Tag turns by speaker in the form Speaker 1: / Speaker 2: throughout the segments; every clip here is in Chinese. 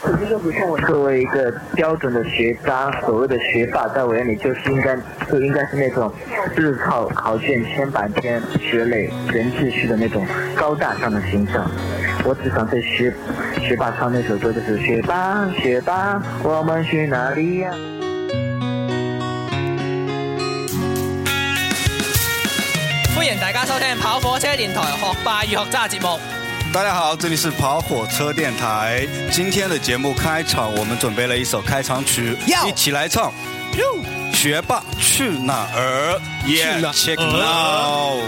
Speaker 1: 可是这不像我作为一个标准的学渣，所谓的学霸，在我眼里就是应该就应该是那种日考考卷千百篇，学累人秩序的那种高大上的形象。我只想对学学霸唱那首歌，就是学霸学霸，我们去哪里呀、
Speaker 2: 歡迎大家收聽跑火車電台學霸與學渣節目。
Speaker 3: 大家好，这里是跑火车电台。今天的节目开场，我们准备了一首开场曲，
Speaker 4: Yo
Speaker 3: 一起来唱。学霸去哪儿
Speaker 4: 去哪
Speaker 3: ？Yeah,
Speaker 4: 儿
Speaker 3: check it out。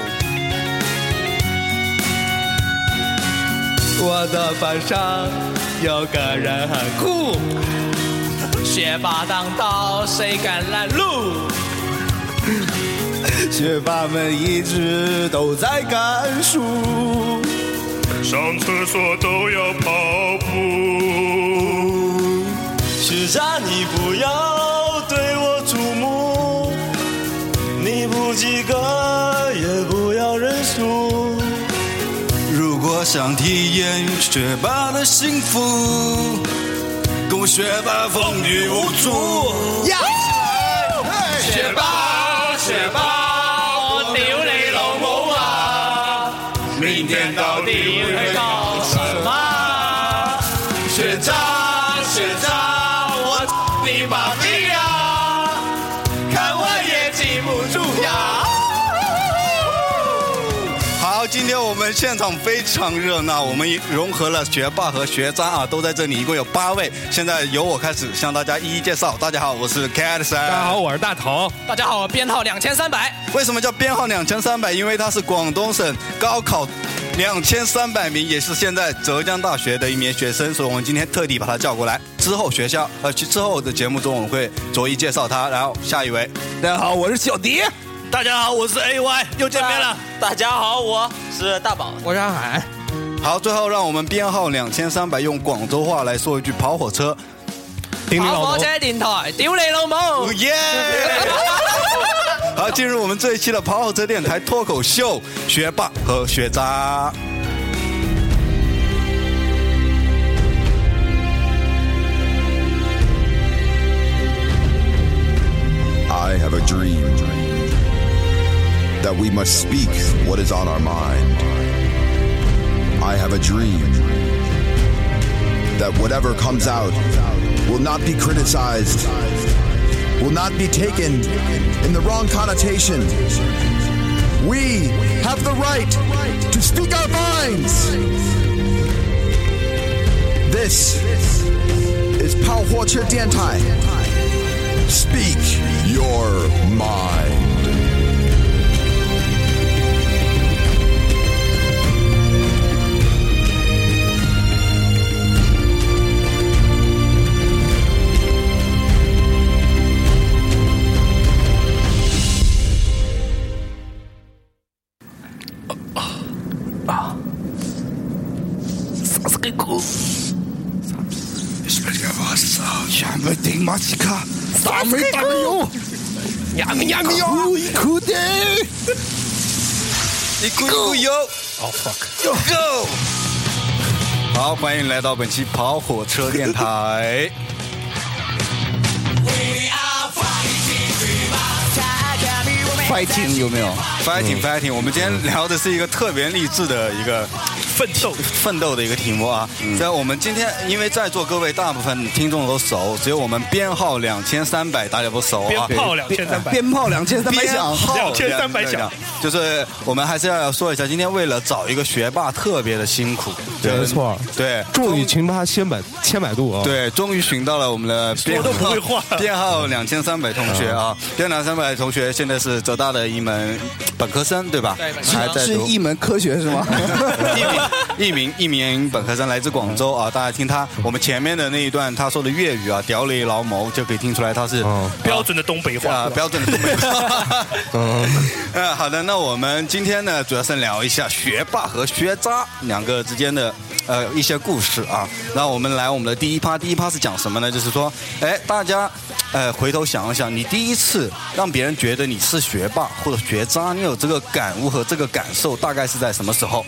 Speaker 4: 我的班上有个人很酷，
Speaker 2: 學霸當道，誰敢攔路？
Speaker 3: 学霸们一直都在看书。
Speaker 5: 上厕所都要跑步。
Speaker 6: 学
Speaker 3: 啊
Speaker 6: 渣，你不要对我注目，你不及格也不要认输。
Speaker 3: 如果想体验学霸的幸福，跟我学霸风雨无阻。呀！
Speaker 2: 學霸學霸，我屌你老母啊！
Speaker 3: 明天到底
Speaker 2: 會搞什麼？
Speaker 3: 学渣，学渣，我你妈逼呀！看我也记不住呀！好，今天我们现场非常热闹，我们融合了学霸和学渣啊，都在这里，一共有八位。现在由我开始向大家一一介绍。大家好，我是 Cat 三。
Speaker 7: 大家好，我是大头。
Speaker 2: 大家好，编號兩千三百。
Speaker 3: 为什么叫编号两千三百？因为他是广东省高考两千三百名，也是现在浙江大学的一名学生，所以我们今天特地把他叫过来。之后学校呃，其之后的节目中我们会逐一介绍他。然后下一位，
Speaker 7: 大家好，我是小迪。
Speaker 6: 大家好，我是 AY，又见面了。
Speaker 2: 呃
Speaker 6: 大家好，我是大宝。
Speaker 7: 我是阿海。
Speaker 3: 好，最后让我们编号两千三百用广州话来说一句“跑火车
Speaker 7: 叮
Speaker 2: 跑火車電台，屌你老”，母！
Speaker 3: 耶！好，进入我们这一期的跑火车电台脱口秀，学霸和学渣。
Speaker 8: I have a dream that we must speak what is on our mind. I have a dream that whatever comes out will not be criticized, will not be taken in the wrong connotation. We have the right to speak our minds. This is Pao Huo Che Dian Tai. Speak your mind.
Speaker 3: 你咕咕油。Oh fuck. Go. 好，欢迎来到本期跑火车电台。fighting 有嗯没有？fighting fighting，我们今天聊的是一个特别励志的一个
Speaker 7: 奋斗。
Speaker 3: 奋斗的一个题目啊。在我们今天，因为在座各位大部分听众都熟，只有我们编号两千三百大家不熟啊。
Speaker 7: 鞭炮两千三百。
Speaker 4: 鞭炮两千三百
Speaker 3: 编
Speaker 4: 响，
Speaker 3: 号
Speaker 7: 2300
Speaker 3: 对
Speaker 7: 响
Speaker 3: 就是我们还是要说一下，今天为了找一个学霸特别的辛苦，对
Speaker 7: 没错
Speaker 3: 对，
Speaker 7: 众里寻他千百千百度啊！，
Speaker 3: 对，终于寻到了我们的编
Speaker 7: 都不
Speaker 3: 号
Speaker 7: 会画
Speaker 3: 编号两千三百同学啊，
Speaker 4: 嗯
Speaker 3: 编两千三百同学现在是浙大的一门本科生，对吧？
Speaker 2: 对本科生
Speaker 3: 还在
Speaker 4: 是
Speaker 3: 读。
Speaker 4: 一门科学是吗？
Speaker 3: 一名一名一名本科生来自广州啊，大家听他我们前面的那一段他说的粤语啊，屌你老母，就可以听出来他是
Speaker 9: 啊
Speaker 7: 嗯
Speaker 3: 标
Speaker 7: 标
Speaker 3: 准。
Speaker 7: 准的东北话。
Speaker 3: 啊，标准的东 北话。嗯，呃，好的，那我们今天呢，主要是聊一下学霸和学渣两个之间的呃一些故事啊。那我们来我们的第一趴，第一趴是讲什么呢？就是说，哎，大家呃回头想一想，你第一次让别人觉得你是学霸或者学渣，你有这个感悟和这个感受，大概是在什么时候？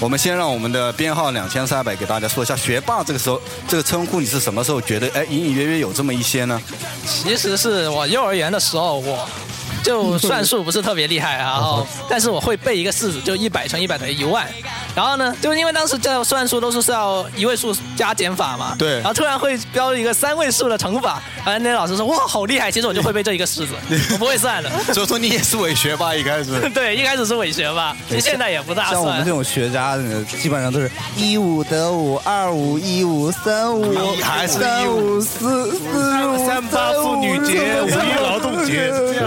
Speaker 3: 我们先让我们的编号两千三百给大家说一下，学霸这个时候这个称呼你是什么时候觉得哎隐隐约约有这么一些呢？
Speaker 2: 其实是我幼儿园的时候，我就算术不是特别厉害，然
Speaker 10: 哦
Speaker 2: 后但是我会背一个式子，就一百乘一百等于一万。然后呢，就因为当时教算术都是是要一位数加减法嘛，
Speaker 3: 对
Speaker 2: 然后突然会标一个三位数的乘法，然后那老师说哇好厉害，其实我就会背这一个 式子，我不会算的。
Speaker 3: 所以说你也是伪学霸一开始。
Speaker 2: 对，一开始是伪学吧，其实现在也不大
Speaker 10: 像我们
Speaker 2: 算
Speaker 10: 这。种学渣的，基本上都是一五得五，二五一五，三五
Speaker 3: 你还是
Speaker 10: 三
Speaker 3: 一
Speaker 10: 五四四五
Speaker 9: 三八妇女节，五一劳动节，对，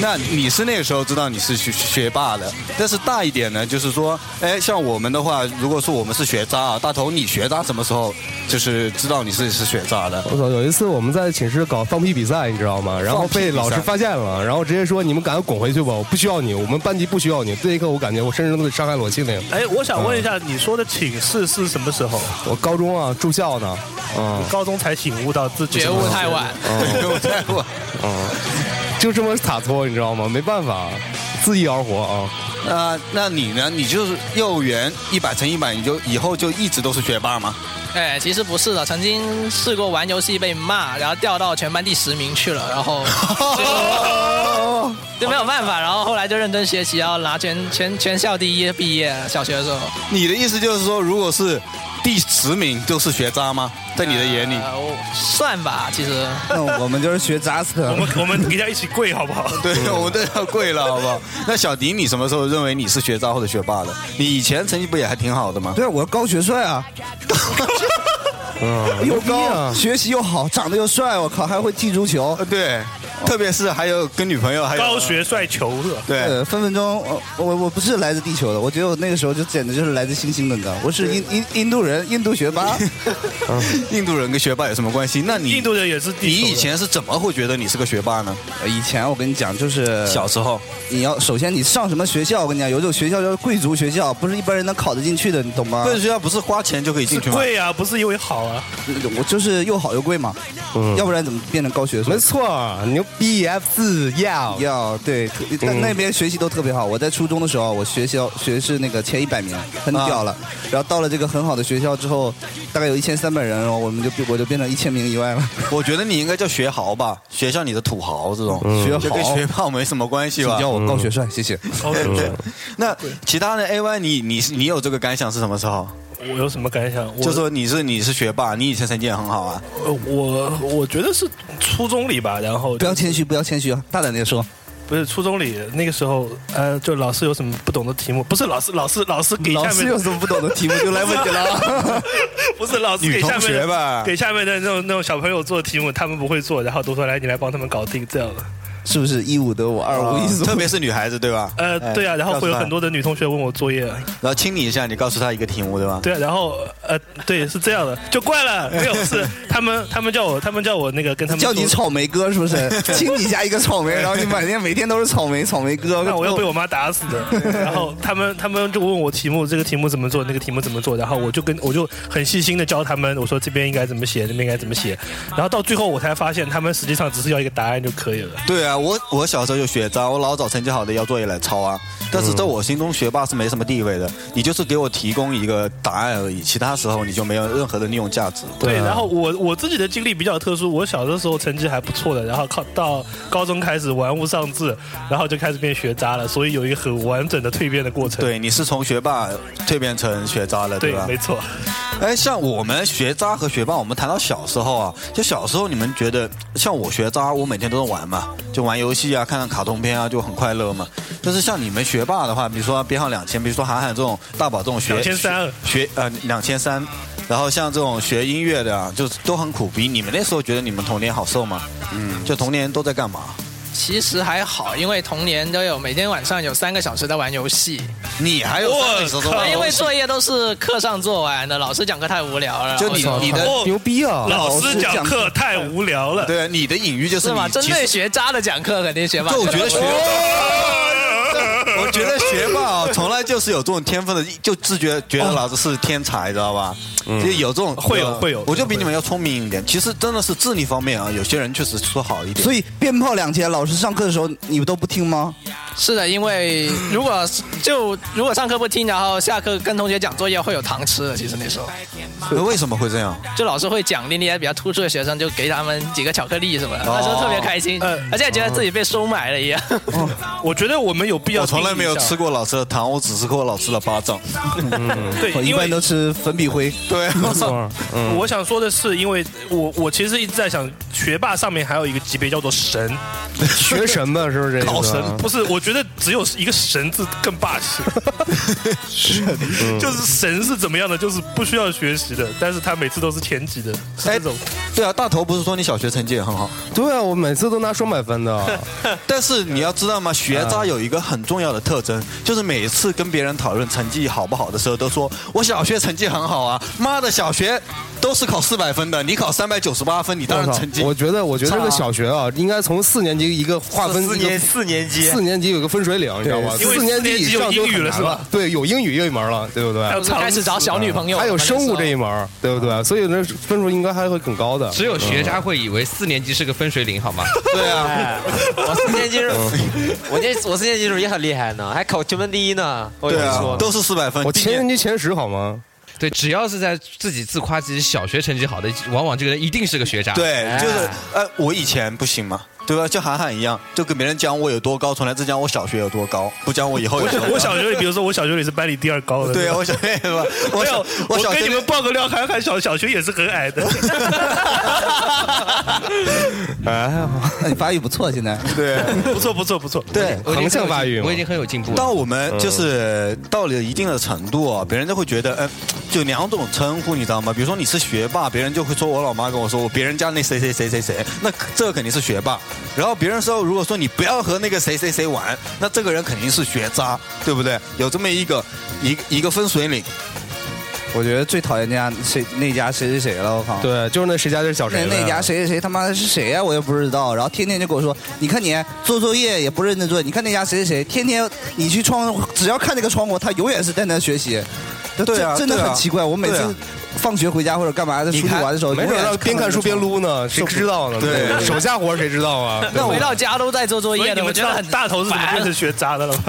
Speaker 3: 那你是那个时候知道你是学学霸的，但是大一点呢，就是说，哎，像我们的话，如果说我们是学渣啊，大头你学渣什么时候就是知道你自己是学渣
Speaker 10: 哦
Speaker 3: 的？
Speaker 9: 我操！有一次我们在寝室搞放屁比赛，你知道吗？然后被老师发现了，然后直接说：“你们赶快滚回去吧，我不需要你，我们班级不需要你。”这一刻，我感觉我甚至都得伤害了我心灵。
Speaker 7: 哎，我想问一下，你说的寝室是什么时候？
Speaker 9: 我高中啊，住校呢，嗯，
Speaker 7: 高中才醒悟到自己
Speaker 2: 觉悟太晚
Speaker 9: 觉
Speaker 3: 悟太晚，
Speaker 9: 嗯，就这么洒脱，你知道吗？没办法，自己而活啊。
Speaker 3: 啊、那你呢？你就是幼儿园一百乘一百，你就以后就一直都是学霸吗？
Speaker 2: 哎，其实不是的，曾经试过玩游戏被骂，然后掉到全班第十名去了，然 后就 就没有办法，然后后来就认真学习，然后拿全全全校第一毕业。小学的时候，
Speaker 3: 你的意思就是说，如果是第十名就是学渣吗？在你的眼里，
Speaker 2: 呃我算吧，其实。
Speaker 10: 啊那我们就是学渣嗯死了。
Speaker 7: 我们我们给他一起跪好不好？
Speaker 3: 对，我们都要跪了，好不好？那小迪，你什么时候认为你是学渣或者学霸的？你以前成绩不也还挺好的吗？
Speaker 10: 对，我是高学帅啊，
Speaker 9: 嗯，
Speaker 10: 又
Speaker 9: 牛逼
Speaker 10: 高，
Speaker 9: 啊
Speaker 10: 学习又好，长得又帅，我靠，还会踢足球，哦
Speaker 3: 呃，对，特别是还有跟女朋友，还有
Speaker 7: 高学帅球是吧？
Speaker 3: 对，
Speaker 10: 呃，分分钟，呃我我不是来自地球的，我觉得我那个时候就简直就是来自星星的，你知道，我是印印印度人，印度学霸，
Speaker 3: 印度人跟学霸有什么关系？那你
Speaker 7: 印度人也是
Speaker 3: 你
Speaker 7: 地球的
Speaker 3: 以前是怎么会觉得你是个学霸呢？
Speaker 10: 呃以前我跟你讲，就是
Speaker 3: 小时候，
Speaker 10: 你要首先你上什么学校，我跟你讲，有种学校叫贵族学校，不是一般人能考得进去的，你懂吗？
Speaker 3: 贵族学校不是花钱就可以进去吗？
Speaker 7: 贵啊，不是因为好啊，
Speaker 10: 我就是又好又贵嘛，
Speaker 9: 嗯
Speaker 10: 要不然怎么变成高学生
Speaker 9: 没？错，牛逼 F 四要
Speaker 10: 要对，特但
Speaker 9: 嗯
Speaker 10: 那边学习都特别好。我在初中的时候，我学校学是那个前一百名，很屌
Speaker 9: 啊
Speaker 10: 了。然后到了这个很好的学校之后，大概有一千三百人，然后我们就我就变成一千名以 外了。
Speaker 3: 我觉得你应该叫学豪吧，学校里的土豪这种，
Speaker 10: 嗯学
Speaker 3: 就跟
Speaker 10: 豪
Speaker 3: 学霸没什么关系
Speaker 10: 请
Speaker 3: 吧？
Speaker 10: 叫我高学帅，谢谢。
Speaker 7: 高学帅。
Speaker 3: 那其他的 AY，你你你有这个感想是什么时候？
Speaker 7: 我有什么感想？我
Speaker 3: 就说你是你是学霸，你以前成绩也很好啊。
Speaker 7: 呃我我觉得是初中里吧，然后
Speaker 10: 不要谦虚，不要谦虚啊，大胆的说。
Speaker 7: 不是初中里那个时候，呃，就老师有什么不懂的题目，不是老师老师老师给下
Speaker 10: 老
Speaker 7: 面
Speaker 10: 师有什么不懂的题目就来问你
Speaker 3: 啊
Speaker 10: 了。
Speaker 7: 不是老师给下
Speaker 3: 女同
Speaker 7: 面的
Speaker 3: 学吧
Speaker 7: 给下面的那种那种小朋友做题目，他们不会做，然后都说来你来帮他们搞定这样的。
Speaker 10: 是不是一五得五，二五一四？
Speaker 3: 特别是女孩子对吧？
Speaker 7: 呃，
Speaker 3: 哎
Speaker 7: 对啊，然后会
Speaker 3: 告诉
Speaker 7: 有
Speaker 3: 他
Speaker 7: 很多的女同学问我作业，
Speaker 3: 然后亲你一下，你告诉他一个题目对吧？
Speaker 7: 对啊，然后呃，对，是这样的，就怪了，没有是他们他们叫我他们叫我那个跟他们
Speaker 10: 叫你
Speaker 7: 说，
Speaker 10: 草莓哥是不是？亲你家一个草莓，然后你每天每天都是草莓草莓哥。
Speaker 7: 那我要被我妈打死的。然后他们他们就问我题目，这个题目怎么做，那个题目怎么做，然后我就跟我就很细心的教他们，我说这边应该怎么写，那边应该怎么写，然后到最后我才发现他们实际上只是要一个答案就可以了。
Speaker 3: 对啊，我我小时候就学渣，我老找成绩好的要作业来抄啊。但是在我心中，学霸是没什么地位的，你就是给我提供一个答案而已，其他时候你就没有任何的利用价值。
Speaker 7: 对，然后我我自己的经历比较特殊，我小的时候成绩还不错的，然后靠到高中开始玩物丧志，然后就开始变学渣了，所以有一个很完整的蜕变的过程。
Speaker 3: 对，你是从学霸蜕变成学渣了，
Speaker 7: 对
Speaker 3: 吧
Speaker 7: 没？错。
Speaker 3: 哎，像我们学渣和学霸，我们谈到小时候啊，就小时候你们觉得，像我学渣，我每天都在玩嘛，就玩游戏啊，看看卡通片啊，就很快乐嘛。但是像你们学霸的话，比如说编号两千，比如说韩寒这种、大宝这种学
Speaker 7: 2300
Speaker 3: 学学呃两千三，然后像这种学音乐的啊，就是都很苦逼。你们那时候觉得你们童年好受吗？嗯，就童年都在干嘛？
Speaker 2: 其实还好，因为童年都有每天晚上有三个小时在玩游戏，
Speaker 3: 你还有三个小时啊都
Speaker 7: 哇
Speaker 3: 玩
Speaker 7: 靠
Speaker 3: 游戏
Speaker 2: 因为作业都是课上做完的，老师讲课太无聊了。
Speaker 3: 就你
Speaker 2: 然后
Speaker 3: 你的
Speaker 7: 哦
Speaker 9: 牛逼啊！
Speaker 7: 老师
Speaker 10: 讲
Speaker 7: 讲课太无聊了。
Speaker 3: 对啊，你的隐喻就是
Speaker 2: 是吗？
Speaker 3: 你
Speaker 2: 针
Speaker 3: 其实
Speaker 2: 对学渣的讲课肯定学霸。
Speaker 3: 就我觉得学
Speaker 7: 哦
Speaker 3: 霸，我觉得学霸啊，从来就是有这种天分的，就自觉觉得老子是天才，知道吧？就有这种
Speaker 7: 嗯会有会有
Speaker 3: 我就比你们要聪明一点。其实真的是智力方面啊，有些人确实说好一点。
Speaker 10: 所以鞭炮两千，老师上课的时候你们都不听吗？
Speaker 2: 是的，因为如果就如果上课不听，然后下课跟同学讲作业，会有糖吃的。其实那时候，
Speaker 3: 那为什么会这样？
Speaker 2: 就老师会奖励那些比较突出的学生，就给他们几个巧克力什么的，
Speaker 7: 哦
Speaker 2: 那时候特别开心，
Speaker 7: 呃
Speaker 2: 而且觉得自己被收买了一样。
Speaker 7: 我觉得我们有必要。
Speaker 3: 我从来没有吃过老师的糖，我只吃过老师的巴掌。
Speaker 7: 对
Speaker 11: 我一
Speaker 7: 因为
Speaker 11: 般都吃粉笔灰。
Speaker 3: 对
Speaker 7: 没 错
Speaker 11: 嗯
Speaker 7: 我想说的是，因为我我其实一直在想，学霸上面还有一个级别叫做神，
Speaker 9: 学神嘛，是不是这意思啊？
Speaker 7: 搞神不是？我觉得只有一个神字更 霸气，神
Speaker 3: 嗯
Speaker 7: 就是神是怎么样的，就是不需要学习的，但是他每次都是前几的，是这种。
Speaker 3: 对啊，大头不是说你小学成绩也很好？
Speaker 9: 对啊，我每次都拿双百分的。
Speaker 3: 但是你要知道吗？学渣有一个很重要的特征，就是每次跟别人讨论成绩好不好的时候，都说我小学成绩很好啊，妈的，小学都是考四百分的，你考三百九十八分，你当然成绩。
Speaker 9: 我觉得，我觉得这个小
Speaker 3: 学
Speaker 9: 学啊，应该从四年级一个划分，
Speaker 3: 四
Speaker 9: 一个
Speaker 3: 年四年级
Speaker 9: 四年级有一个分水岭，你知道吧？
Speaker 3: 因为
Speaker 9: 四年
Speaker 3: 四年
Speaker 9: 级以
Speaker 3: 级有
Speaker 9: 上就
Speaker 3: 英语
Speaker 9: 很
Speaker 3: 了
Speaker 9: 难
Speaker 3: 是吧
Speaker 9: 了对，有英语这一门了，对不对？
Speaker 7: 呃
Speaker 2: 还有开始找小女朋友
Speaker 9: 还有
Speaker 2: 了那时候
Speaker 9: 生物这一门，对不对？所以那分数应该还会更高的。
Speaker 12: 只有学渣会以为四年级是个分水岭，好吗？
Speaker 3: 对
Speaker 13: 啊，我四年级时候，
Speaker 11: 嗯
Speaker 13: 我那我四年级时候也很厉害呢，还考全班第一呢。我跟你
Speaker 11: 啊
Speaker 13: 说，
Speaker 9: 我前年级前十好吗？
Speaker 12: 对，只要是在自己自夸自己小学成绩好的，往往这个人一定是个学渣。
Speaker 3: 对，就是呃，我以前不行嘛，对吧？就韩寒一样，就跟别人讲我有多高，从来只讲我小学有多高，不讲我以后有多高。
Speaker 7: 我小学里，比如说我小学里是班里第二高的。
Speaker 3: 啊对啊
Speaker 7: 吧
Speaker 3: 我小学是吧我
Speaker 7: 没
Speaker 3: 小
Speaker 7: 有，
Speaker 3: 我
Speaker 7: 我
Speaker 3: 小学
Speaker 7: 跟你们
Speaker 3: 里
Speaker 7: 报个料，韩寒小小学也是很矮 的。
Speaker 11: 哎，那你发育不错，现在
Speaker 3: 对，
Speaker 7: 不错不错不错，
Speaker 3: 对，
Speaker 12: 我已经很有
Speaker 2: 嗯
Speaker 12: 进步了。
Speaker 3: 到我们就是到了一定的程度啊，别人就会觉得，呃，就两种称呼，你知道吗？比如说你是学霸，别人就会说我老妈跟我说，我别人家那谁谁谁谁谁，那这个肯定是学霸。然后别人说，如果说你不要和那个谁谁谁玩，那这个人肯定是学渣，对不对？有这么一个一个一个分水岭。
Speaker 11: 我觉得最讨厌那家谁那家谁谁谁了，我靠！
Speaker 9: 对，就是那谁家就是小
Speaker 11: 那
Speaker 9: 谁
Speaker 11: 那
Speaker 9: 呗
Speaker 11: 家谁谁谁他妈的是谁呀、我也不知道。然后天天就跟我说，你看你做作业也不认真做，你看那家谁谁谁，天天你去窗，只要看这个窗户，他永远是在那学习。这
Speaker 3: 对啊
Speaker 11: 这真的
Speaker 3: 对啊
Speaker 11: 很奇怪。我每
Speaker 3: 对
Speaker 11: 次
Speaker 3: 啊
Speaker 11: 放学回家或者干嘛，在出去玩的时候，
Speaker 9: 没
Speaker 11: 永
Speaker 9: 准
Speaker 11: 远
Speaker 9: 让
Speaker 11: 是
Speaker 9: 边看书边撸呢，谁知道呢？
Speaker 11: 对
Speaker 9: 手下活谁知道啊？对吧
Speaker 2: 回到家都在做作
Speaker 7: 所以
Speaker 2: 业
Speaker 7: 你
Speaker 2: 的，哎我
Speaker 7: 们
Speaker 2: 觉得
Speaker 7: 大
Speaker 2: 很
Speaker 7: 大头是怎么变成学渣的了吗？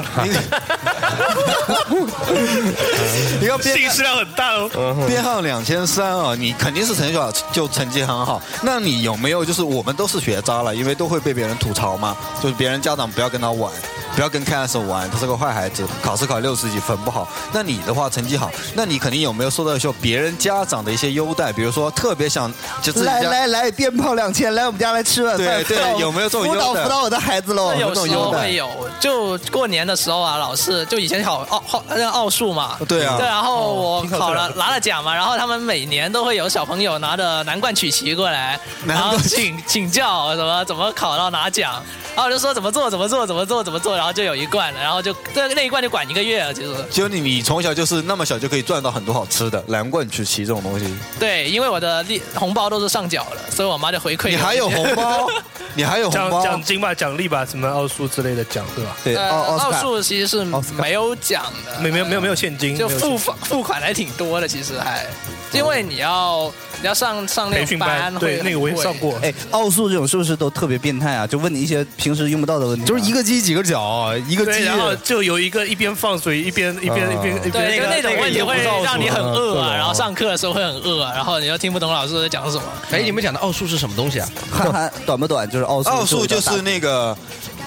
Speaker 3: 你要变
Speaker 7: 信息量很大哦。
Speaker 3: 编号两千三啊，你肯定是成绩好，就成绩很好。那你有没有就是我们都是学渣了，因为都会被别人吐槽嘛，就是别人家长不要跟他玩，不要跟 Cass 玩，他是个坏孩子，考试考六十几分不好。那你的话成绩好，那你肯定有没有受到一些别人家长的一些优待，比如说特别想就自己
Speaker 11: 来
Speaker 3: 家
Speaker 11: 来来，鞭炮两千，来我们家来吃晚饭。
Speaker 3: 对对
Speaker 11: 辅导
Speaker 3: 有没有这种
Speaker 11: 辅导
Speaker 3: 优待
Speaker 11: 辅导我的孩子喽？
Speaker 2: 有
Speaker 11: 这种
Speaker 2: 时候
Speaker 11: 优待
Speaker 2: 会有，就过年的时候啊，老是就以前考奥奥那个奥数嘛，
Speaker 11: 对啊
Speaker 2: 对，然后我
Speaker 11: 听说
Speaker 2: 考
Speaker 11: 这
Speaker 2: 了
Speaker 11: 个
Speaker 2: 拿了奖嘛，然后他们每年都会有小朋友拿着南冠曲奇过来，然后请请教怎么怎么考到拿奖，然后我就说怎么做怎么做怎么做怎么做，然后就有一罐了，然后就对那一罐就管一个月了，其实。
Speaker 3: 就你你从小就是那么小就可以赚到很多好吃的，蓝罐曲奇这种东西。
Speaker 2: 对，因为我的利红包都是上缴了，所以我妈就回馈。
Speaker 3: 你还有红 包？你还有
Speaker 7: 奖奖金吧，奖励吧，什么奥数之类的奖，对吧？
Speaker 3: 哎
Speaker 2: 呃奥数其实是没有奖的，
Speaker 7: 没没有没有没有现金，
Speaker 2: 就
Speaker 7: 嗯没有现金
Speaker 2: 付款付款还挺多的，其实还，因为你要你要上上那
Speaker 7: 培
Speaker 2: 种
Speaker 7: 训
Speaker 2: 班
Speaker 7: 班，
Speaker 2: 会很贵。
Speaker 11: 哎，奥数这种是不是都特别变态啊？就问你一些平时用不到的问题啊，就是
Speaker 9: 一个鸡几个角，一
Speaker 11: 个
Speaker 7: 对，然后就有一个一边放水一边一边一边一边
Speaker 2: 啊对，就那种问题会让你很饿
Speaker 7: 嗯
Speaker 2: 啊，然后上课的时候会很饿啊，然后你又听不懂老师在讲什么。
Speaker 12: 哎，你们讲的奥数是什么东西啊？
Speaker 11: 看看短不短，就是奥数。
Speaker 3: 奥数就是那个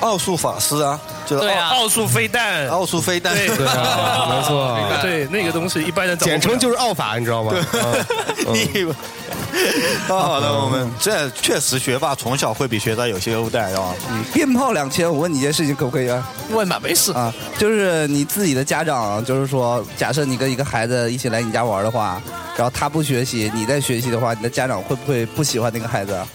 Speaker 3: 奥数法师啊，就是
Speaker 7: 对啊
Speaker 3: 奥
Speaker 7: 奥数 飞弹，
Speaker 3: 奥数飞弹，
Speaker 7: 对
Speaker 9: 啊 没错
Speaker 7: 对对，那个东西一般人掌握不了
Speaker 9: 简称就是奥法，你知道吗？嗯
Speaker 3: 你啊，嗯好的，我们这确实学霸从小会比学渣有些优待啊。
Speaker 11: 鞭炮两千，我问你一件事情，可不可以啊？
Speaker 2: 问吧，没事
Speaker 11: 啊。就是你自己的家长，就是说，假设你跟一个孩子一起来你家玩的话，然后他不学习，你在学习的话，你的家长会不会不喜欢那个孩子？啊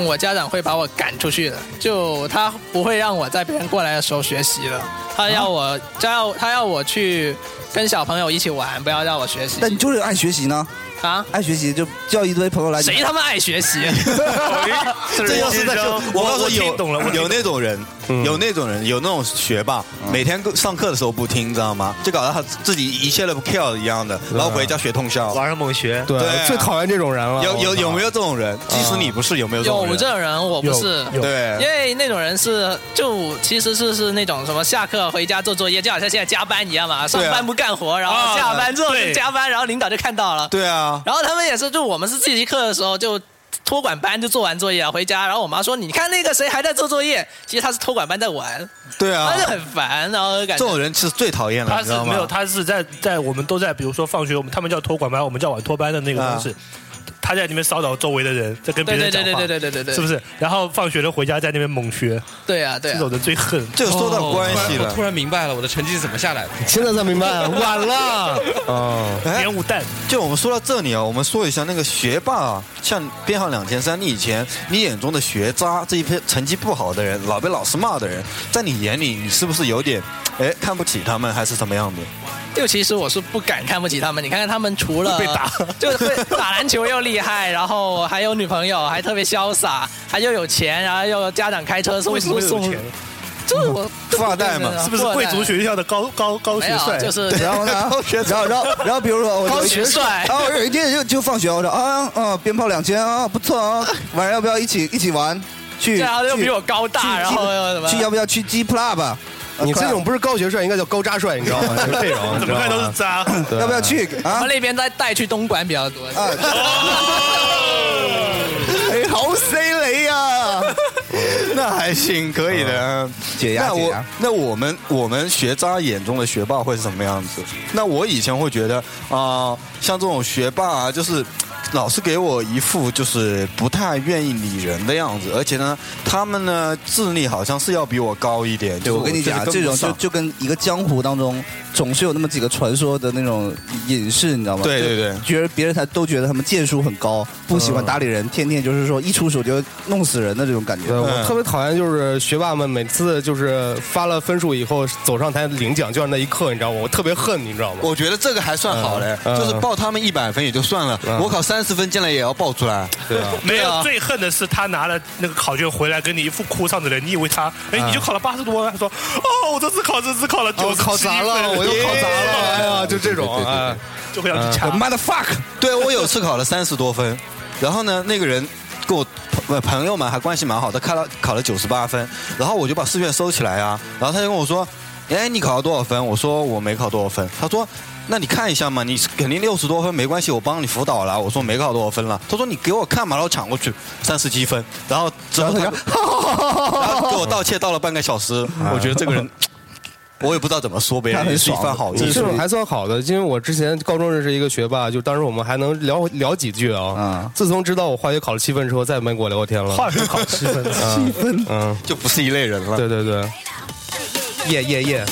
Speaker 2: 我家长会把我赶出去的，就他不会让我在别人过来的时候学习了，他要我，他要他要我去。跟小朋友一起玩，不要让我学习
Speaker 11: 但你就是爱学习呢，
Speaker 2: 啊！
Speaker 11: 爱学习就叫一堆朋友来。
Speaker 2: 谁他妈爱学习？
Speaker 3: 这要是在就我告诉你有有那种人，有那种人，有那种学霸，每天上课的时候不听，知道吗？就搞得他自己一切都不 care 一样的，然后回家学通宵，晚
Speaker 7: 上猛学
Speaker 9: 对，啊最讨厌这种人了。
Speaker 3: 有有
Speaker 9: 我靠
Speaker 3: 有没有这种人？即使你不是，有没有这种人？
Speaker 2: 有这种人，我不是，
Speaker 3: 有有对
Speaker 2: 因为那种人是就其实是是那种什么下课回家做作业，就好像现在加班一样嘛，上
Speaker 3: 对啊
Speaker 2: 班不干活，然后
Speaker 3: 啊
Speaker 2: 下班之后就
Speaker 3: 对
Speaker 2: 加班，然后领导就看到了，
Speaker 3: 对啊，
Speaker 2: 然后他们也是，就我们是自习课的时候就。托管班就做完作业啊，回家，然后我妈说：“你看那个谁还在做作业，其实他是托管班在玩。”
Speaker 3: 对啊
Speaker 2: 他就很烦，然后就感
Speaker 3: 这
Speaker 2: 觉
Speaker 3: 种人是最讨厌了，
Speaker 7: 他
Speaker 3: 你知
Speaker 7: 是
Speaker 3: 道吗？
Speaker 7: 没有，他是在在我们都在，比如说放学，我们他们叫托管班，我们叫晚托班的那个方式。他在那边骚扰周围的人，在跟别人讲
Speaker 2: 对
Speaker 7: 话，
Speaker 2: 对对对对对对对
Speaker 7: 是不是？然后放学了回家，在那边猛学，
Speaker 2: 对啊对
Speaker 7: 这
Speaker 2: 啊，
Speaker 7: 种人最恨。
Speaker 12: 哦我突然我突然明白了我的成绩是怎么下来的。
Speaker 9: 现在才明白，晚了。嗯
Speaker 3: 哦，
Speaker 7: 烟雾弹。
Speaker 3: 就我们说到这里啊，我们说一下那个学霸啊，像编号两千三，你以前你眼中的学渣这一批成绩不好的人，老被老师骂的人，在你眼里，你是不是有点哎看不起他们，还是怎么样的？
Speaker 2: 就其实我是不敢看不起他们，你看看他们除了
Speaker 3: 被打，
Speaker 2: 就会打篮球又厉害，然后还有女朋友，还特别潇洒，还又有钱，然后又有家长开车送
Speaker 7: 为什么有
Speaker 2: 送
Speaker 7: 钱？
Speaker 2: 这我
Speaker 7: 富
Speaker 2: 二代嘛
Speaker 7: 是不是贵族学校的高高高
Speaker 2: 没
Speaker 7: 学
Speaker 2: 有
Speaker 7: 帅？
Speaker 2: 啊就是
Speaker 11: 然后呢？然后然后然后，比如说我
Speaker 2: 高学帅
Speaker 11: 然后我有一天就就放学，我说啊啊，鞭炮两千啊，不错啊，晚上要不要一起一起玩？去，
Speaker 2: 对啊又
Speaker 11: 去
Speaker 2: 比我高大
Speaker 11: 去
Speaker 2: 然后
Speaker 11: 去
Speaker 2: 又怎么
Speaker 11: 去要不要去 G Club？啊
Speaker 9: 你这种不是高学帅，应该叫高渣帅，你知道吗？就 这种，
Speaker 11: 怎么看都是
Speaker 7: 渣
Speaker 9: 对
Speaker 11: 要不要去
Speaker 2: 我
Speaker 11: 啊
Speaker 2: 们？那边在带去东莞比较多。
Speaker 7: 啊
Speaker 11: 哎，好犀利啊！
Speaker 3: 那还行，可 以的。嗯
Speaker 11: 解压
Speaker 3: 那
Speaker 11: 解
Speaker 3: 我
Speaker 11: 压
Speaker 3: 那我们我们学渣眼中的学霸会是什么样子？那我以前会觉得啊、像这种学霸啊，就是老是给我一副就是不太愿意理人的样子，而且呢，他们呢智力好像是要比我高一点。
Speaker 11: 对，
Speaker 3: 就是
Speaker 11: 我跟你
Speaker 3: 觉得
Speaker 11: 讲，
Speaker 3: 跟
Speaker 11: 这
Speaker 3: 不
Speaker 11: 种就
Speaker 3: 上
Speaker 11: 就跟一个江湖当中总是有那么几个传说的那种隐士，你知道吗？
Speaker 3: 对
Speaker 11: 就
Speaker 3: 对对
Speaker 11: 觉得别人他都觉得他们剑术很高，不喜欢搭理人，天天就是说一出手就弄死人的这种感觉。嗯
Speaker 9: 对，我特别讨厌就是学霸们每次就是发了分数以后走上台领奖券那一刻，你知道吗？我特别恨，你知道吗？
Speaker 3: 我觉得这个还算好嘞，
Speaker 9: 嗯嗯
Speaker 3: 就是报他们一百分也就算了，
Speaker 11: 嗯
Speaker 3: 我考三十分进来也要报出来。
Speaker 9: 对啊
Speaker 7: 没有，最恨的是他拿了那个考卷回来，跟你一副哭丧着脸。你以为他，哎，你就考了八十多分，他说，哦，我这次考这次考了
Speaker 9: 我
Speaker 7: 九十
Speaker 9: 考砸了，我又考砸了，哎呀，就这种，哎，
Speaker 7: 就会让你掐。
Speaker 3: 妈的 fuck！对我有次考了三十多分，然后呢，那个人跟我朋朋友嘛还关系蛮好的，考了考了九十八分，然后我就把试卷收起来啊，然后他就跟我说：“哎，你考了多少分？”我说：“我没考多少分。”他说。那你看一下嘛，你肯定六十多分没关系，我帮你辅导了。我说没考多少分了，他说你给我看嘛，然后抢过去三十七分，然后之后他就，然后给我道歉道了半个小时，我觉得这个人，我也不知道怎么说别人，也是一番好意。
Speaker 9: 这种还算好的，因为我之前高中认识一个学霸，就当时我们还能聊聊几句啊。自从知道我化学考了七分之后，再也没跟我聊过天了。
Speaker 7: 化学考七 分
Speaker 9: 嗯
Speaker 7: 七分
Speaker 9: 嗯，
Speaker 3: 就不是一类人了。
Speaker 9: 对对对，耶耶耶！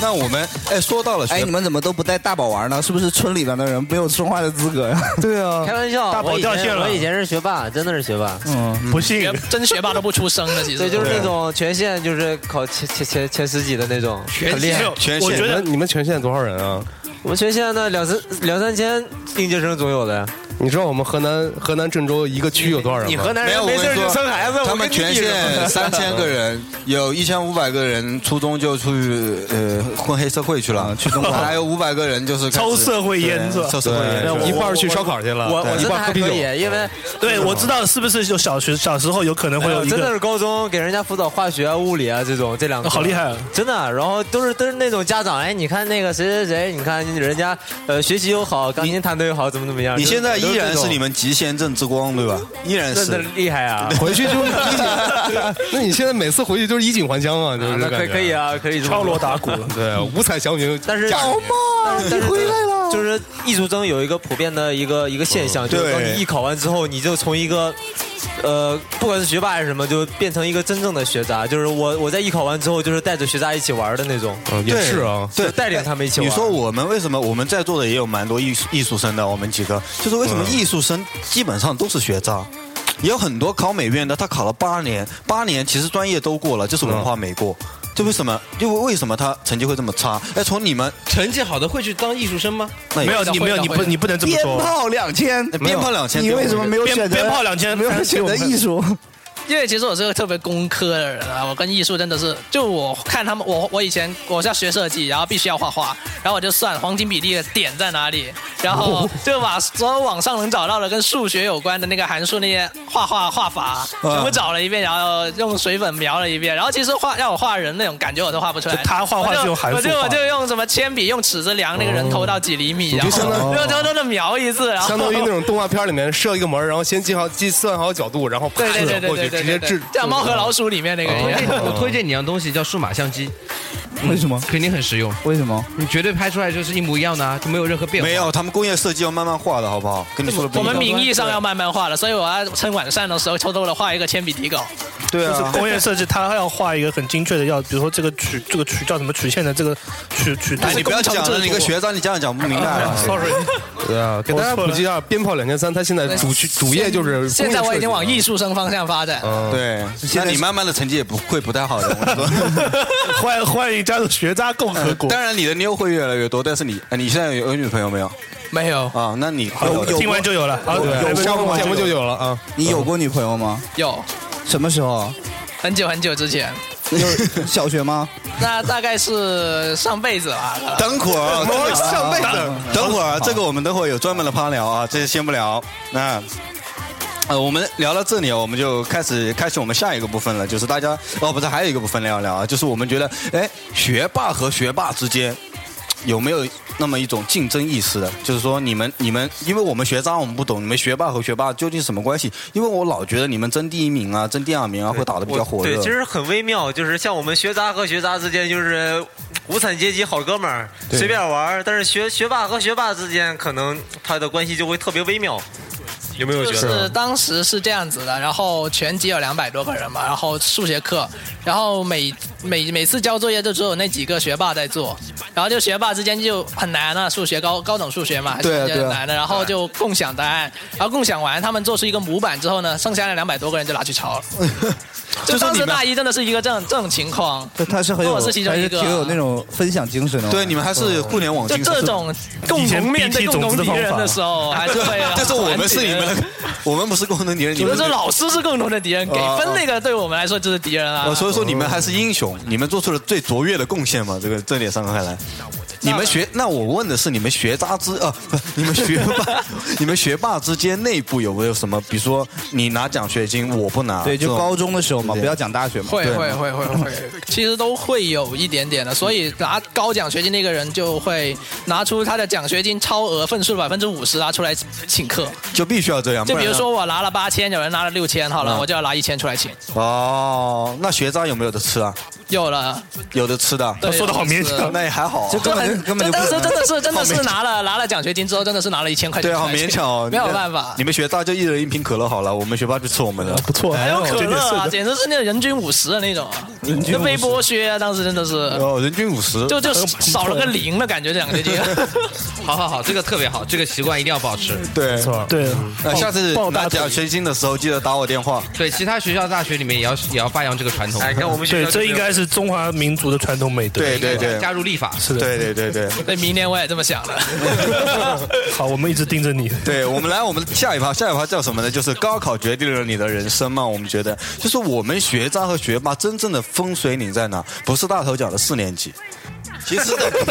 Speaker 3: 那我们哎说到了，
Speaker 11: 哎，你们怎么都不带大宝玩呢？是不是村里边的人没有说话的资格呀？
Speaker 9: 对啊
Speaker 13: 开玩笑，我以前我以前是学霸，真的是学霸。
Speaker 11: 嗯，
Speaker 7: 不信，
Speaker 2: 真学霸都不出声的，其实。
Speaker 13: 对，就是那种全县就是考前前前前十几的那种，很厉害。
Speaker 9: 你们全县多少人啊？
Speaker 13: 我们全县呢两三两三千应届生总有的。
Speaker 9: 你知道我们河南河南郑州一个区有多少人吗？
Speaker 13: 你河南人没有我跟没事你就说生孩 子我
Speaker 3: 他们
Speaker 13: 跟你
Speaker 3: 全
Speaker 13: 比
Speaker 3: 县
Speaker 13: 什么
Speaker 3: 三 千个人，有一千五百个人初中就出去呃混黑社会去
Speaker 13: 啊
Speaker 3: 了，去
Speaker 7: 东莞
Speaker 3: 还有五百个人就是开始
Speaker 7: 抽社会烟是吧
Speaker 3: 对抽社会烟
Speaker 7: 对
Speaker 3: 去了，
Speaker 7: 我
Speaker 13: 我
Speaker 7: 我
Speaker 13: 我
Speaker 3: 对
Speaker 13: 真的还可以，因为
Speaker 7: 对我知道是不是就小学小时候有可能会
Speaker 13: 哎
Speaker 7: 有
Speaker 13: 我
Speaker 7: 一
Speaker 13: 真的
Speaker 7: 个
Speaker 13: 是高中给人家辅导化学、啊、物理啊这种这两个，
Speaker 7: 好厉害啊！
Speaker 13: 真的，然后都是都是那种家长，哎，你看那个谁谁谁，你看人家呃学习又好，钢琴弹得又好，怎么怎么样。
Speaker 3: 你现在
Speaker 13: 都
Speaker 3: 依然
Speaker 13: 这
Speaker 3: 是
Speaker 13: 种
Speaker 3: 你们集贤镇之光对吧？依然
Speaker 13: 真的
Speaker 3: 是
Speaker 13: 厉害 啊！
Speaker 9: 回去就 是衣锦，啊那你现在每次回去就是衣锦还乡啊，就是
Speaker 13: 那可以可以啊，可以这么说
Speaker 9: 对，啊五彩祥云。
Speaker 13: 但 是
Speaker 9: 嫁人
Speaker 13: 妈，你回来了！就是艺术生有一个普遍的一个一个现
Speaker 3: 嗯
Speaker 13: 象，就是当
Speaker 9: 对
Speaker 13: 你艺考完之后，你就从一个呃，不管是学霸还是什么，就变成一个真正的学渣。就是我我在艺考完之后，就是带着学渣一起玩的那种。
Speaker 9: 哦
Speaker 3: 对
Speaker 13: 就
Speaker 9: 啊
Speaker 3: 对，
Speaker 13: 带领他们一起
Speaker 3: 你
Speaker 13: 玩。
Speaker 3: 说我们为什么我们在座的也有蛮多艺术艺术生的？我们几个就是为什么
Speaker 13: 嗯
Speaker 3: 艺术生基本上都是学渣？
Speaker 13: 嗯
Speaker 3: 也有很多考美院的，他考了八年，八年其实专业都过了，就是文化没过。这为什么？因为为什么他成绩会这么差？哎，从你们
Speaker 12: 成绩好的会去当艺术生吗？
Speaker 3: 那也
Speaker 7: 没有你没有你不你不能这么说
Speaker 11: 鞭炮两千，
Speaker 3: 鞭炮两千，
Speaker 11: 你为什么没有
Speaker 7: 鞭
Speaker 11: 选择
Speaker 7: 鞭炮两千
Speaker 11: 没有选择艺术？
Speaker 2: 因为其实我是个特别工科的人啊，我跟艺术真的是，就我看他们，我我以前我是要学设计，然后必须要画画，然后我就算黄金比例的点在哪里，然后就把所有网上能找到的跟数学有关的那个函数那些画画画法
Speaker 7: 嗯
Speaker 2: 全部找了一遍，然后用水粉描了一遍，然后其实画让我画人那种感觉我都画不出来，
Speaker 7: 就他画画是用函数
Speaker 2: 我就
Speaker 7: 画
Speaker 2: 我
Speaker 7: 的
Speaker 2: 就用什么铅笔用尺子量那个人头到几厘米，
Speaker 9: 你
Speaker 2: 然
Speaker 9: 就
Speaker 2: 后
Speaker 9: 相当于
Speaker 2: 就偷偷的描一次，然后
Speaker 9: 相当于那种动画片里面设一个门儿，然后先计好计算好角度，然后啪
Speaker 2: 对对对
Speaker 9: 走
Speaker 2: 对
Speaker 9: 过去
Speaker 2: 对对
Speaker 9: 直接
Speaker 2: 对
Speaker 9: 制。哦
Speaker 2: 像猫和老鼠里面那个
Speaker 12: 我
Speaker 2: 一
Speaker 12: 推荐
Speaker 2: 样。
Speaker 12: 我推荐你一样东西叫数码相机，
Speaker 11: 为什么？
Speaker 12: 肯定很实用。
Speaker 11: 为什么？
Speaker 12: 你绝对拍出来就是一模一样的啊，就没有任何变化。
Speaker 3: 没有，他们工业设计要慢慢画的好不好？跟你说的不 一
Speaker 2: 我
Speaker 3: 样
Speaker 2: 们名义上 要慢慢画了，所以我要趁晚上的时候偷偷的画一个铅笔底稿。
Speaker 3: 对啊
Speaker 7: 就是工业设计，它要画一个很精确的，要比如说这个曲，这个曲叫什么曲线的这个曲曲。
Speaker 3: 哎，你不要讲了，你一个学
Speaker 7: 长。
Speaker 3: 渣，你这样讲不明白啊 了。
Speaker 7: Sorry，
Speaker 9: 对啊，给大家普及一下，鞭炮两千三，它现在主区主业就是
Speaker 2: 现在我已经往
Speaker 9: 艺。
Speaker 2: 艺术生方向发展。
Speaker 3: 对，那你慢慢的成绩也不会不太好的。我 说
Speaker 7: 欢欢迎加入学渣共和国。
Speaker 3: 当然，你的妞会越来越多，但是你，呃你现在有有女朋友没有？
Speaker 2: 没有
Speaker 3: 啊，那你
Speaker 7: 听完就有了。好，
Speaker 3: 有
Speaker 7: 对
Speaker 3: 过吗
Speaker 7: 听完就有
Speaker 9: 了啊。
Speaker 11: 你有过女朋友吗？
Speaker 2: 有，
Speaker 11: 什么时候？
Speaker 2: 很久很久之前，
Speaker 11: 有小学吗？
Speaker 2: 那大概是上辈子吧。可能
Speaker 3: 等会儿，等会儿
Speaker 11: 上辈子
Speaker 3: 等会儿，这个我们等会儿有专门的趴聊啊，这些先不聊。那。呃，我们聊到这里，我们就开始开启我们下一个部分了，就是大家哦，不是，还有一个部分聊一聊啊，就是我们觉得，哎，学霸和学霸之间有没有那么一种竞争意识的？就是说，你们你们，因为我们学渣我们不懂，你们学霸和学霸究竟什么关系？因为我老觉得你们争第一名啊，争第二名啊，会打得比较火热。
Speaker 13: 对，其实很微妙，就是像我们学渣和学渣之间，就是无产阶级好哥们儿，
Speaker 3: 对
Speaker 13: 随便玩儿；但是学学霸和学霸之间，可能他的关系就会特别微妙。有没有
Speaker 2: 就
Speaker 13: 觉
Speaker 2: 是
Speaker 13: 得？
Speaker 2: 当时是这样子的，然后全级有两百多个人嘛，然后数学课，然后每每每次交作业就只有那几个学霸在做，然后就学霸之间就很难了、数学高高等数学嘛，还是
Speaker 11: 对啊
Speaker 2: 比较
Speaker 11: 对啊
Speaker 2: 难的，然后就共享答案，然后共享完他们做出一个模板之后呢，剩下那两百多个人就拿去抄了。就当时大一真的是一个这种这种情况，
Speaker 11: 对他是很有，
Speaker 2: 我是其中
Speaker 11: 还
Speaker 2: 一
Speaker 11: 是
Speaker 2: 个
Speaker 11: 挺有那种分享精神的。
Speaker 3: 对你们还是
Speaker 11: 嗯
Speaker 3: 互联网
Speaker 2: 就
Speaker 3: 精神
Speaker 2: 这种共同面对共同敌人的时候，还是 会
Speaker 3: 但是我们是你们
Speaker 2: 团结
Speaker 3: 的， 我们不是共同敌人，你
Speaker 2: 有
Speaker 3: 们
Speaker 2: 的时候老师是共同的敌人，给分那个对我们来说就是敌人啊
Speaker 3: 呃，。所以说你们还是英雄，你们做出了最卓越的贡献嘛？这个这点上看来，你们学那我问的是你们学渣之啊，不， 你们学霸， 你们学霸之间内部有没有什么？比如说你拿奖学金，我不拿，
Speaker 11: 对，
Speaker 3: 这
Speaker 11: 就
Speaker 3: 种
Speaker 11: 高中的时候嘛，不要讲大学嘛。
Speaker 2: 会会会会 会，其实都会有一点点的，所以拿高奖学金那个人就会拿出他的奖学金超额份数的百分之五十拿啊出来请客。
Speaker 3: 就必须要这样。
Speaker 2: 就
Speaker 3: 不
Speaker 2: 比如
Speaker 3: 然呢
Speaker 2: 说我拿了八千，有人拿了六千，好了，
Speaker 3: 嗯
Speaker 2: 我就要拿一千出来请。
Speaker 3: 哦，那学渣有没有的吃啊？
Speaker 2: 有了，
Speaker 3: 有的吃的，
Speaker 2: 对说得好勉强有的吃
Speaker 3: 那也还好啊，
Speaker 2: 这很这当时真的是真的是
Speaker 3: 好勉
Speaker 2: 拿了拿了奖学金之后，真的是拿了一千块钱
Speaker 3: 对啊，
Speaker 2: 出
Speaker 3: 好
Speaker 2: 来请。
Speaker 3: 勉强哦，
Speaker 2: 没有办法。
Speaker 3: 你们学渣就一人一瓶可乐好了，我们学霸就吃我们的，不
Speaker 7: 错，
Speaker 3: 还有
Speaker 2: 可乐啊，简直是那种人均五十的那种啊，
Speaker 3: 人均
Speaker 2: 就被
Speaker 3: 50
Speaker 2: 剥削啊！当时真的是，
Speaker 3: 哦，人均五十，
Speaker 2: 就就少了个零的感觉，这两个就
Speaker 12: 好好好，这个特别好，这个习惯一定要保持。
Speaker 3: 对，
Speaker 7: 对，
Speaker 3: 呃，下次拿奖学金的时候记得打我电话。
Speaker 12: 对，其他学校大学里面也要也要发扬这个传统。哎，看
Speaker 7: 对，这应该是中华民族的传统美德。
Speaker 3: 对对对，
Speaker 12: 加入立法。
Speaker 7: 是的
Speaker 3: 对对对对。
Speaker 2: 对，明年我也这么想的。
Speaker 7: 好，我们一直盯着你。
Speaker 3: 对我们来，我们下一趴，下一趴叫什么呢？就是高考决定了你的人生嘛。我们觉得，就是我们学渣和学霸真正的风水岭在哪？不是大头讲的四年级，其实
Speaker 7: 对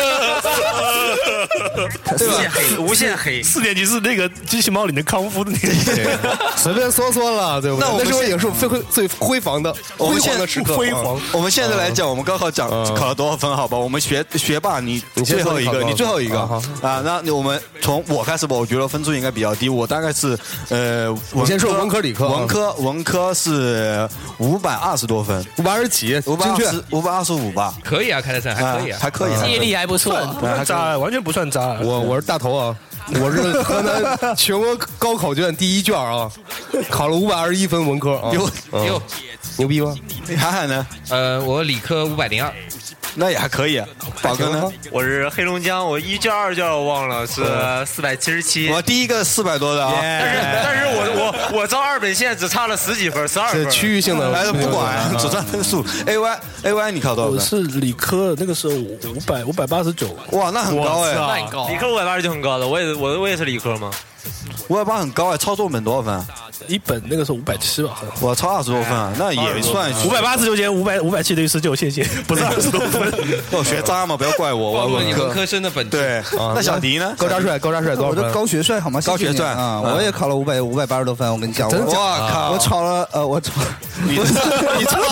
Speaker 7: 吧？
Speaker 13: 无限黑。
Speaker 7: 四年级是那个机器猫里面康夫的那个。
Speaker 9: 随便说说了，对不对？
Speaker 7: 那我们
Speaker 9: 那时候
Speaker 7: 现
Speaker 9: 也是最辉最辉煌的
Speaker 3: 我哦
Speaker 9: 辉
Speaker 3: 们现
Speaker 9: 煌
Speaker 3: 在
Speaker 9: 的时刻，
Speaker 3: 辉
Speaker 9: 啊嗯
Speaker 3: 煌。我们现在来讲，我们高考讲考了多少分？好吧，我们学学霸，你
Speaker 9: 你先
Speaker 3: 最
Speaker 9: 说
Speaker 3: 后一
Speaker 9: 你考
Speaker 3: 个，
Speaker 9: 多
Speaker 3: 你
Speaker 9: 少
Speaker 3: 最后一个
Speaker 9: 分啊
Speaker 3: 啊。那我们从我开始吧，我觉得分数应该比较低，我大概是呃，
Speaker 9: 你先说文科
Speaker 3: 科
Speaker 9: 理科啊
Speaker 3: 文科文科是五百二十多分，
Speaker 9: 五百二十几，
Speaker 3: 五百
Speaker 9: 精
Speaker 3: 二
Speaker 9: 确
Speaker 3: 十五百二十五吧。
Speaker 12: 可以啊，开得上，还可以啊，
Speaker 3: 还可以
Speaker 2: 业力还不错。
Speaker 12: 啊
Speaker 7: 不算渣，完全不算渣。
Speaker 9: 我我是大头啊，我是 河南全国高考卷第一卷啊，考了五百二十一分文 科啊，
Speaker 12: 牛
Speaker 9: 嗯
Speaker 12: 牛
Speaker 9: 牛逼吗？
Speaker 3: 涵涵呢？
Speaker 12: 呃，我理科五百零二，
Speaker 3: 那也还可以啊。宝哥呢？
Speaker 11: 我是黑龙江，我一卷二卷我忘了是四百七十七。
Speaker 3: 我第一个四百多的啊，
Speaker 11: 但是但是我我我招二本线只差了十几分，十二分。
Speaker 9: 是区 域性的啊
Speaker 3: 哎，不 管，只占分数。A Y A Y，你考多少分？
Speaker 7: 我是理科，那个时候五百五百八十九。
Speaker 3: 哇，那很高哎，
Speaker 11: 理科五百八十就很高了，我也我我也是理科嘛。
Speaker 3: 五百八很高哎，操作本多少分啊？
Speaker 7: 一本那个时候五百七吧，好像。
Speaker 3: 我操，二十多分
Speaker 8: 哎
Speaker 3: 啊，那也算
Speaker 7: 五百八十九减五百五百七等于十九，谢 谢，不是二十多分。
Speaker 3: 我哦学渣嘛，不要怪 我，我
Speaker 14: 你文科
Speaker 3: 科
Speaker 14: 生的本质。
Speaker 3: 对，
Speaker 8: 啊
Speaker 3: 那小迪呢？
Speaker 9: 高
Speaker 8: 大
Speaker 9: 大帅，高大帅多少
Speaker 8: 我
Speaker 9: 分
Speaker 8: 的？高学帅好吗？
Speaker 3: 高学帅
Speaker 8: 啊，
Speaker 3: 嗯
Speaker 8: 我也考了五百五百八十多分，我跟你讲，
Speaker 3: 真假
Speaker 8: 我
Speaker 3: 哇靠
Speaker 8: 我考了呃，我考，
Speaker 3: 你 你差 了，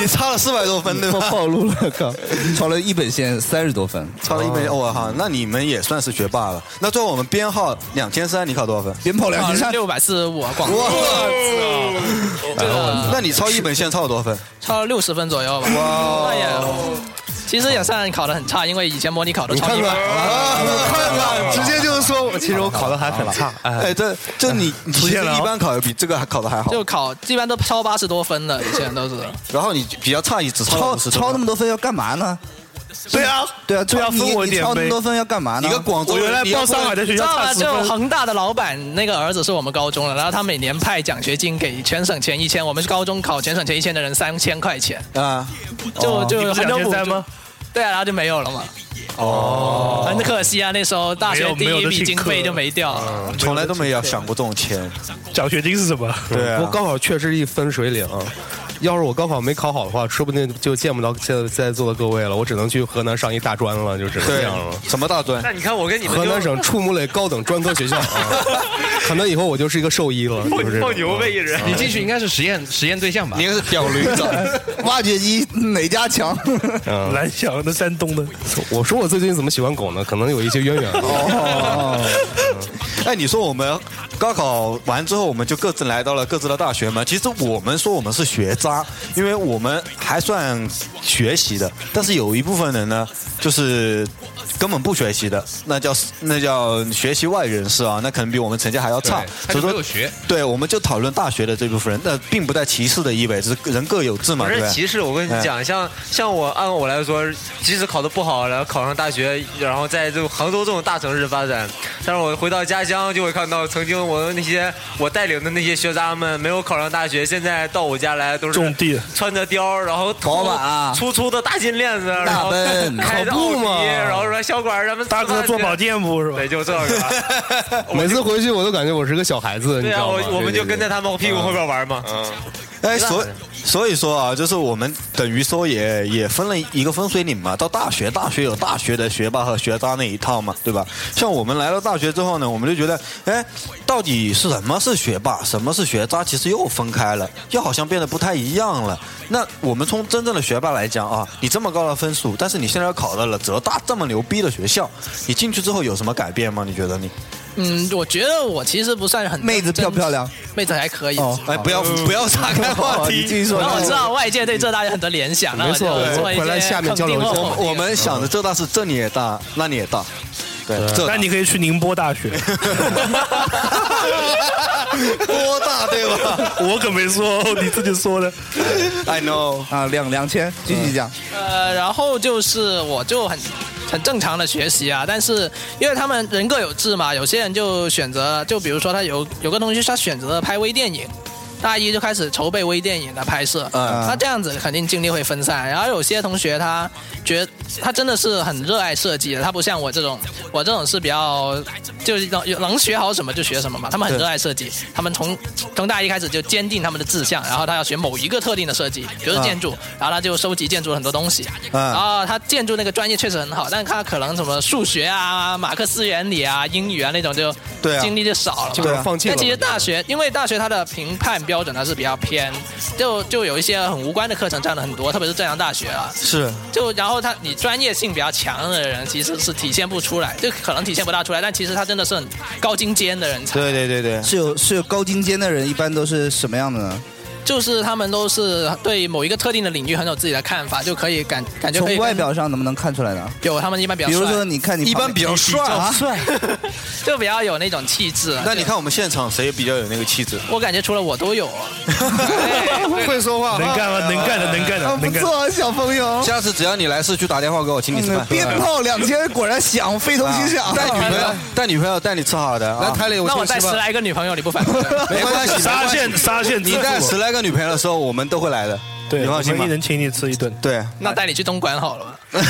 Speaker 3: 你差了四百多分对吧？
Speaker 8: 暴露了，靠，超了一本线三十多分，哦
Speaker 3: 超了一本，我靠，那你们也算是学霸了。那最后我们编号两千三，你考多少分？
Speaker 8: 编
Speaker 3: 号
Speaker 2: 六百四十五，啊广
Speaker 3: 哇
Speaker 2: 东。这个
Speaker 3: 那你超一本线超了多少分？
Speaker 2: 超了六十分左右吧。
Speaker 3: 哇，哦
Speaker 2: 那也其实也算考得很差，因为以前模拟考的超一
Speaker 9: 你
Speaker 2: 般。
Speaker 9: 看看，直接就是说我其实我考的还很差。
Speaker 3: 哎，这这你你其实一般考的比这个还考的还好，
Speaker 2: 就考一般都超八十多分的，以前都是。
Speaker 3: 然后你比较差一只超
Speaker 8: 超
Speaker 3: 了50
Speaker 8: 超那么多分要干嘛呢？对啊，对啊，
Speaker 2: 对啊
Speaker 8: 超你
Speaker 2: 分我
Speaker 8: 你
Speaker 2: 点
Speaker 8: 超那么
Speaker 2: 呗
Speaker 8: 多分要干嘛
Speaker 2: 你
Speaker 8: 呢？
Speaker 2: 个
Speaker 3: 广
Speaker 2: 知道吗？就恒大的老板那个儿子是我们高中的，然后他每年派奖学金给全省前一千，我们高中考全省前一千的人三千块钱，
Speaker 3: 啊，
Speaker 2: 就
Speaker 3: 哦
Speaker 2: 就
Speaker 7: 你不是
Speaker 2: 很有补
Speaker 7: 2003
Speaker 2: 助
Speaker 7: 吗？
Speaker 2: 对啊，然后就没有了嘛，
Speaker 3: 哦
Speaker 2: 很可惜啊，那时候大学第
Speaker 3: 没有没
Speaker 2: 一
Speaker 3: 有得
Speaker 2: 笔
Speaker 3: 去
Speaker 2: 经费
Speaker 3: 磕
Speaker 2: 就没掉了。
Speaker 3: 从来都没有想过这种钱。
Speaker 7: 奖学金是 什么？
Speaker 3: 对啊
Speaker 9: 我高考确实一分水岭。啊要是我高考没考好的话，说不定就见不到现在在座的各位了，我只能去河南上一大专了，就只能这样了。
Speaker 3: 什么大专
Speaker 11: 那你看我跟你们
Speaker 9: 河南省畜牧类高等专科学校啊，可能以后我就是一个兽医了，就是
Speaker 11: 泡牛呗一人
Speaker 14: 你进去应该是实验实验对象吧？
Speaker 3: 你应该是屌驴子，
Speaker 8: 挖掘机哪家强？
Speaker 7: 嗯蓝翔的、山东的。
Speaker 9: 我说我最近怎么喜欢狗呢？可能有一些渊源。
Speaker 3: 哎，你说我们高考完之后，我们就各自来到了各自的大学嘛。其实我们说我们是学渣，因为我们还算学习的，但是有一部分人呢，就是根本不学习的，那叫那叫学习外人士啊，那可能比我们成绩还要差。
Speaker 14: 他
Speaker 3: 所
Speaker 14: 就没
Speaker 3: 以说
Speaker 14: 有，学。
Speaker 3: 对，我们就讨论大学的这部分人，那并不带歧视的意味，只是人各有志嘛，
Speaker 11: 不
Speaker 3: 对
Speaker 11: 是
Speaker 3: 吧？
Speaker 11: 歧视，我跟你
Speaker 3: 哎
Speaker 11: 讲，像像我按我来说，即使考得不好，然后考上大学，然后在这种杭州这种大城市发展，但是我回到家乡就会看到，曾经我的那些我带领的那些学渣们没有考上大学，现在到我家来都是
Speaker 7: 种地，
Speaker 11: 穿着貂，然后
Speaker 8: 宝
Speaker 3: 啊
Speaker 8: 马
Speaker 11: 粗粗的大金链子，然后
Speaker 8: 奔
Speaker 11: 开着
Speaker 8: 跑步
Speaker 11: 奥迪
Speaker 8: 嘛
Speaker 11: 然后说小管儿咱们大
Speaker 7: 哥做保健不是吧？
Speaker 11: 对，就这个。
Speaker 9: 每次回去我都感觉我是个小孩子，你
Speaker 11: 对
Speaker 9: 知
Speaker 11: 啊，
Speaker 9: 道吗？
Speaker 11: 我我们就跟在他们屁股后边玩嘛。
Speaker 3: 哎，所所以说啊，就是我们等于说也也分了一个分水岭嘛。到大学，大学有大学的学霸和学渣那一套嘛，对吧？像我们来到大学之后呢，我们就觉得，哎，到底是什么是学霸，什么是学渣，其实又分开了，又好像变得不太一样了。那我们从真正的学霸来讲啊，你这么高的分数，但是你现在又考到了浙大这么牛逼的学校，你进去之后有什么改变吗？你觉得你？
Speaker 2: 嗯，我觉得我其实不算很妹子漂不漂亮，妹子还可以。
Speaker 3: 哎，不要不要岔开话题，
Speaker 2: 然后我知道外界对浙大有很多联想，那
Speaker 3: 没
Speaker 2: 我就
Speaker 3: 错，
Speaker 2: 做一些肯定或否定
Speaker 3: 哦我们想着浙大是这里也大，那里也大，对，浙
Speaker 7: 那
Speaker 3: 大
Speaker 7: 你可以去宁波大学，
Speaker 3: 多大对吧？
Speaker 7: 我可没 说，你自己说的。
Speaker 3: I know
Speaker 8: 啊，两两千，继续讲。
Speaker 11: 嗯
Speaker 2: 呃，然后就是我就很很正常的学习啊，但是因为他们人各有志嘛，有些人就选择，就比如说他有有个同学他选择拍微电影。大一就开始筹备微电影的拍摄，
Speaker 8: 嗯
Speaker 2: 他这样子肯定精力会分散。然后有些同学他觉他真的是很热爱设计的，他不像我这种，我这种是比较就是能能学好什么就学什么嘛。他们很热爱设计，他们从从大一开始就坚定他们的志向，然后他要学某一个特定的设计，比如说
Speaker 8: 嗯
Speaker 2: 建筑。然后他就收集建筑很多东西。
Speaker 8: 嗯
Speaker 2: 然后他建筑那个专业确实很好，但他可能什么数学啊、马克思原理啊、英语啊那种就
Speaker 8: 对啊
Speaker 2: 精力就少了嘛，
Speaker 8: 就是放弃了
Speaker 2: 但其实大学，因为大学它的评判标准它是比较偏，就就有一些很无关的课程占了很多，特别是浙江大学啊。
Speaker 3: 是
Speaker 2: 就然后他你专业性比较强的人，其实是体现不出来，就可能体现不大出来，但其实他真的是很高精尖的人才。
Speaker 3: 对对对对，
Speaker 8: 是有是有高精尖的人，一般都是什么样的呢？
Speaker 2: 就是他们都是对某一个特定的领域很有自己的看法，就可以感感觉可以
Speaker 11: 从
Speaker 2: 跟
Speaker 11: 外表上能不能看出来呢？
Speaker 2: 有他们一般比较
Speaker 11: 比
Speaker 2: 帅，
Speaker 11: 如说你看你旁边一般比较帅啊比较
Speaker 2: 帅， 就比较有那种气质。啊
Speaker 3: 那你看我们现场谁比较有那个气质？
Speaker 2: 我感觉除了我都有，啊
Speaker 3: 会说话
Speaker 7: 能干吗？能干的，能干的，能干的。
Speaker 11: 错，小朋友。
Speaker 3: 下次只要你来市区打电话给我，请你吃饭。啊
Speaker 11: 鞭炮两千果然响，非同寻常。
Speaker 3: 带女朋友，带女朋友带你吃好的啊。
Speaker 2: 那我带十来个女朋友，你不 反对？
Speaker 3: 没关系，
Speaker 7: 沙县沙县
Speaker 3: 你带十来个女朋友的时候，我们都会来的。对，你放心
Speaker 7: 我
Speaker 3: 吧
Speaker 7: 们一。人请你吃一顿。
Speaker 3: 对，
Speaker 2: 那带你去东莞好了。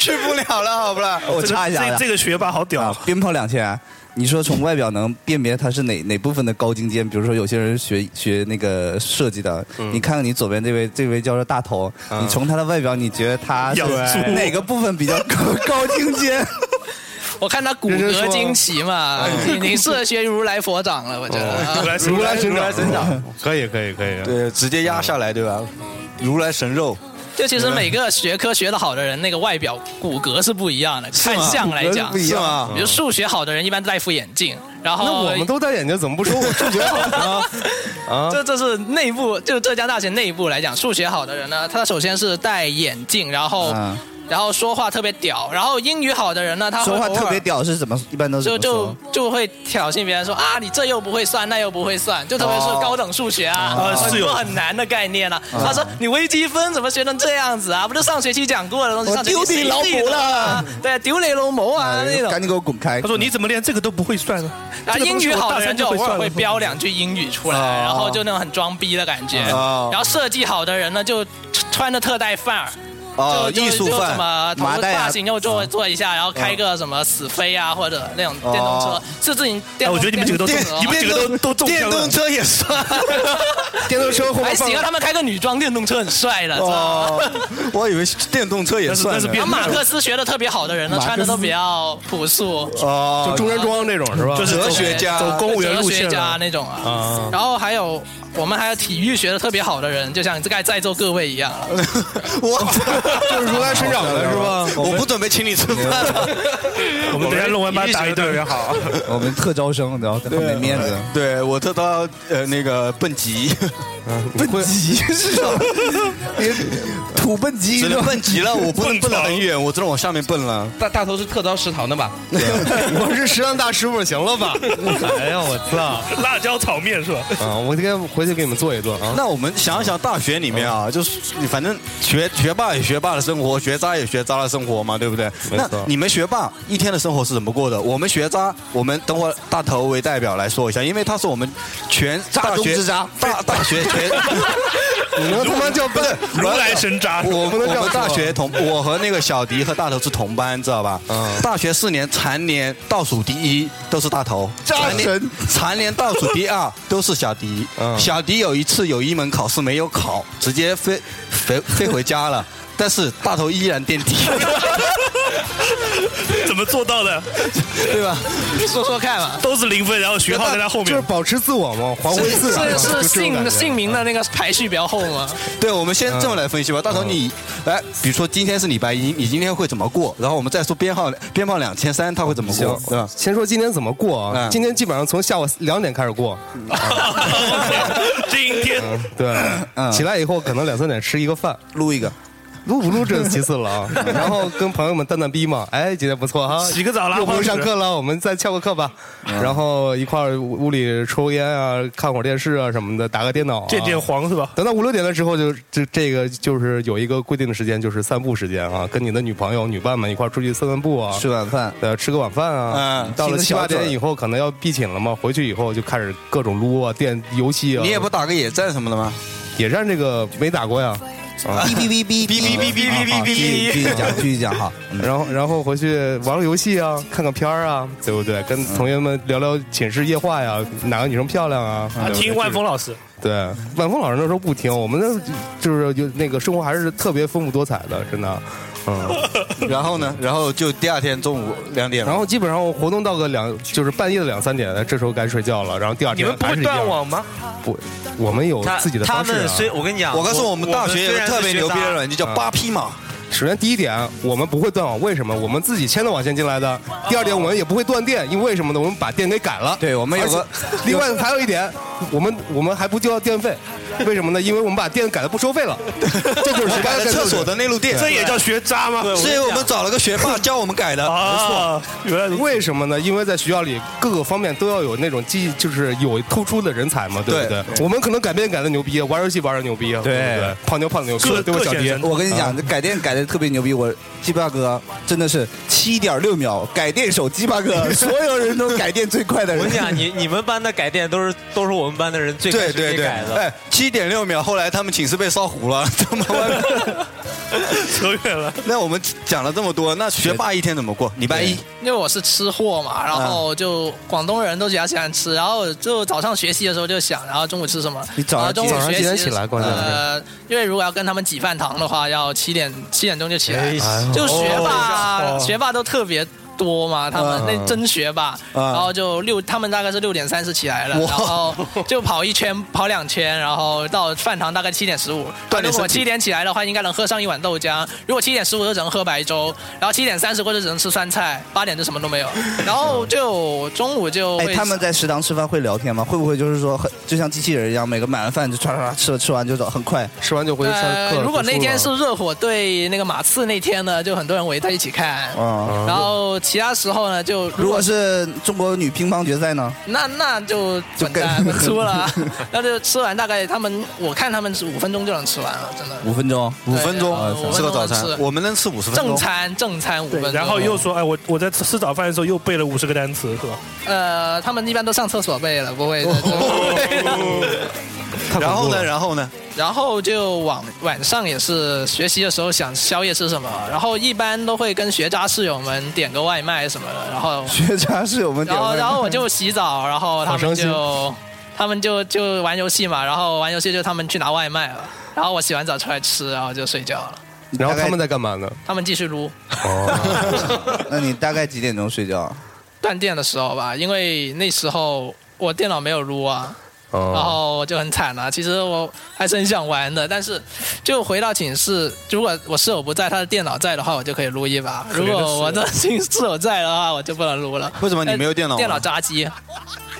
Speaker 3: 去不了了，好不啦？
Speaker 11: 我插一下，
Speaker 7: 这个学霸好屌。啊
Speaker 11: 鞭炮两千，啊你说从外表能辨别他是哪哪部分的高精尖？比如说有些人学学那个设计的，
Speaker 3: 嗯
Speaker 11: 你看看你左边这位，这位叫做大头，你从他的外表，你觉得他是
Speaker 2: 养猪
Speaker 11: 哪个部分比较高 高精尖？
Speaker 2: 我看他骨骼惊奇嘛，你你适合学如来佛掌了，我觉
Speaker 7: 啊
Speaker 2: 得。
Speaker 3: 如来神掌，
Speaker 9: 可以可以可以。
Speaker 3: 对，直接压下来，对吧？如来神肉。
Speaker 2: 就其实每个学科学得好的人，那个外表骨骼是不一样的，
Speaker 9: 吗
Speaker 2: 看相来讲
Speaker 9: 骨骼是不一样啊
Speaker 2: 比如数学好的人一般戴副眼镜，然
Speaker 9: 那
Speaker 2: 后
Speaker 9: 我们都戴眼镜，怎么不说我数学好呢？啊，
Speaker 2: 这这是内部，就浙江大学内部来讲，数学好的人呢，他首先是戴眼镜，然后、
Speaker 11: 嗯
Speaker 2: 然后说话特别屌，然后英语好的人呢，他会
Speaker 11: 说话
Speaker 2: 偶尔
Speaker 11: 特别屌是怎么？一般都是怎
Speaker 2: 就
Speaker 11: 么
Speaker 2: 就
Speaker 11: 说？
Speaker 2: 就会挑衅别人说啊，你这又不会算，那又不会算，就特别是高等数学啊，
Speaker 11: 哦
Speaker 2: 很多
Speaker 11: 是有
Speaker 2: 很难的概念啊。
Speaker 11: 哦
Speaker 2: 他说你微积分怎么学成这样子啊？不就上学期讲过的东西？
Speaker 11: 我
Speaker 2: 上学期
Speaker 11: 丢你老母了
Speaker 2: 啊！对，丢你老母啊
Speaker 3: 哎
Speaker 2: 那种。
Speaker 11: 赶紧给我滚开！
Speaker 7: 他说你怎么连这个都不会算呢？
Speaker 2: 啊，
Speaker 7: 这个
Speaker 2: 英
Speaker 7: 东西
Speaker 2: 语
Speaker 7: 我
Speaker 2: 好
Speaker 7: 大
Speaker 2: 的
Speaker 7: 三
Speaker 2: 人就
Speaker 7: 会
Speaker 2: 偶
Speaker 7: 算
Speaker 2: 尔
Speaker 7: 了
Speaker 2: 会飙两句英语出来，
Speaker 7: 哦
Speaker 2: 然后就那种很装逼的感觉。
Speaker 3: 哦
Speaker 2: 然后设计好的人呢，就穿的特带范儿。
Speaker 3: 哦
Speaker 2: 就就
Speaker 3: 艺术范
Speaker 2: 就什么头
Speaker 3: 麻袋啊嗯
Speaker 2: 发型又做做一下，然后开个什么死飞啊，或者那种电动车
Speaker 3: 哦，
Speaker 2: 是自己电
Speaker 3: 哎
Speaker 2: 动。
Speaker 3: 我觉得你们几个都中
Speaker 2: 电
Speaker 3: 你们几个都都中枪了电动车也算，电动车会不会
Speaker 2: 还
Speaker 3: 放
Speaker 2: 行啊，他们开个女装电动车很帅的。
Speaker 3: 哦
Speaker 2: 知道吗，
Speaker 3: 我以为电动车也算呢。
Speaker 2: 然后马克思学的特别好的人呢，
Speaker 3: 马克思
Speaker 2: 穿的都比较朴素。
Speaker 3: 哦就中山装那种是吧就是哲学家
Speaker 2: 对
Speaker 3: 走公务员路线
Speaker 2: 哲学家
Speaker 3: 了
Speaker 2: 那种啊。
Speaker 3: 啊
Speaker 2: 然后还有我们还有体育学的特别好的人，就像在在座各位一 样。啊
Speaker 3: 我
Speaker 2: 就是如来
Speaker 3: 神掌 的是
Speaker 9: 哦
Speaker 3: 吧我不准备请你吃饭。
Speaker 7: 我们等一下弄完把他打一顿。
Speaker 3: 好，
Speaker 11: 我们特招生，然后很没面子。
Speaker 3: 对我特到呃那个蹦极，
Speaker 11: 笨极是吧？你土笨极
Speaker 3: 只
Speaker 11: 是
Speaker 3: 能
Speaker 11: 吧？
Speaker 3: 蹦极了，我不能蹦得很远，我只能往下面蹦了。
Speaker 12: 大大头是特招食堂的吧？
Speaker 9: 我是食堂大师傅，行了吧？哎呀，我操！
Speaker 7: 辣椒炒 面是吧？
Speaker 9: 啊，我今天回去给你们做一顿啊。
Speaker 3: 那我们想一想，大学里面
Speaker 9: 嗯
Speaker 3: 啊，就是你反正学学霸有学霸的生活，学渣有学渣的生活嘛，对不对？
Speaker 9: 没
Speaker 3: 那
Speaker 9: 错
Speaker 3: 你们学霸一天的生活是怎么过的？我们学渣，我们等会儿大头为代表来说一下，因为他是我们全大
Speaker 9: 中
Speaker 3: 学
Speaker 9: 之渣
Speaker 3: 大大学 全，
Speaker 9: 你能他妈 叫笨？
Speaker 3: 如
Speaker 7: 来神渣
Speaker 3: 我
Speaker 9: 不能这
Speaker 3: 我
Speaker 9: 样
Speaker 3: 们
Speaker 9: 说
Speaker 3: 大学同，我和那个小迪和大头是同班，知道吧？大学四年蝉联倒数第一都是大头，
Speaker 11: 渣
Speaker 3: 蝉联
Speaker 11: 神
Speaker 3: 蝉联倒数第二 都是小迪。小迪有一次有一门考试没有考，直接飞飞飞回家了， 但是大头依然垫底，
Speaker 7: 怎么做到的？
Speaker 3: 对吧？
Speaker 2: 说说看嘛。
Speaker 7: 都是零分，然后徐浩在他后
Speaker 9: 就是
Speaker 7: 面。
Speaker 9: 保持自我嘛，还回 自然
Speaker 2: 是
Speaker 9: 嘛。
Speaker 2: 是
Speaker 9: 就这种
Speaker 3: 啊
Speaker 9: 感
Speaker 2: 姓
Speaker 9: 觉
Speaker 2: 姓名的那个排序比较后吗？
Speaker 3: 对，我们先这么来分析吧。大头你，来，比如说今天是礼拜一，你今天会怎么过？然后我们再说编号编号两千三，他会怎么过？对吧？
Speaker 9: 先说今天怎么过啊？
Speaker 3: 嗯
Speaker 9: 今天基本上从下午两点开始过，
Speaker 7: 今天
Speaker 9: 对，起来以后可能两三点吃一个饭，
Speaker 11: 撸一个。
Speaker 9: 撸嗯不撸这是其次了啊， 然后跟朋友们淡淡逼嘛，哎，今天不错哈，
Speaker 7: 洗个澡啦
Speaker 9: 又不用
Speaker 7: 泡
Speaker 9: 上
Speaker 7: 屎
Speaker 9: 课了，我们再翘个课吧，然后一块儿屋里抽烟啊，看会儿电视啊什么的，打个电脑啊，
Speaker 7: 见见黄是吧？
Speaker 9: 等到五六点了之后就，这这个就是有一个规定的时间，就是散步时间啊，跟你的女朋友、女伴们一块儿出去散散步啊，
Speaker 11: 吃晚饭，
Speaker 9: 呃，吃个晚饭啊。
Speaker 3: 嗯
Speaker 9: 到了七
Speaker 3: 亲个小
Speaker 9: 八点
Speaker 3: 嘴
Speaker 9: 以后，可能要闭寝了嘛，回去以后就开始各种撸啊、电游戏啊。
Speaker 3: 你也不打个野战什么的吗？
Speaker 9: 野战这个没打过呀。啊
Speaker 11: 哔哔哔哔哔哔哔哔哔哔，继续讲，继续讲 哈。
Speaker 9: 然后，然后回去玩个游戏啊，看个片儿啊，对不对？跟同学们聊聊寝室夜话呀，哪个女生漂亮啊？
Speaker 7: 啊，
Speaker 9: 对不对
Speaker 7: 听万峰老师。
Speaker 9: 对，万峰老师那时候不听，我们那就是有那个生活还是特别丰富多彩的，真的。嗯，
Speaker 3: 然后呢？然后就第二天中午两点了
Speaker 9: 然后基本上我活动到个两，就是半夜的两三点，这时候该睡觉了。然后第二
Speaker 7: 你
Speaker 9: 天
Speaker 7: 们不
Speaker 9: 还
Speaker 7: 会
Speaker 9: 是一样
Speaker 7: 断网吗？
Speaker 9: 不，我们有自己的方式、啊
Speaker 3: 我告诉我们大学有个特别牛逼的软件叫八匹
Speaker 9: 匹
Speaker 3: 马。
Speaker 9: 首先第一点，我们不会断网，为什么？我们自己牵的网线进来的。第二点，我们也不会断电，因为为什么呢？我们把电给改了。
Speaker 11: 对，我们有个
Speaker 9: 另外还有一点，我们我们还不交电费，为什么呢？因为我们把电改了不收费了， 这就是学霸
Speaker 3: 改了厕所的内路电
Speaker 9: 对
Speaker 3: 这也叫学渣吗
Speaker 9: 对
Speaker 3: 所以我们找了个学霸教我们改的啊
Speaker 9: 没错。为什么呢？因为在学校里各个方面都要有那种技，就是有突出的人才嘛，对不
Speaker 11: 对
Speaker 9: 对？
Speaker 11: 对
Speaker 9: 我们可能改变改的牛逼，玩游戏玩的牛逼，对不啊对？胖妞胖的牛逼，对我小爹，
Speaker 11: 我跟你讲，这改电改的特别牛逼，我鸡巴哥真的是七点六秒改电手，鸡巴哥，所有人都改电最快的
Speaker 15: 我
Speaker 11: 人。
Speaker 15: 跟你讲，你 你们班的改电都是都是我们班的人最开
Speaker 3: 对
Speaker 15: 始
Speaker 3: 对
Speaker 15: 给
Speaker 3: 对，
Speaker 15: 改 的。
Speaker 3: 哎，七点六秒，后来他们寝室被烧糊了， 他妈的，
Speaker 7: 扯远了。
Speaker 3: 那我们讲了这么多，那学霸一天怎么过？礼拜一，
Speaker 2: 因为我是吃货
Speaker 15: 嗯
Speaker 2: 嘛，然后就广东人都比较喜欢吃，然后就早上学习的时候就想，然后中午吃什么？
Speaker 15: 你早上
Speaker 2: 然后中午
Speaker 15: 早上
Speaker 2: 学习
Speaker 15: 几点起来关键是
Speaker 2: 呃，因为如果要跟他们挤饭堂的话，要七点七点钟就起来
Speaker 15: 哎呦，
Speaker 2: 就学
Speaker 15: 哦
Speaker 2: 霸学霸都特别。多嘛，他们
Speaker 15: 嗯
Speaker 2: 那真学霸，
Speaker 15: 嗯
Speaker 2: 然后就六，他们大概是六点三十起来了，
Speaker 15: 哇
Speaker 2: 然后就跑一圈，跑两圈，然后到饭堂大概七点十五。
Speaker 15: 锻炼
Speaker 2: 如果
Speaker 15: 身体
Speaker 2: 七点起来的话，应该能喝上一碗豆浆；如果七点十五就只能喝白粥，然后七点三十过就只能吃酸菜，八点就什么都没有。然后就中午就呃
Speaker 11: 哎，
Speaker 2: 会
Speaker 11: 他们在食堂吃饭会聊天吗？会不会就是说很就像机器人一样，每个买完饭就唰唰唰吃了，吃完就走，很快，
Speaker 9: 吃完就回
Speaker 2: 呃，如果
Speaker 9: 啊
Speaker 2: 那天是热火对那个马刺那天呢，就很多人围在一起看。
Speaker 11: 啊，
Speaker 2: 然后其他时候呢，就
Speaker 11: 如果是中国女乒乓决赛呢？
Speaker 2: 那那就
Speaker 11: 就
Speaker 2: 滚蛋
Speaker 11: 跟
Speaker 2: 滚出了啊，那 就吃完大概他们我看他们是五分钟就能吃完了，真的。
Speaker 11: 五分钟，
Speaker 3: 五分钟
Speaker 2: 对对五分
Speaker 3: 吃个
Speaker 2: 钟
Speaker 3: 早餐
Speaker 2: 能，吃
Speaker 3: 我们能吃五十分钟
Speaker 2: 正。餐正餐五分钟，
Speaker 7: 然后又说，哎，我我在吃早饭的时候又背了五十个单词，是吧？
Speaker 2: 呃，他们一般都上厕所背了， 不会的。真的不 会的
Speaker 3: 然后呢，然后呢？
Speaker 2: 然后就晚晚上也是学习的时候想宵夜吃什么，然后一般都会跟学渣室友们点个外卖什么的，然后
Speaker 11: 学渣是我们点
Speaker 2: 然
Speaker 11: 外卖
Speaker 2: 后然后我就洗澡，然后他
Speaker 11: 好伤
Speaker 2: 们
Speaker 11: 心
Speaker 2: 就他们就就玩游戏嘛，然后玩游戏就他们去拿外卖了，然后我洗完澡出来吃，然后就睡觉了，
Speaker 9: 然后他们在干嘛呢？
Speaker 2: 他们继续撸。
Speaker 11: 那你大概几点钟睡觉？
Speaker 2: 断电的时候吧，因为那时候我电脑没有撸啊，
Speaker 3: 嗯
Speaker 11: 哦
Speaker 2: 然后我就很惨了、其实我还是很想玩的，但是就回到寝室，如果我室友不在，他的电脑在的话，我就可以撸一把；
Speaker 3: 可怜的
Speaker 2: 如
Speaker 3: 室友
Speaker 2: 果我的寝室友在的话，我就不能撸了。
Speaker 3: 为什么你没有电脑啊
Speaker 2: 呃
Speaker 3: 玩
Speaker 2: 电脑扎机，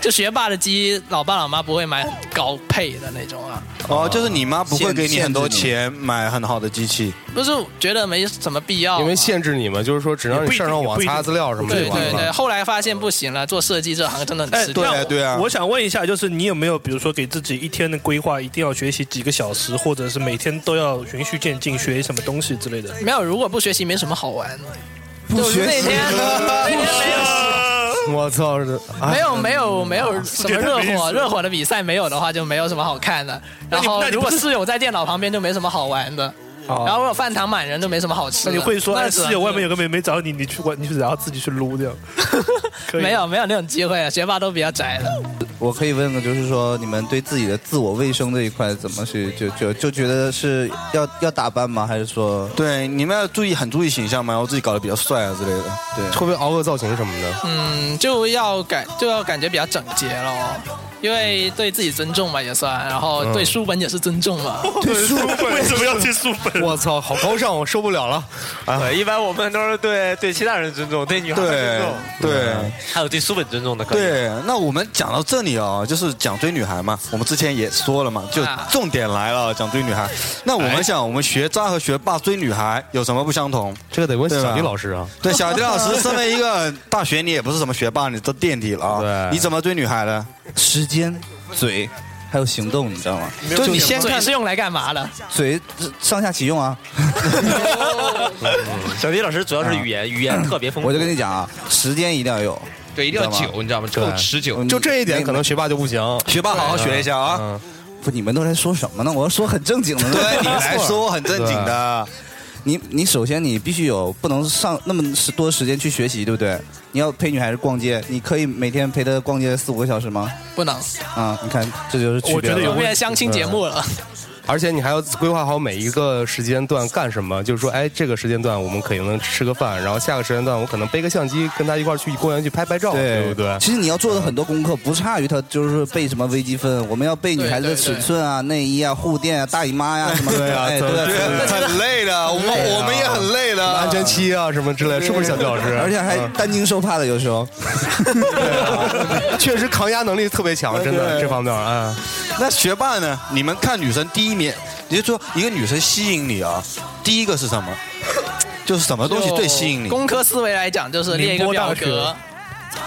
Speaker 2: 就学霸的机，老爸老妈不会买很高配的那种啊。
Speaker 3: 哦，就是你妈不会
Speaker 2: 限
Speaker 3: 给你很多
Speaker 2: 限制你
Speaker 3: 钱买很好的机器，
Speaker 2: 不是觉得没什么必要，啊
Speaker 9: 因为限制你嘛，就是说只让你上上网查资料什么的。
Speaker 2: 对对对，后来发现不行了，做设计这行真的很
Speaker 7: 哎，
Speaker 2: 吃力。
Speaker 7: 那我我想问一下，就是你有没有，比如说给自己一天的规划，一定要学习几个小时，或者是每天都要循序渐进学什么东西之类的？
Speaker 2: 没有，如果不学习没什么好玩的。
Speaker 11: 不
Speaker 2: 就是那天，那 天
Speaker 9: 我操！
Speaker 7: 啊
Speaker 2: 没有没有没有什么热火热火的比赛没有的话就没有什么好看的。然后
Speaker 7: 那你
Speaker 2: 如果
Speaker 7: 不是
Speaker 2: 室友在电脑旁边就没什么好玩的，
Speaker 7: 哦
Speaker 2: 然后如果饭堂满人就没什么好吃
Speaker 7: 那
Speaker 2: 的。啊
Speaker 7: 你会说，哎，
Speaker 2: 只
Speaker 7: 室
Speaker 2: 能
Speaker 15: 啊
Speaker 7: 友外面有个妹妹找你，你去玩，你去然后自己去撸这样？ 可以
Speaker 2: 没有没有那种机会啊了，学霸都比较宅的。
Speaker 11: 我可以问个，就是说你们对自己的自我卫生这一块怎么去就就就觉得是要要打扮吗？还是说
Speaker 3: 对你们要注意很注意形象嘛，然后自己搞得比较帅啊之类的。
Speaker 11: 对，
Speaker 9: 会不会熬个造型什么的？
Speaker 2: 嗯，就要感就要感觉比较整洁咯，因为对自己尊重嘛也算，然后对
Speaker 9: 嗯
Speaker 2: 书本也是尊重 嘛。
Speaker 9: 书
Speaker 7: 本为什么要去书本？
Speaker 9: 我操，好高尚，我受不了了。
Speaker 15: 对，一般我们都是对对其他人尊重，对女孩尊重，
Speaker 3: 对对
Speaker 15: 还有对书本尊重的。可以
Speaker 3: 对，那我们讲到这里哦，就是讲追女孩嘛，我们之前也说了嘛，就重点来了，讲追女孩。那我们想，我们学渣和学霸追女孩有什么不相同？
Speaker 9: 这个得问
Speaker 3: 对吧
Speaker 9: 小迪老师啊。
Speaker 3: 对，小迪老师，身为一个大学，你也不是什么学霸，你都垫底了啊。
Speaker 11: 对
Speaker 3: 你怎么追女孩的？
Speaker 11: 时间、嘴还有行动，你知道吗？
Speaker 2: 就
Speaker 11: 你
Speaker 2: 你
Speaker 11: 先
Speaker 2: 先
Speaker 11: 看
Speaker 2: 看是用来干嘛的？
Speaker 11: 嘴上下起用啊。
Speaker 15: 小迪老师主要是语言，语言特别丰富。
Speaker 11: 我就跟你讲啊，时间一定要有，
Speaker 16: 对一定要
Speaker 11: 知道吗
Speaker 16: 久你知道吗够持久
Speaker 11: 对
Speaker 16: 就这一点可能
Speaker 9: 学霸就不行。
Speaker 3: 学霸好好学一下啊！
Speaker 11: 不，你们都在说什么呢？我要说很正经的。
Speaker 3: 对你来说很正经的。
Speaker 11: 你你首先你必须有不能上那么时多时间去学习，对不对？你要陪女孩子逛街，你可以每天陪她逛街四五个小时吗？
Speaker 2: 不能，
Speaker 11: 啊，你看这就是区别了。
Speaker 2: 变相亲节目了。
Speaker 9: 而且你还要规划好每一个时间段干什么，就是说，哎，这个时间段我们可能吃个饭，然后下个时间段我可能背个相机，跟他一块儿去公园去拍拍照，对不对？
Speaker 11: 其实你要做的很多功课，不差于他就是背什么微积分，我们要背女孩子的尺寸啊、内衣啊、护垫啊、大姨妈 呀什么的。
Speaker 9: 对啊
Speaker 11: 哎对
Speaker 9: 对
Speaker 11: 对，
Speaker 17: 很累的，我们我们也很累的，
Speaker 9: 安全期啊什么之类，是不是小杜老师？
Speaker 11: 而且还 担惊受怕的，有 时候。
Speaker 9: 确实抗压能力特别强，真的
Speaker 17: 对
Speaker 9: 这方面啊。
Speaker 3: 那学霸呢？你们看女生第一面，也就是说一个女生吸引你啊，第一个是什么？ 就是什么东西最吸引你？
Speaker 2: 工科思维来讲，就是列一个表
Speaker 3: 宁波大
Speaker 2: 格，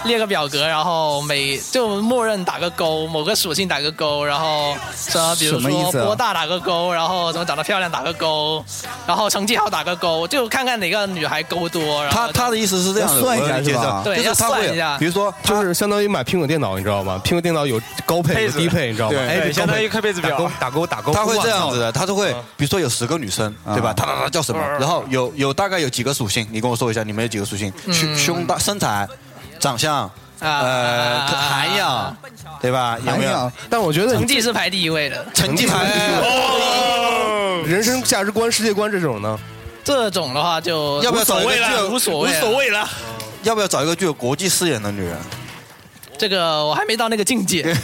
Speaker 2: 列个表格，然后每就默认打个勾，某个属性打个勾，然后什么比如
Speaker 11: 什么意
Speaker 2: 说
Speaker 11: 思啊
Speaker 2: 波大打个勾，然后什么长得漂亮打个勾，然后成绩好打个勾，就看看哪个女孩勾多。然后
Speaker 3: 他他的意思是这样的，我理解的
Speaker 2: 对，
Speaker 3: 啊就
Speaker 2: 要
Speaker 3: 是他会
Speaker 2: 算一下。
Speaker 9: 比如说，就是相当于买苹果电脑，你知道吗？苹果电脑有高配、
Speaker 3: 配
Speaker 9: 有
Speaker 3: 置
Speaker 9: 低配，你知道吗？
Speaker 3: 对
Speaker 9: 哎，
Speaker 3: 对
Speaker 9: 这
Speaker 3: 相当于
Speaker 9: 高
Speaker 3: 看配置表
Speaker 9: 打勾打勾打勾，
Speaker 3: 他会
Speaker 9: 哇
Speaker 3: 这样子的，
Speaker 9: 操
Speaker 3: 他就会，比如说有十个女生，对吧？她她她叫什么？
Speaker 2: 嗯
Speaker 3: 然后有有大概有几个属性，你跟我说一下，你们有几个属性？
Speaker 2: 嗯
Speaker 3: 胸胸大、身材、长相，呃，
Speaker 2: 啊
Speaker 3: 可涵养，对吧？有没有？
Speaker 9: 啊但我觉得
Speaker 2: 成绩是排第一位的，
Speaker 3: 成绩排
Speaker 9: 人生价值观、世界观这种呢？。
Speaker 2: 这种的话就
Speaker 3: 要不要
Speaker 2: 无所
Speaker 3: 找一个
Speaker 2: 谓
Speaker 3: 具有
Speaker 2: 了，无所谓，
Speaker 3: 无所谓了。 要不要找一个具有国际视野的女人？
Speaker 2: 这个我还没到那个境界。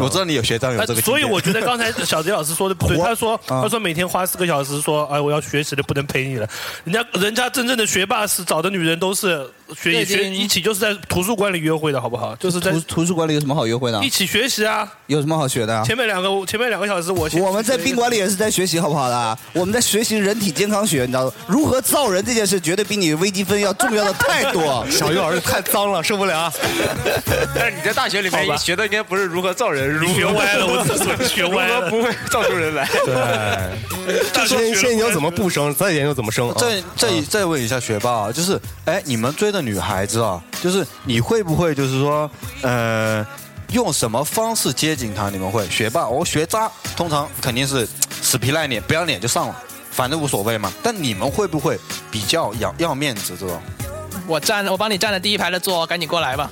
Speaker 3: 我知道你有学长有这个经验，
Speaker 7: 呃所以我觉得刚才小杰老师说的不对，他说
Speaker 3: 啊
Speaker 7: 他说每天花四个小时说，哎，我要学习的不能陪你了。人家人家真正的学霸是找的女人都是学
Speaker 11: 对
Speaker 7: 学一起就是在图书馆里约会的好不好？就是在
Speaker 11: 图图书馆里有什么好约会的
Speaker 7: 一？起学习啊。
Speaker 11: 有什么好学的啊？
Speaker 7: 前面两个前面两个小时我先
Speaker 11: 我们在宾馆里也是在学习，好不好啦？我们在学习人体健康学，你知道吗如何造人这件事，绝对比你微积分要重要的太 多
Speaker 9: 小玉老师太脏了，受啊不了。
Speaker 18: 但是你在大学里
Speaker 9: 好吧
Speaker 18: 面学的应该不是如何造人，如何
Speaker 9: 学歪了我自己学歪了
Speaker 18: 如何不会造出人来。
Speaker 9: 对，这哎现现在研究怎么不生，再研究怎么
Speaker 18: 嗯
Speaker 9: 生啊？
Speaker 3: 再再再问一下学霸啊，就是哎，你们追的女孩子啊，就是你会不会就是说，呃，用什么方式接近她？你们会学霸，我、学渣，通常肯定是死皮赖脸，不要脸就上了，反正无所谓嘛。但你们会不会比较要要面子这 种？
Speaker 2: 我站，我帮你占了第一排的座，赶紧过来吧。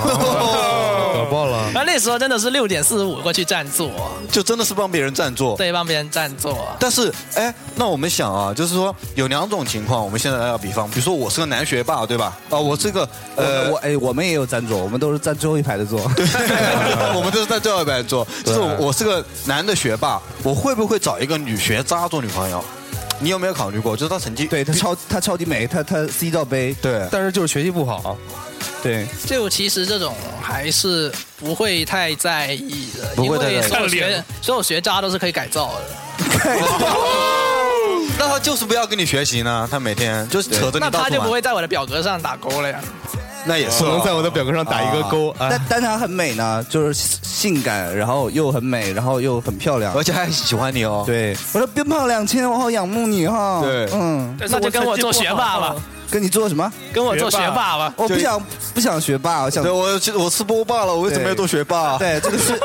Speaker 9: 搞爆了，
Speaker 2: 然后那时候真的是六点四十五过去占座，
Speaker 3: 就真的是帮别人占座。
Speaker 2: 对，帮别人占座。
Speaker 3: 但是，哎，那我们想啊，就是说有两种情况，我们现在要比方，比如说我是个男学霸，对吧？啊，我是个呃，
Speaker 11: 我哎，我们也有占座，我们都是占最后一排 的座。对，
Speaker 3: 我们都是在最后一排做。就是我我是个男的学霸，我会不会找一个女学渣做女朋友？你有没有考虑过？就是她成绩
Speaker 11: 对她超她超级美，她她 C 罩杯。
Speaker 3: 对，
Speaker 9: 但是就是学习不好。
Speaker 11: 对，
Speaker 2: 就其实这种还是不会太在意的，
Speaker 3: 不会太在意
Speaker 2: 因为所有
Speaker 3: 看
Speaker 2: 学
Speaker 3: 脸
Speaker 2: 所有学渣都是可以改造的。
Speaker 3: 那她就是不要跟你学习呢，她每天就是扯着
Speaker 2: 那
Speaker 3: 你到
Speaker 2: 他
Speaker 3: 处
Speaker 2: 就不
Speaker 3: 玩。
Speaker 2: 会在我的表格上打勾了呀。
Speaker 3: 那也是啊
Speaker 9: 不能在我的表格上打一个勾哎
Speaker 11: 但但她很美呢，就是性感，然后又很美，然后又很漂亮，
Speaker 3: 而且还喜欢你哦。
Speaker 11: 对，我说变胖两千，我好仰慕你哈。
Speaker 3: 对
Speaker 11: 嗯，
Speaker 2: 但是我那就跟我做学霸吧成绩不好啊。
Speaker 11: 跟你做什么？
Speaker 2: 跟我做学霸吧
Speaker 11: 我不
Speaker 2: 就
Speaker 11: 想不想学霸，我想
Speaker 3: 对我我是波霸了，我为什么要做学霸？
Speaker 11: 对，这个是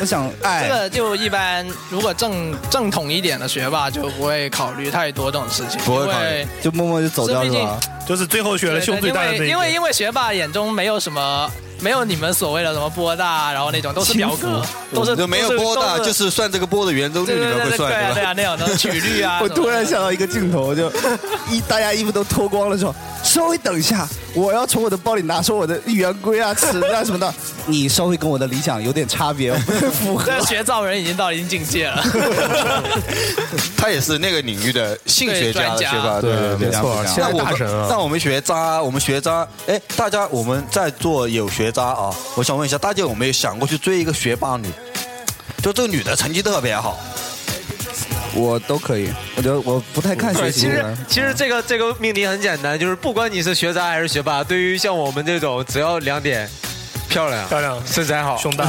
Speaker 11: 我想
Speaker 3: 哎
Speaker 11: 哎
Speaker 2: 这
Speaker 11: 爱。
Speaker 2: 个就一般，如果正正统一点的学霸就不会考虑太多这种事情，因为
Speaker 11: 就默默就走掉是吧？
Speaker 7: 就是最后选了胸最大的
Speaker 2: 因
Speaker 7: 那
Speaker 2: 为
Speaker 7: 一
Speaker 2: 因为
Speaker 7: 个。
Speaker 2: 因为学霸眼中没有什么，没有你们所谓的什么波大，然后那种都是表格，都是
Speaker 3: 就没有波大，
Speaker 2: 都
Speaker 3: 就。是算这个波的圆周率，
Speaker 2: 对
Speaker 3: 你
Speaker 2: 对
Speaker 3: 们
Speaker 2: 对
Speaker 3: 会
Speaker 2: 对对
Speaker 3: 算
Speaker 2: 啊
Speaker 3: 吧？
Speaker 2: 对啊，那样的曲率 啊，
Speaker 11: 我突然想到一个镜头，就 一大家衣服都脱光了之后，稍微等一下，我要从我的包里拿出我的圆规啊、尺子啊什么 的。你稍微跟我的理想有点差别，我不太符合
Speaker 2: 这。学造人已经到一定境界了。
Speaker 3: 他也是那个领域的性学家的
Speaker 2: 对专
Speaker 3: 学
Speaker 2: 家
Speaker 3: 霸，
Speaker 9: 对没错现在
Speaker 3: 那我
Speaker 9: 大
Speaker 3: 们
Speaker 9: 神啊
Speaker 3: 那我们学渣，我们学渣，哎，大家我们在座有学渣啊，我想问一下，大家有没有想过去追一个学霸女？就这个女的成绩特别 好，
Speaker 11: 我都可以，我觉得我不 太看学习
Speaker 18: 其
Speaker 11: 的
Speaker 18: 实嗯
Speaker 11: 人。
Speaker 18: 其实这个这个命题很简单，就是不管你是学渣还是学霸，对于像我们这种只要两点，漂亮、漂亮、身材好、胸 大，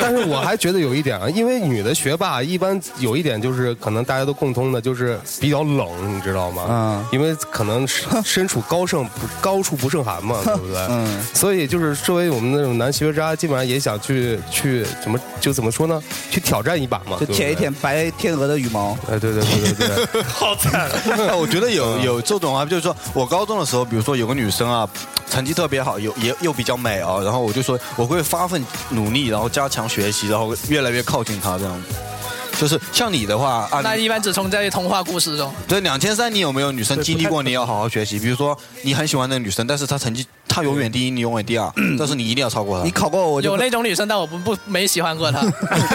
Speaker 9: 但是我还觉得有一点啊，因为女的学霸一般有一点就是，可能大家都共通的就是比较冷，你知道吗？嗯，因为可能是身处高盛不高处不胜寒嘛，对不对？嗯，所以就是作为我们那种男学渣，基本上也想去去怎么就怎么说呢？去挑战一把嘛，
Speaker 11: 就舔一舔白天鹅的羽毛。
Speaker 9: 哎，对对对对对。
Speaker 7: 好啊惨！
Speaker 3: 我觉得
Speaker 9: 嗯
Speaker 3: 有有这种啊，就是说我高中的时候，比如说有个女生啊，成绩特别好，有也又比较美啊，然后我就说我会发奋努力，然后加强学习，然后越来越靠近她这样。就是像你的话啊，
Speaker 2: 那
Speaker 3: 你
Speaker 2: 一般只从在童话故事中，
Speaker 3: 对两千三，你有没有女生经历过你要好好学习？比如说你很喜欢那个女生，但是她成绩她永远第一，你永远第二，但是你一定要超过她。
Speaker 11: 你考过我
Speaker 2: 有那种女生，但我不不没喜欢过她。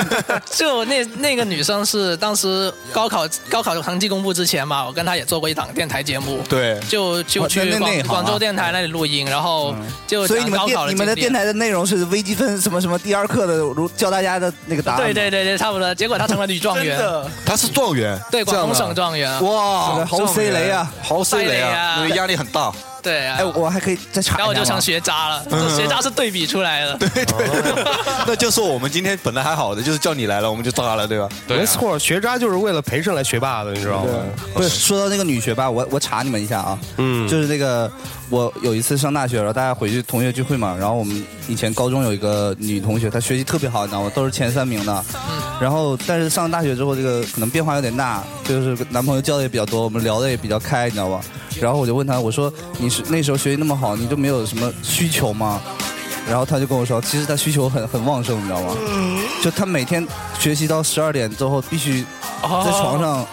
Speaker 2: 就那那个女生是当时高考高考成绩公布之前嘛，我跟她也做过一档电台节目，
Speaker 3: 对
Speaker 2: 就就
Speaker 11: 哇那
Speaker 2: 去
Speaker 11: 那那
Speaker 2: 广
Speaker 11: 也好啊
Speaker 2: 广州电台那里录音，然后就
Speaker 11: 所以
Speaker 2: 讲
Speaker 11: 你们
Speaker 2: 高考
Speaker 11: 电你们的
Speaker 2: 经历
Speaker 11: 电台的内容是微积分什么什么第二课的，如教大家的那个答案吗。
Speaker 2: 对对对对，差不多。结果她成了女状 元，
Speaker 3: 她是状元，
Speaker 2: 对广东
Speaker 11: 这样的
Speaker 2: 省状元
Speaker 11: 哇，好 C 雷啊，
Speaker 3: 好 C
Speaker 2: 雷啊
Speaker 3: 因为压力很大。
Speaker 2: 对啊
Speaker 11: 哎，，我还可以再查一下
Speaker 2: 然
Speaker 11: 吗。
Speaker 2: 后我就成学渣了，
Speaker 3: 嗯
Speaker 2: 学渣是对比出来的。
Speaker 3: 那就是我们今天本来还好的，就是叫你来了，我们就炸了，对吧？
Speaker 9: 没
Speaker 7: 啊
Speaker 9: 错，学渣就是为了培上来学霸的，你知道吗？
Speaker 11: 不是说到那个女学霸，我我查你们一下啊，嗯，就是那个我有一次上大学，然后大家回去同学聚会嘛，然后我们以前高中有一个女同学，她学习特别好，你知道吗？都是前三名的，然后但是上大学之后，这个可能变化有点大，就是男朋友交的也比较多，我们聊的也比较开，你知道吧？然后我就问她，我说你是那时候学习那么好，你就没有什么需求吗？然后她就跟我说，其实她需求很很旺盛，你知道吗？就她每天学习到十二点之后，必须在床上、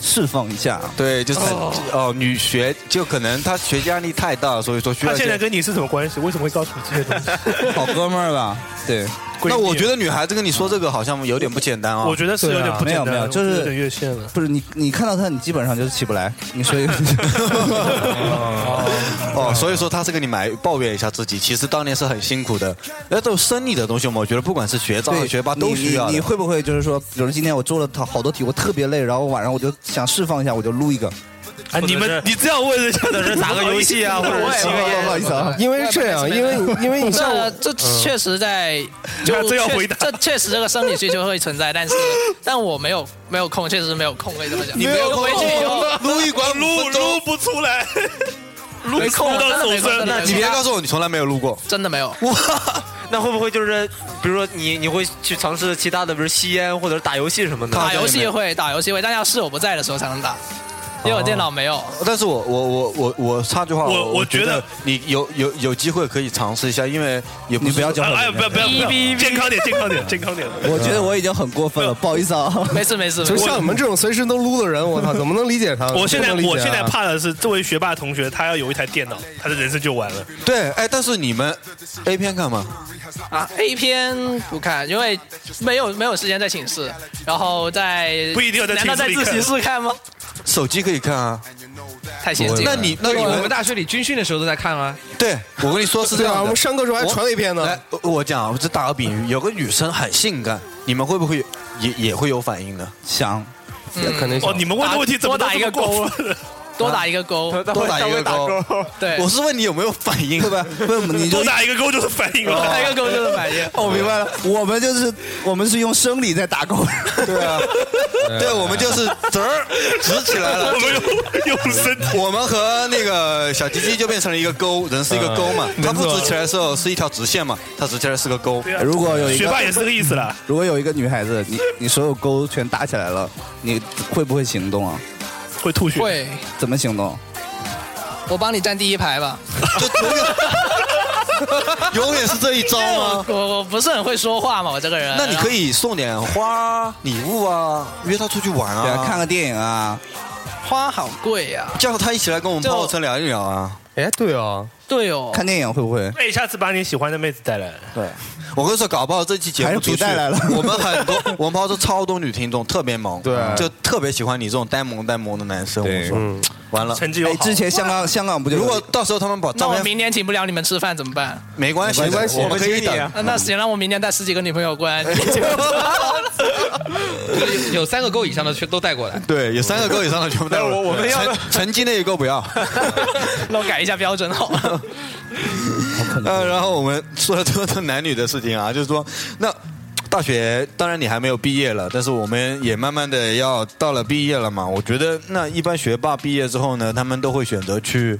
Speaker 11: 释放一下。
Speaker 3: 对，就是很哦女学就可能她学习压力太大，所以说需要
Speaker 18: 啊
Speaker 7: 他
Speaker 3: 一些。
Speaker 7: 现在跟你是什么关系？为什么会告诉你这 些东西？
Speaker 11: 好哥们儿吧？对。
Speaker 3: 那我觉得女孩子跟你说这个好像有点不简单啊。
Speaker 7: 我觉得是有点不简单
Speaker 11: 没有没有，就
Speaker 7: 我觉得
Speaker 11: 是
Speaker 7: 有点越线了。
Speaker 11: 不是你，你看到他，你基本上就是起不来。你说一 个，
Speaker 3: 哦，所以说他是跟你埋抱怨一下自己，其实当年是很辛苦的。那都生理的东西嘛，我觉得不管是学渣和学霸都
Speaker 11: 你
Speaker 3: 需要的
Speaker 11: 你。你会不会就是说，比如今天我做了好多题，我特别累，然后晚上我就想释放一下，我就撸一个。
Speaker 7: 啊，你们你这样问人家
Speaker 11: 或 者是打个游戏啊或者是吸个烟 不好意思啊
Speaker 9: 因为是这样，因为因为你像我
Speaker 2: 这这确实在，
Speaker 9: 那
Speaker 2: 就
Speaker 9: 这要
Speaker 2: 确
Speaker 9: 回答
Speaker 2: 这确实这个生理需求会存在，但是但我没有没有空，确实没有空，可以这么讲。
Speaker 19: 空
Speaker 2: 回去以后，
Speaker 3: 撸一管
Speaker 7: 撸撸不出来，撸
Speaker 2: 没空真的没空真的没空
Speaker 3: 你别告诉我你从来没有录过，
Speaker 2: 真的没有。
Speaker 18: 那会不会就是，比如说你你会去尝试其他的，比如吸烟或者打游戏什么的？
Speaker 2: 打游戏会打游戏会，但要是我不在的时候才能打，因为我电脑没有。
Speaker 3: 但是我我我我我插句话，
Speaker 2: 我
Speaker 3: 我
Speaker 2: 我
Speaker 3: 觉
Speaker 2: 觉得
Speaker 3: 你有有有机会可以尝试一下，因为也不
Speaker 11: 你不
Speaker 2: 啊
Speaker 11: 要
Speaker 3: 讲，
Speaker 11: 教我
Speaker 3: 哎
Speaker 11: 哎
Speaker 3: 呀
Speaker 11: 呀
Speaker 3: 不
Speaker 11: 不
Speaker 3: 要不要
Speaker 11: 要不要
Speaker 3: 不
Speaker 11: 不
Speaker 3: 要
Speaker 11: 要，
Speaker 7: 健康点，健康点， 健康点。
Speaker 11: 我觉得我已经很过分 了，不好意思啊。
Speaker 2: 没事没事
Speaker 9: 就像你们这种随身都撸的人，我操，怎么能理解他？
Speaker 7: 我现在
Speaker 9: 不能理解啊
Speaker 7: 我现在怕的是这位学霸同学，他要有一台电脑，他的人生就完了。
Speaker 3: 对，哎，但是你们 A 片看吗？
Speaker 2: 啊，A 片不看，因为没有没有时间在寝室，然后在
Speaker 7: 不一定要在
Speaker 2: 难道在
Speaker 7: 寝室里
Speaker 2: 自
Speaker 7: 看
Speaker 2: 习室看吗？
Speaker 3: 手机可以看啊。
Speaker 2: 太先进了
Speaker 3: 那你那你
Speaker 12: 我
Speaker 3: 们
Speaker 12: 们大学里军训的时候都在看啊。
Speaker 3: 对，我跟你说是这样
Speaker 12: 对
Speaker 3: 的。
Speaker 12: 啊我们上课时候还传了一篇呢
Speaker 3: 来，我我讲，我这打个比喻，有个女生很性感，你们会不会也也会有反应呢？
Speaker 11: 想，
Speaker 9: 肯定想
Speaker 7: 哦，你们问的问题怎么
Speaker 2: 多
Speaker 7: 都
Speaker 2: 打一
Speaker 7: 这么
Speaker 2: 个勾
Speaker 7: 过分？
Speaker 2: 多打一个勾，
Speaker 3: 多打一个勾。
Speaker 2: 对，
Speaker 3: 啊我是问你有没有反应，
Speaker 11: 对吧？不，你就
Speaker 7: 多打一个勾就是反应
Speaker 2: 多
Speaker 7: 了。
Speaker 2: 打一个勾就是反应。
Speaker 11: 哦，我明白了，我们就是我们是用生理在打勾。
Speaker 3: 对啊，对，我们就是直儿直起来了。
Speaker 7: 我们用用身体，
Speaker 3: 我们和那个小鸡鸡就变成了一个勾，人是一个勾嘛，
Speaker 12: 啊
Speaker 11: 嗯
Speaker 3: 它不
Speaker 11: 没错
Speaker 3: 直起来的时候是一条直线嘛，它直起来是个勾。
Speaker 11: 如果有一个
Speaker 7: 学霸也是这个意思啦。
Speaker 11: 如果有一个女孩子，你你所有勾全打起来了，你会不会行动啊？
Speaker 7: 会吐血
Speaker 2: 会。
Speaker 11: 怎么行动？
Speaker 3: 啊
Speaker 2: 我帮你站第一排吧。
Speaker 3: 永远是这一招吗？
Speaker 2: 哦我我不是很会说话嘛，我这个人。
Speaker 3: 啊那你可以送点花啊、礼物啊，约她出去玩
Speaker 11: 对
Speaker 3: 啊
Speaker 11: 啊，，看个电影啊，
Speaker 2: 花好啊贵呀、
Speaker 3: 叫她一起来跟我们泡车聊一聊啊。
Speaker 9: 哎，对啊，
Speaker 2: 对哦，
Speaker 11: 看电影会不会？
Speaker 7: 哎，下次把你喜欢的妹子带来。
Speaker 11: 对，
Speaker 3: 我跟你说，搞不好这期节
Speaker 11: 还
Speaker 3: 目
Speaker 11: 是
Speaker 3: 出
Speaker 11: 别
Speaker 3: 去
Speaker 11: 带来了
Speaker 3: 我们很多， 我们泡州超多女听众，特别萌，
Speaker 9: 对
Speaker 3: 就特别喜欢你这种呆萌呆萌的男生。我跟你说，完了，
Speaker 7: 成绩又
Speaker 11: 哎，
Speaker 7: 好。
Speaker 11: 之前香 港香港不就有
Speaker 3: 如果到时候他们把
Speaker 2: 那
Speaker 3: 照
Speaker 2: 我
Speaker 3: 片
Speaker 2: 明年请不了你们吃饭怎么办？
Speaker 3: 没关系，
Speaker 11: 没关系
Speaker 3: 我们可以
Speaker 11: 我们接你
Speaker 3: 等
Speaker 11: 啊。
Speaker 2: 那那行，让我明年带十几个女朋友过来。
Speaker 12: 就是有三个勾以上的全都带过来。
Speaker 3: 对，有三个勾以上的全部带过来。
Speaker 12: 那我我们 要
Speaker 3: 成成绩那一勾不 要。
Speaker 2: 那我改一下标准好吗？
Speaker 3: 呃，然后我们说了这么多男女的事情啊， 就是说，那大学当然你还没有毕业了，但是我们也慢慢的要到了毕业了嘛。我觉得那一般学霸毕业之后呢，他们都会选择去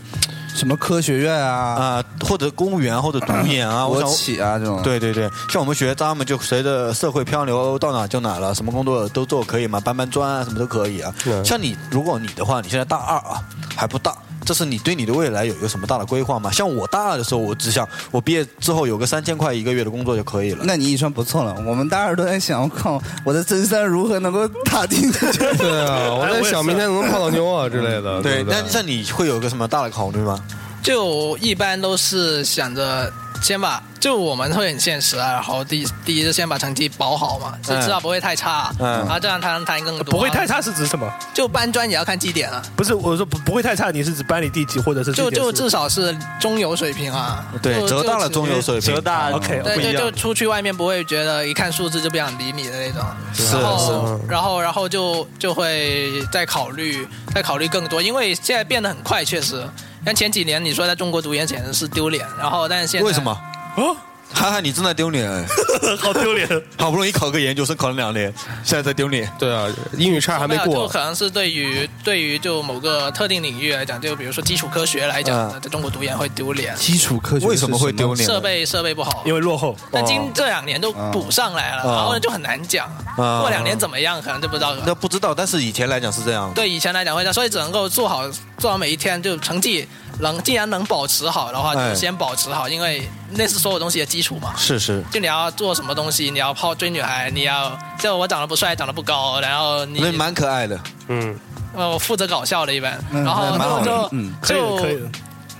Speaker 11: 什么科学院啊
Speaker 3: 啊、或者公务员或者读研啊，我
Speaker 11: 国
Speaker 3: 想
Speaker 11: 企啊这种？
Speaker 3: 对对对，像我们学渣们就随着社会漂流，到哪就哪了，什么工作都做可以嘛，搬搬砖啊，什么都可以啊。像你，如果你的话，你现在大二啊，还不大，这是你对你的未来有一个什么大的规划吗？像我大二的时候，我只想我毕业之后有个三千块一个月的工作就可以了。
Speaker 11: 那你已经不错了。我们大二都在想，我靠，我的真三如何能够打进去？
Speaker 9: 对啊，
Speaker 12: 哎
Speaker 9: 我在想明天能不能泡到妞啊之类的。
Speaker 3: 对，
Speaker 9: 不
Speaker 3: 那那你会有个什么大的考虑吗？
Speaker 2: 就一般都是想着先把，就我们会很现实啊，然后第第一是先把成绩保好嘛，就知道不会太差，
Speaker 7: 嗯
Speaker 2: 然后这样才能谈更多啊、
Speaker 7: 不会太差是指什么？
Speaker 2: 就搬砖也要看绩点啊，
Speaker 7: 不是，我说不不会太差，你是指班里第几或者是
Speaker 2: 就
Speaker 7: 第几
Speaker 2: 就
Speaker 7: 十
Speaker 2: 至少是中游水平啊。
Speaker 3: 对，
Speaker 2: 就
Speaker 3: 浙大的
Speaker 2: 就
Speaker 3: 中游水平，
Speaker 7: 浙大 OK，
Speaker 2: 对
Speaker 7: 啊不一
Speaker 2: 对，就
Speaker 7: 样。
Speaker 2: 出去外面不会觉得一看数字就不想理你的那种，
Speaker 7: 是
Speaker 2: 然后
Speaker 7: 是
Speaker 2: 然后然后就就会再考虑再考虑更多，因为现在变得很快，确实。像前几年你说在中国读研简直是丢脸，然后但是现在
Speaker 3: 为 什么？啊，涵涵，你真的丢脸，
Speaker 7: 哦 好丢脸！
Speaker 3: 好不容易考个研究生，考了两年，现在在丢脸。
Speaker 9: 对啊，英语差还没
Speaker 12: 哎
Speaker 2: 有就
Speaker 9: 过。
Speaker 2: 可能是对于对于就某个特定领域来讲，就比如说基础科学来讲，
Speaker 3: 嗯
Speaker 2: 在中国读研会丢脸。
Speaker 11: 基础科学
Speaker 3: 为什么会丢脸？
Speaker 2: 设备设备不好，
Speaker 7: 因为落后。
Speaker 2: 但今这两年都
Speaker 3: 哦
Speaker 2: 补上来了，
Speaker 3: 哦
Speaker 2: 然后呢就很难讲，
Speaker 3: 哦
Speaker 2: 过两年怎么样可能就不知道了。
Speaker 3: 那不知道，但是以前来讲是这样的。
Speaker 2: 对以前来讲会这样，所以只能够做好做好每一天，就成绩能既然能保持好的话，
Speaker 3: 哎
Speaker 2: 就先保持好，因为那是所有东西的基础嘛。
Speaker 3: 是是，
Speaker 2: 就你要做什么东西，你要泡追女孩，你要就我长得不帅，长得不高，然后你
Speaker 3: 那蛮可爱的。嗯，
Speaker 2: 呃我负责搞笑的一般，
Speaker 3: 嗯
Speaker 2: 然后
Speaker 3: 那蛮好的
Speaker 2: 就
Speaker 3: 嗯可以的
Speaker 2: 就
Speaker 3: 可以的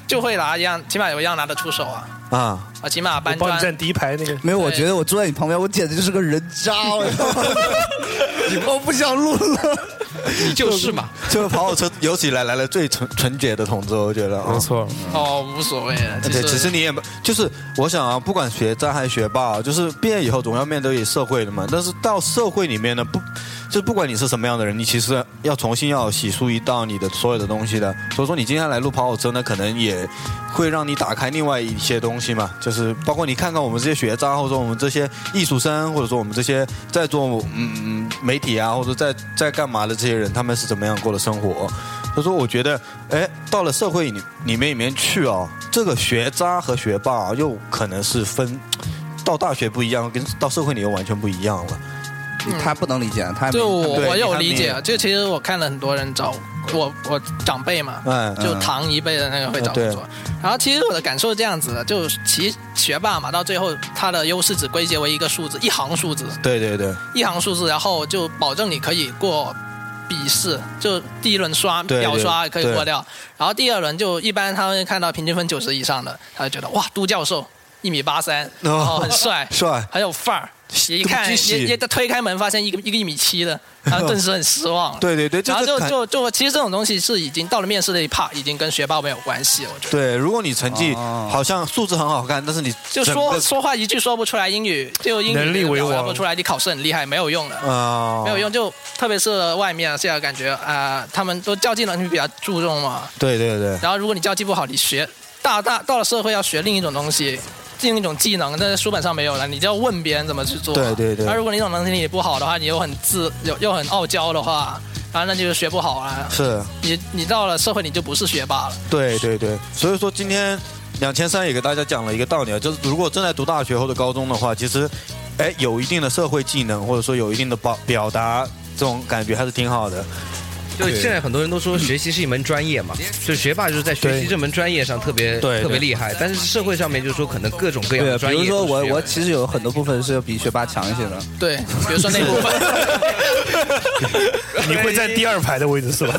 Speaker 2: 就会拿一样，起码有一样拿得出手啊
Speaker 3: 啊，
Speaker 2: 啊，起码搬
Speaker 7: 我帮你
Speaker 2: 砖
Speaker 7: 站第一排那个。
Speaker 11: 没有，我觉得我坐在你旁边，我简直就是个人渣，啊 我操我不想录了。
Speaker 3: 你
Speaker 11: 就是嘛，
Speaker 3: 就是跑火车有史以来来了最纯纯洁的同志，我觉得啊没
Speaker 9: 错。
Speaker 2: 哦，无所谓了，
Speaker 3: 对，其实你也没就是，我想啊，不管学渣还是学霸啊，就是毕业以后总要面对社会的嘛。但是到社会里面呢，不就不管你是什么样的人，你其实要重新要洗漱一道你的所有的东西的。所以说，你今天来录跑火车呢，可能也会让你打开另外一些东西嘛，就是包括你看看我们这些学渣，或者说我们这些艺术生，或者说我们这些在做嗯嗯媒体啊，或者在在干嘛的这些人，他们是怎么样过的生活。所以说，我觉得，哎，到了社会里里面里面去啊，这个学渣和学霸、啊、又可能是分，到大学不一样，跟到社会里又完全不一样了。
Speaker 11: 他不能理解，他
Speaker 2: 对我
Speaker 11: 嗯对
Speaker 2: 我有
Speaker 11: 他没
Speaker 2: 理解，啊就其实我看了很多人找我，我长辈嘛，
Speaker 11: 嗯
Speaker 3: 哎
Speaker 2: 就
Speaker 11: 嗯
Speaker 2: 堂一辈的那个会找
Speaker 11: 嗯对
Speaker 2: 我做。然后其实我的感受是这样子的，就其学霸嘛，到最后他的优势只归结为一个数字，一行数字，
Speaker 3: 对对对，
Speaker 2: 一行数字，然后就保证你可以过笔试，就第一轮刷
Speaker 3: 对对
Speaker 2: 秒刷可以过
Speaker 3: 对，
Speaker 2: 掉，然后第二轮就一般他会看到平均分九十以上的，他就觉得哇，都教授一米八三，然后很帅
Speaker 3: 哦 帅，
Speaker 2: 很有范儿。一看
Speaker 3: 这么惊，喜。
Speaker 2: 也也推开门，发现一个一个一米七的，然后顿时很失望了
Speaker 3: 对对对这
Speaker 2: 然后
Speaker 3: 个
Speaker 2: 就
Speaker 3: 看
Speaker 2: 就就其实这种东西是已经到了面试那一 part，已经跟学霸没有关系了。我觉得
Speaker 3: 对，如果你成绩好像素质很好看，但是你
Speaker 2: 哦就
Speaker 3: 整
Speaker 2: 说
Speaker 3: 个
Speaker 2: 说话一句说不出来，英语就英语
Speaker 3: 能力为
Speaker 2: 表达
Speaker 3: 王
Speaker 2: 不出来，你考试很厉害没有用的。
Speaker 3: 啊，
Speaker 2: 没有用，就特别是外面啊现在感觉啊、他们都较劲能力比较注重嘛。
Speaker 3: 对对对，
Speaker 2: 然后如果你较劲不好，你学大大到了社会要学另一种东西，另一种技能，但是书本上没有了，你就要问别人怎么去做。啊
Speaker 3: 对对对
Speaker 2: 那如果你这种能力不好的话，你又很自又又很傲娇的话，然后那就学不好啊。
Speaker 3: 是，
Speaker 2: 你你到了社会你就不是学霸了。
Speaker 3: 对对对，所以说今天两千三也给大家讲了一个道理啊，就是如果正在读大学或者高中的话，其实，哎，有一定的社会技能，或者说有一定的表表达，这种感觉还是挺好的。
Speaker 12: 就现在很多人都说学习是一门专业嘛，就是学霸就是在学习这门专业上特别
Speaker 11: 对对
Speaker 12: 特别厉害，但是社会上面就是说可能各种各样
Speaker 11: 对
Speaker 12: 的，
Speaker 11: 比
Speaker 12: 专业
Speaker 11: 如
Speaker 12: 都是学
Speaker 11: 说
Speaker 12: 了。
Speaker 11: 我我其实有很多部分是比学霸强一些的。
Speaker 2: 对，比如说那部分。
Speaker 7: 你会站 第二排的位置是吧？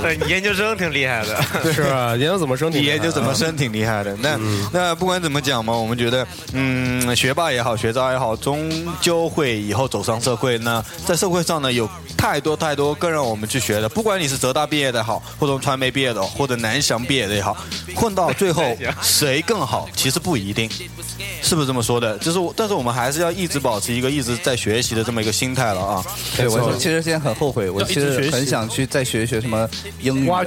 Speaker 18: 对你呃研究生挺厉害的。
Speaker 9: 是吧？研究怎么生 挺
Speaker 3: 你
Speaker 9: 厉害
Speaker 3: 研
Speaker 9: 的
Speaker 3: 究怎么生挺厉害的。那、那不管怎么讲嘛，我们觉得，嗯，学霸也好，学渣也好，终究会以后走上社会。那在社会上呢，有太多太多更让我们去学的。不管你是浙大毕业的好，或者传媒毕业的，或者南翔毕业的也好，混到最后谁更好，其实不一定。是不是这么说的？就是我，但是我们还是要一直保持一个一直在学习的这么一个心态了啊。
Speaker 11: 对，我其实现在很后悔，我
Speaker 3: 要一
Speaker 11: 其
Speaker 3: 直
Speaker 11: 实
Speaker 3: 学习
Speaker 11: 很想去再学一学什么英语、啊、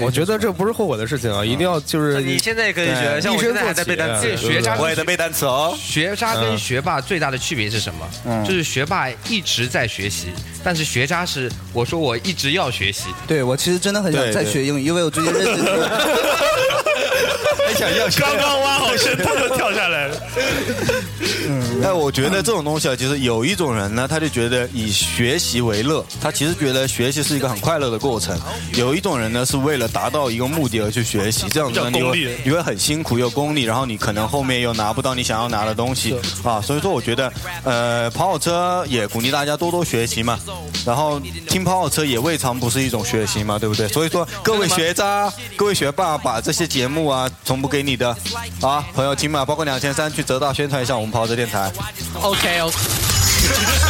Speaker 9: 我觉得这不是后悔的事情啊，一定要就是
Speaker 11: 你现在也可以学
Speaker 9: 对
Speaker 11: 像我现在
Speaker 9: 一身
Speaker 11: 还
Speaker 9: 作
Speaker 11: 在
Speaker 9: 嗯
Speaker 11: 背单词
Speaker 9: 起
Speaker 12: 对学渣跟
Speaker 9: 对
Speaker 12: 学
Speaker 3: 单词哦。
Speaker 12: 学渣跟学霸最大的区别是什么？
Speaker 11: 嗯
Speaker 12: 就是学霸一直在学习，但是学渣是我说我一直要学习。
Speaker 11: 对我其实真的很想
Speaker 12: 对
Speaker 11: 再
Speaker 12: 对
Speaker 11: 学英语，因为我最近认识，
Speaker 20: 还想要
Speaker 7: 刚刚挖好深， 他就跳下来了。
Speaker 3: 但哎我觉得这种东西啊，其实有一种人呢，他就觉得以学习为乐，他其实觉得学习是一个很快乐的过程。有一种人呢，是为了达到一个目的而去学习，这样子呢，你
Speaker 7: 比较功
Speaker 3: 会
Speaker 7: 利
Speaker 3: 你会很辛苦又功利，然后你可能后面又拿不到你想要拿的东西啊。所以说，我觉得呃，跑跑车也鼓励大家多多学习嘛，然后听跑跑车也未尝不是一种学习嘛，对不对？所以说，各位学渣、各位学霸，把这些节目啊，重播给你的啊朋友听嘛，包括两千三去泽大宣传一下我们跑跑车电台。
Speaker 2: OK OK。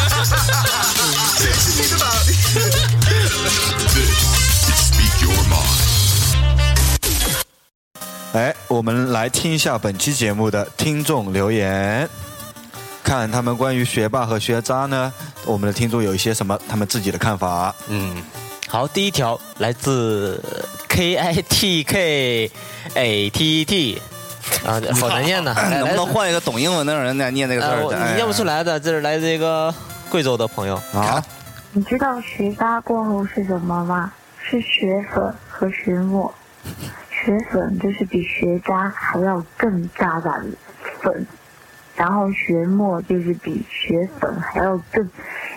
Speaker 3: 哎，我们来听一下本期节目的听众留言，看他们关于学霸和学渣呢，我们的听众有一些什么他们自己的看法。
Speaker 21: 嗯，好，第一条来自 K I T K A T T 啊，好难念呐来
Speaker 11: 哎能不能换一个懂英文的人来念这个字
Speaker 21: 呃
Speaker 11: 儿
Speaker 21: 我
Speaker 11: 的？哎
Speaker 21: 念不出来的，这是来自一个贵州的朋友
Speaker 3: 啊。
Speaker 22: 你知道学渣过后是什么吗？是学粉和学沫。学粉就是比学渣还要更渣的粉，然后学沫就是比学粉还要更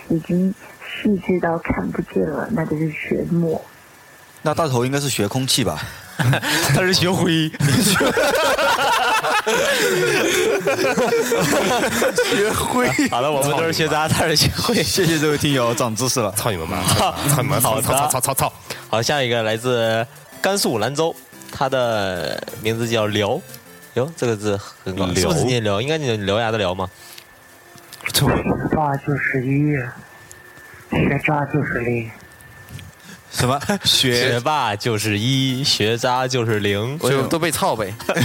Speaker 22: 已经细致到看不见了，那就是学沫。
Speaker 3: 那大头应该是学空气 吧？
Speaker 21: 他是学灰，
Speaker 3: 学灰。
Speaker 21: 好了，我们都是学渣，他是学 灰。
Speaker 3: 谢谢这位听友，长知识了。
Speaker 21: 操你们妈！
Speaker 9: 操你们
Speaker 21: 好
Speaker 9: 操
Speaker 21: 的
Speaker 9: 操操操操！
Speaker 21: 好，下一个来自甘肃兰州，他的名字叫辽。哟，这个字很高，是不是念辽？应该念獠牙的獠吗？
Speaker 23: 学霸就是一，学渣就是零。
Speaker 3: 什么？学
Speaker 21: 学霸就是一，学渣就是零，
Speaker 3: 为什么
Speaker 21: 都被操呗。
Speaker 3: 为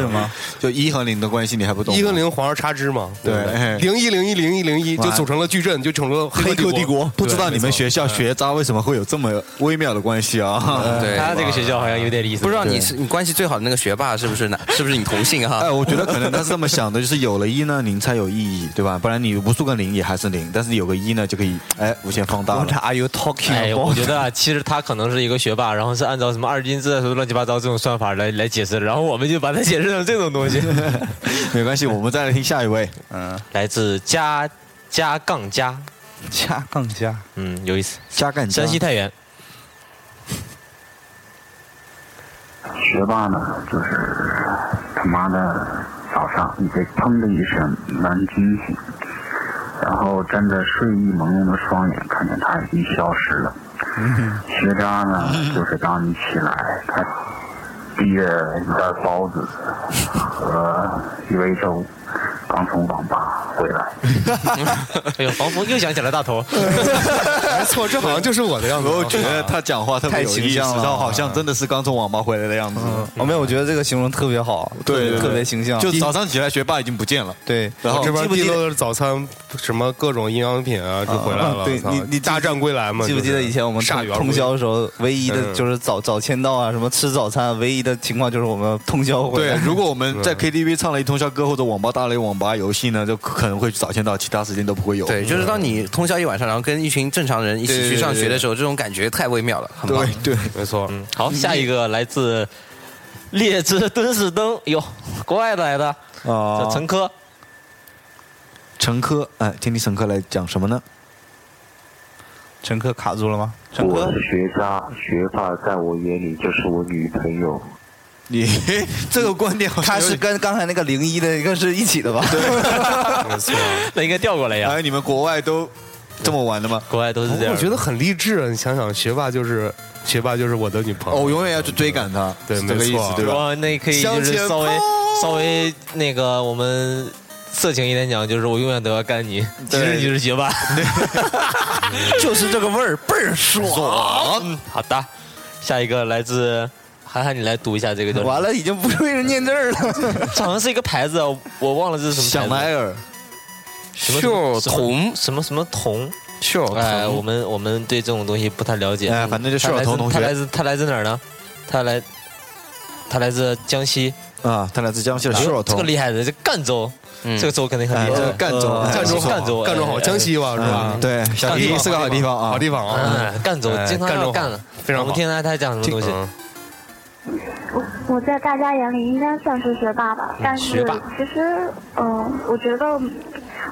Speaker 3: 什么？就一啊和零的关系你还不懂？
Speaker 9: 一跟零黄二叉之嘛，
Speaker 3: 对
Speaker 9: 不
Speaker 12: 哎
Speaker 9: 零一零一零一零一就组成了矩阵，就成了
Speaker 3: 黑客帝国，不知道你们学校。
Speaker 9: 对没错
Speaker 3: 学渣为什么会有这么微妙的关系啊？
Speaker 24: 对，
Speaker 21: 校好像有点意思
Speaker 24: 不知道
Speaker 3: 对
Speaker 24: 你是你关系最好的那个学霸是不 是哪？是不是你同啊姓哈？
Speaker 3: 哎，我觉得可能他是这么想的，就是有了一呢，零才有意义，对吧？不然你无数个零也还是零，但是有个一呢，就可以哎无限放大了。
Speaker 21: What
Speaker 3: are you talking
Speaker 21: 哎，我觉得啊，其实他可能是一个学霸，然后是按照什么二进制啊、什么乱七八糟这种算法 来来解释，然后我们就把它解释成这种东西。
Speaker 3: 没关系，我们再来听下一位。
Speaker 21: 嗯，来自加加杠加
Speaker 11: 加杠加，
Speaker 21: 嗯，有意思。
Speaker 3: 加杠
Speaker 21: 山西太原，
Speaker 1: 学霸呢，就是他妈的早上你被砰的一声门惊醒，然后睁着睡意朦胧的双眼，看见他已经消失了。学渣呢，就是当你起来，他提着一袋包子和一杯粥，刚从网吧回来。
Speaker 21: 哎呦，仿佛又想起了大头。
Speaker 9: 没错，这好像啊就是我的样子。
Speaker 3: 我觉得哦他讲话特别有意思，然后好像真的是刚从网吧回来的样子。
Speaker 11: 哦，没有，我觉得这个形容特别好，
Speaker 3: 嗯对，对
Speaker 11: 特别形象。
Speaker 3: 就早上起来，学霸已经不见了。
Speaker 11: 对，
Speaker 3: 然后
Speaker 9: 这
Speaker 3: 记
Speaker 9: 边
Speaker 3: 不
Speaker 9: 地
Speaker 3: 记得
Speaker 9: 漏早餐什么各种营养品啊，就回来了。
Speaker 11: 啊对
Speaker 9: 我操
Speaker 11: 你你
Speaker 9: 大战归来嘛？
Speaker 11: 记不记得
Speaker 9: 就是
Speaker 11: 以前我们
Speaker 9: 铩羽而归
Speaker 11: 通宵的时候，唯一的
Speaker 9: 嗯
Speaker 11: 就是早早签到啊，什么吃早餐，唯一的情况就是我们通宵回来。
Speaker 3: 对，如果我们在 KTV 唱了一通宵歌或者网吧打了一网吧游戏呢，就可能会早签到，其他时间都不会有。
Speaker 21: 嗯
Speaker 24: 对，就是当你通宵一晚上，然后跟一群正常人一起去上学的时候，
Speaker 21: 对对对对
Speaker 24: 这种感觉太微妙了，很棒。
Speaker 3: 对，
Speaker 9: 没错。
Speaker 21: 好，下一个来自列支敦士登，哟，国外的来的，
Speaker 3: 啊
Speaker 21: 叫陈科。
Speaker 3: 陈科，哎，听听陈科来讲什么呢？
Speaker 11: 陈科卡住了吗？
Speaker 25: 我的学渣学霸在我眼里就是我女朋友。
Speaker 3: 你 这个观点，
Speaker 11: 他是跟刚才那个零一的一个是一起的吧？
Speaker 3: 没 错，
Speaker 21: 那应该调过来呀。
Speaker 3: 哎，你们国外都这么玩的吗？
Speaker 21: 国外都
Speaker 9: 不过我觉得很励志啊！你想想，学霸就是学霸就是我的女朋友。
Speaker 3: 我哦永远要去追赶她，
Speaker 9: 对，
Speaker 3: 是
Speaker 9: 没
Speaker 3: 这个意
Speaker 9: 错
Speaker 3: 思，对吧？
Speaker 21: 哇哦那可以就是稍微稍微那个我们色情一点讲，就是我永远都要干你，其实你是学霸， 就是这个味儿倍儿爽。嗯好的，下一个来自涵涵，你来读一下这个叫什 么
Speaker 11: 完了，已经不是为了念字儿了。
Speaker 21: 这好像是一个牌子，我忘了这是什么。
Speaker 11: 香奈
Speaker 3: 儿，
Speaker 21: 秀
Speaker 11: 秀
Speaker 21: 童什么什么童。秀哎，我们我们对这种东西不太了解。
Speaker 3: 哎反正就
Speaker 21: 他来
Speaker 3: 秀童同
Speaker 21: 自
Speaker 3: 学
Speaker 21: 他来自他来自哪儿呢？他来他来自江西。
Speaker 3: 啊，他来自江西的
Speaker 21: 哎呦
Speaker 3: 秀
Speaker 21: 这
Speaker 3: 童
Speaker 21: 个厉害的，这赣州，这个州肯定很厉
Speaker 3: 哎
Speaker 21: 害
Speaker 3: 这个。赣州
Speaker 21: 呃
Speaker 3: 哎
Speaker 21: 赣州
Speaker 3: 不错
Speaker 21: 好，赣州，
Speaker 3: 赣州好
Speaker 21: 哎
Speaker 3: 江西吧是吧
Speaker 21: 嗯
Speaker 3: 对小
Speaker 21: 赣州
Speaker 3: 地方是个好地方啊好地方啊
Speaker 21: 嗯赣州
Speaker 3: 哎
Speaker 21: 经常
Speaker 3: 赣州
Speaker 21: 要
Speaker 3: 好嗯
Speaker 21: 干了，
Speaker 3: 非常好
Speaker 21: 我们天天他讲什么东西？
Speaker 25: 我
Speaker 21: 我在大家眼里应该算是学霸
Speaker 3: 嗯
Speaker 21: 吧，但是
Speaker 26: 学霸
Speaker 21: 其实，嗯，我觉得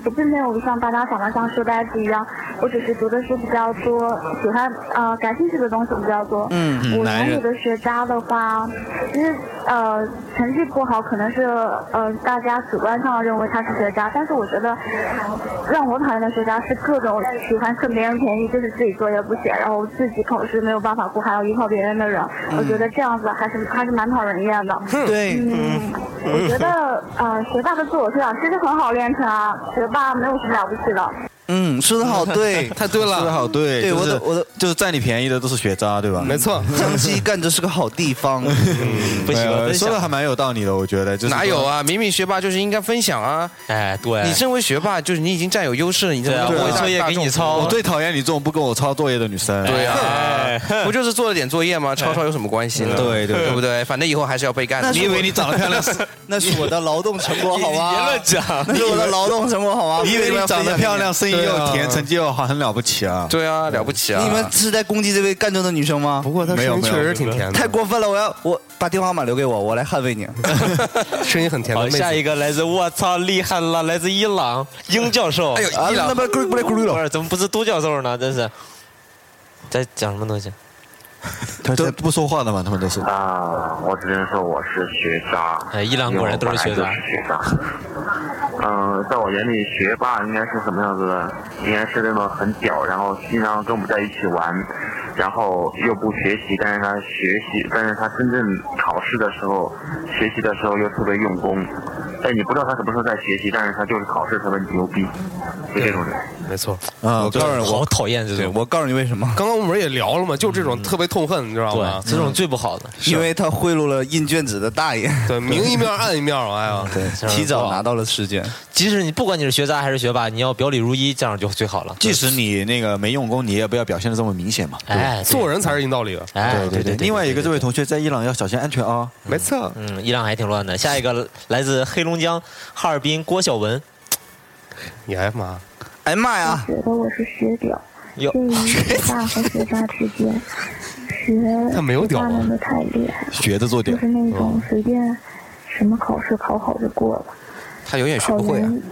Speaker 21: 我并没有像大家想的像书呆子一样，我只是读的书比较多，喜欢呃感兴趣的东西比较多。
Speaker 26: 嗯嗯
Speaker 21: 我
Speaker 26: 男
Speaker 21: 眼
Speaker 26: 人
Speaker 21: 里的学渣的话，其实呃成绩不好可能是呃大家主观上认为他是学渣，但是我觉得让我讨厌的学渣是各种喜欢蹭别人便宜，就是自己作业不写，然后自己考试没有办法过，还要依靠别人的人。我
Speaker 26: 嗯
Speaker 21: 觉得这样子还是还是蛮讨人厌的。
Speaker 26: 对
Speaker 21: 嗯， 我觉得呃学霸的自我修养其实很好练成啊，学霸没有什么了不起的。
Speaker 11: 嗯，说的好对，
Speaker 3: 太对了
Speaker 11: 说的好对，
Speaker 3: 对我的
Speaker 11: 我的
Speaker 3: 就是占你便宜的都是学渣，对吧？
Speaker 11: 没错，江西赣州是个好地方，
Speaker 3: 不
Speaker 11: 喜欢分享
Speaker 3: 说的还蛮有道理的，我觉得。就是
Speaker 2: 哪有？啊？明明学霸就是应该分享啊！
Speaker 7: 哎，对 啊
Speaker 2: 你身为学霸，就是你已经占有优势了，你怎么不会大大众哦
Speaker 3: 我最讨厌你这种不给我抄作业的女生。
Speaker 2: 对
Speaker 7: 哎
Speaker 2: 啊， 不就是做了点作业吗？抄抄有什么关系呢？
Speaker 3: 对对对
Speaker 2: 对不对？反正以后还是要被干的。
Speaker 11: 那是我你以为你长得漂亮
Speaker 3: 啊
Speaker 11: 是那是我的劳动成果，好吗？
Speaker 2: 言论
Speaker 3: 奖
Speaker 11: 那是我的劳动成果，好吗？
Speaker 3: 你以为你长得漂亮，声音又
Speaker 11: 对
Speaker 3: 甜，
Speaker 11: 啊
Speaker 3: 成绩又好，很了不起啊？
Speaker 2: 对啊，了不起啊！
Speaker 11: 你们是在攻击这位赣州的女生吗？不过
Speaker 3: 她没有声音没有确实挺甜的
Speaker 11: 太过分了！我要我把电话号码留给我，我来捍卫你。
Speaker 9: 声音很甜
Speaker 7: 好，下一个来自我操，厉害了，来自伊朗英教授。
Speaker 11: 哎呦伊
Speaker 7: 啊
Speaker 11: 朗那不是咕噜咕噜咕噜了
Speaker 7: 不是，怎么不是都教授呢？真是，在讲什么东西？
Speaker 3: 他都不说话的嘛，他们都是。
Speaker 1: 啊，我只能说我是学渣。
Speaker 7: 哎伊朗果然都是学渣
Speaker 1: 因为我本来就是学渣。嗯、在我眼里，学霸应该是什么样子的？应该是那种很屌，然后经常跟我们在一起玩，然后又不学习，但是他学习，但是他真正考试的时候，学习的时候又特别用功。哎，你不知道他什么时候在学习，但是他就是考试特别牛逼，就这种人。
Speaker 2: 没错，
Speaker 3: 啊，
Speaker 7: 哦
Speaker 11: 我告诉你，我
Speaker 7: 讨厌这
Speaker 11: 种。我告诉你为什么？
Speaker 9: 刚刚我们也聊了嘛，就这种特别痛恨，你知道
Speaker 7: 啊
Speaker 9: 吗？
Speaker 11: 对这种
Speaker 7: 最不好的，
Speaker 11: 因为他贿赂了印卷子的大爷，
Speaker 9: 对，明一面暗一面，哎呀，
Speaker 11: 对，提早拿到了时间。
Speaker 7: 即使你不管你是学渣还是学霸，你要表里如一，这样就最好了。
Speaker 3: 即使你那个没用功，你也不要表现的这么明显嘛。
Speaker 7: 哎对做
Speaker 9: 人才是硬道理的。
Speaker 7: 哎对对对对
Speaker 3: 另外一个这位同学在伊朗要小心安全啊。
Speaker 9: 没错。
Speaker 7: 嗯，伊朗还挺乱的。下一个来自黑龙江哈尔滨郭晓文，
Speaker 9: 你哎妈，
Speaker 11: 哎妈呀！
Speaker 21: 觉得我是学屌，
Speaker 7: 哟
Speaker 21: 介于学霸和学渣之间，学
Speaker 9: 他没有屌
Speaker 21: 学
Speaker 9: 啊
Speaker 21: 霸们都太厉害了，
Speaker 3: 学着做
Speaker 21: 就
Speaker 3: 点
Speaker 21: 是。那种
Speaker 2: 嗯
Speaker 21: 随便什么考试考好就过了，
Speaker 2: 他永远学
Speaker 21: 考
Speaker 2: 不会啊。
Speaker 21: 研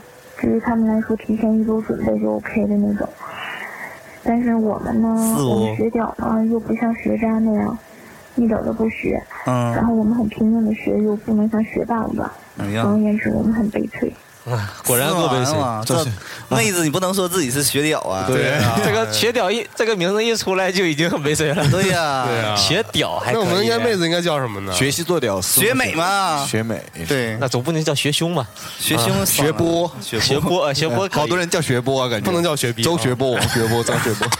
Speaker 21: 对于他们来说提前一周准备就 OK 的那种。但是我们呢，
Speaker 26: 四五
Speaker 21: 我们学屌呢又不像学渣那样一点儿都不学，
Speaker 26: 嗯
Speaker 21: 然后我们很拼命的学，又不能像学霸一样，
Speaker 11: 哎呀
Speaker 21: 总而言之我们很悲催。
Speaker 7: 果然
Speaker 11: 过
Speaker 7: 恶
Speaker 11: 完
Speaker 7: 被谁
Speaker 11: 了，
Speaker 7: 就
Speaker 11: 这
Speaker 7: 是
Speaker 11: 妹子你不能说自己是学屌啊。
Speaker 7: 这个学屌一这个名字一出来就已经很悲催了。
Speaker 11: 对呀对 呀
Speaker 7: 学屌还
Speaker 9: 啊那我们
Speaker 7: 可以哎
Speaker 9: 应该妹子应该叫什么呢？
Speaker 3: 学习做屌丝，
Speaker 11: 学美嘛
Speaker 3: 学美。
Speaker 11: 对，
Speaker 7: 哎那总不能叫学胸吧？
Speaker 11: 学
Speaker 7: 啊
Speaker 11: 胸爽了
Speaker 3: 学波，
Speaker 7: 学波呃学波可以
Speaker 3: 好多人叫学波啊，感觉
Speaker 7: 不能叫学逼
Speaker 3: 周学 波，王学波，张学波。啊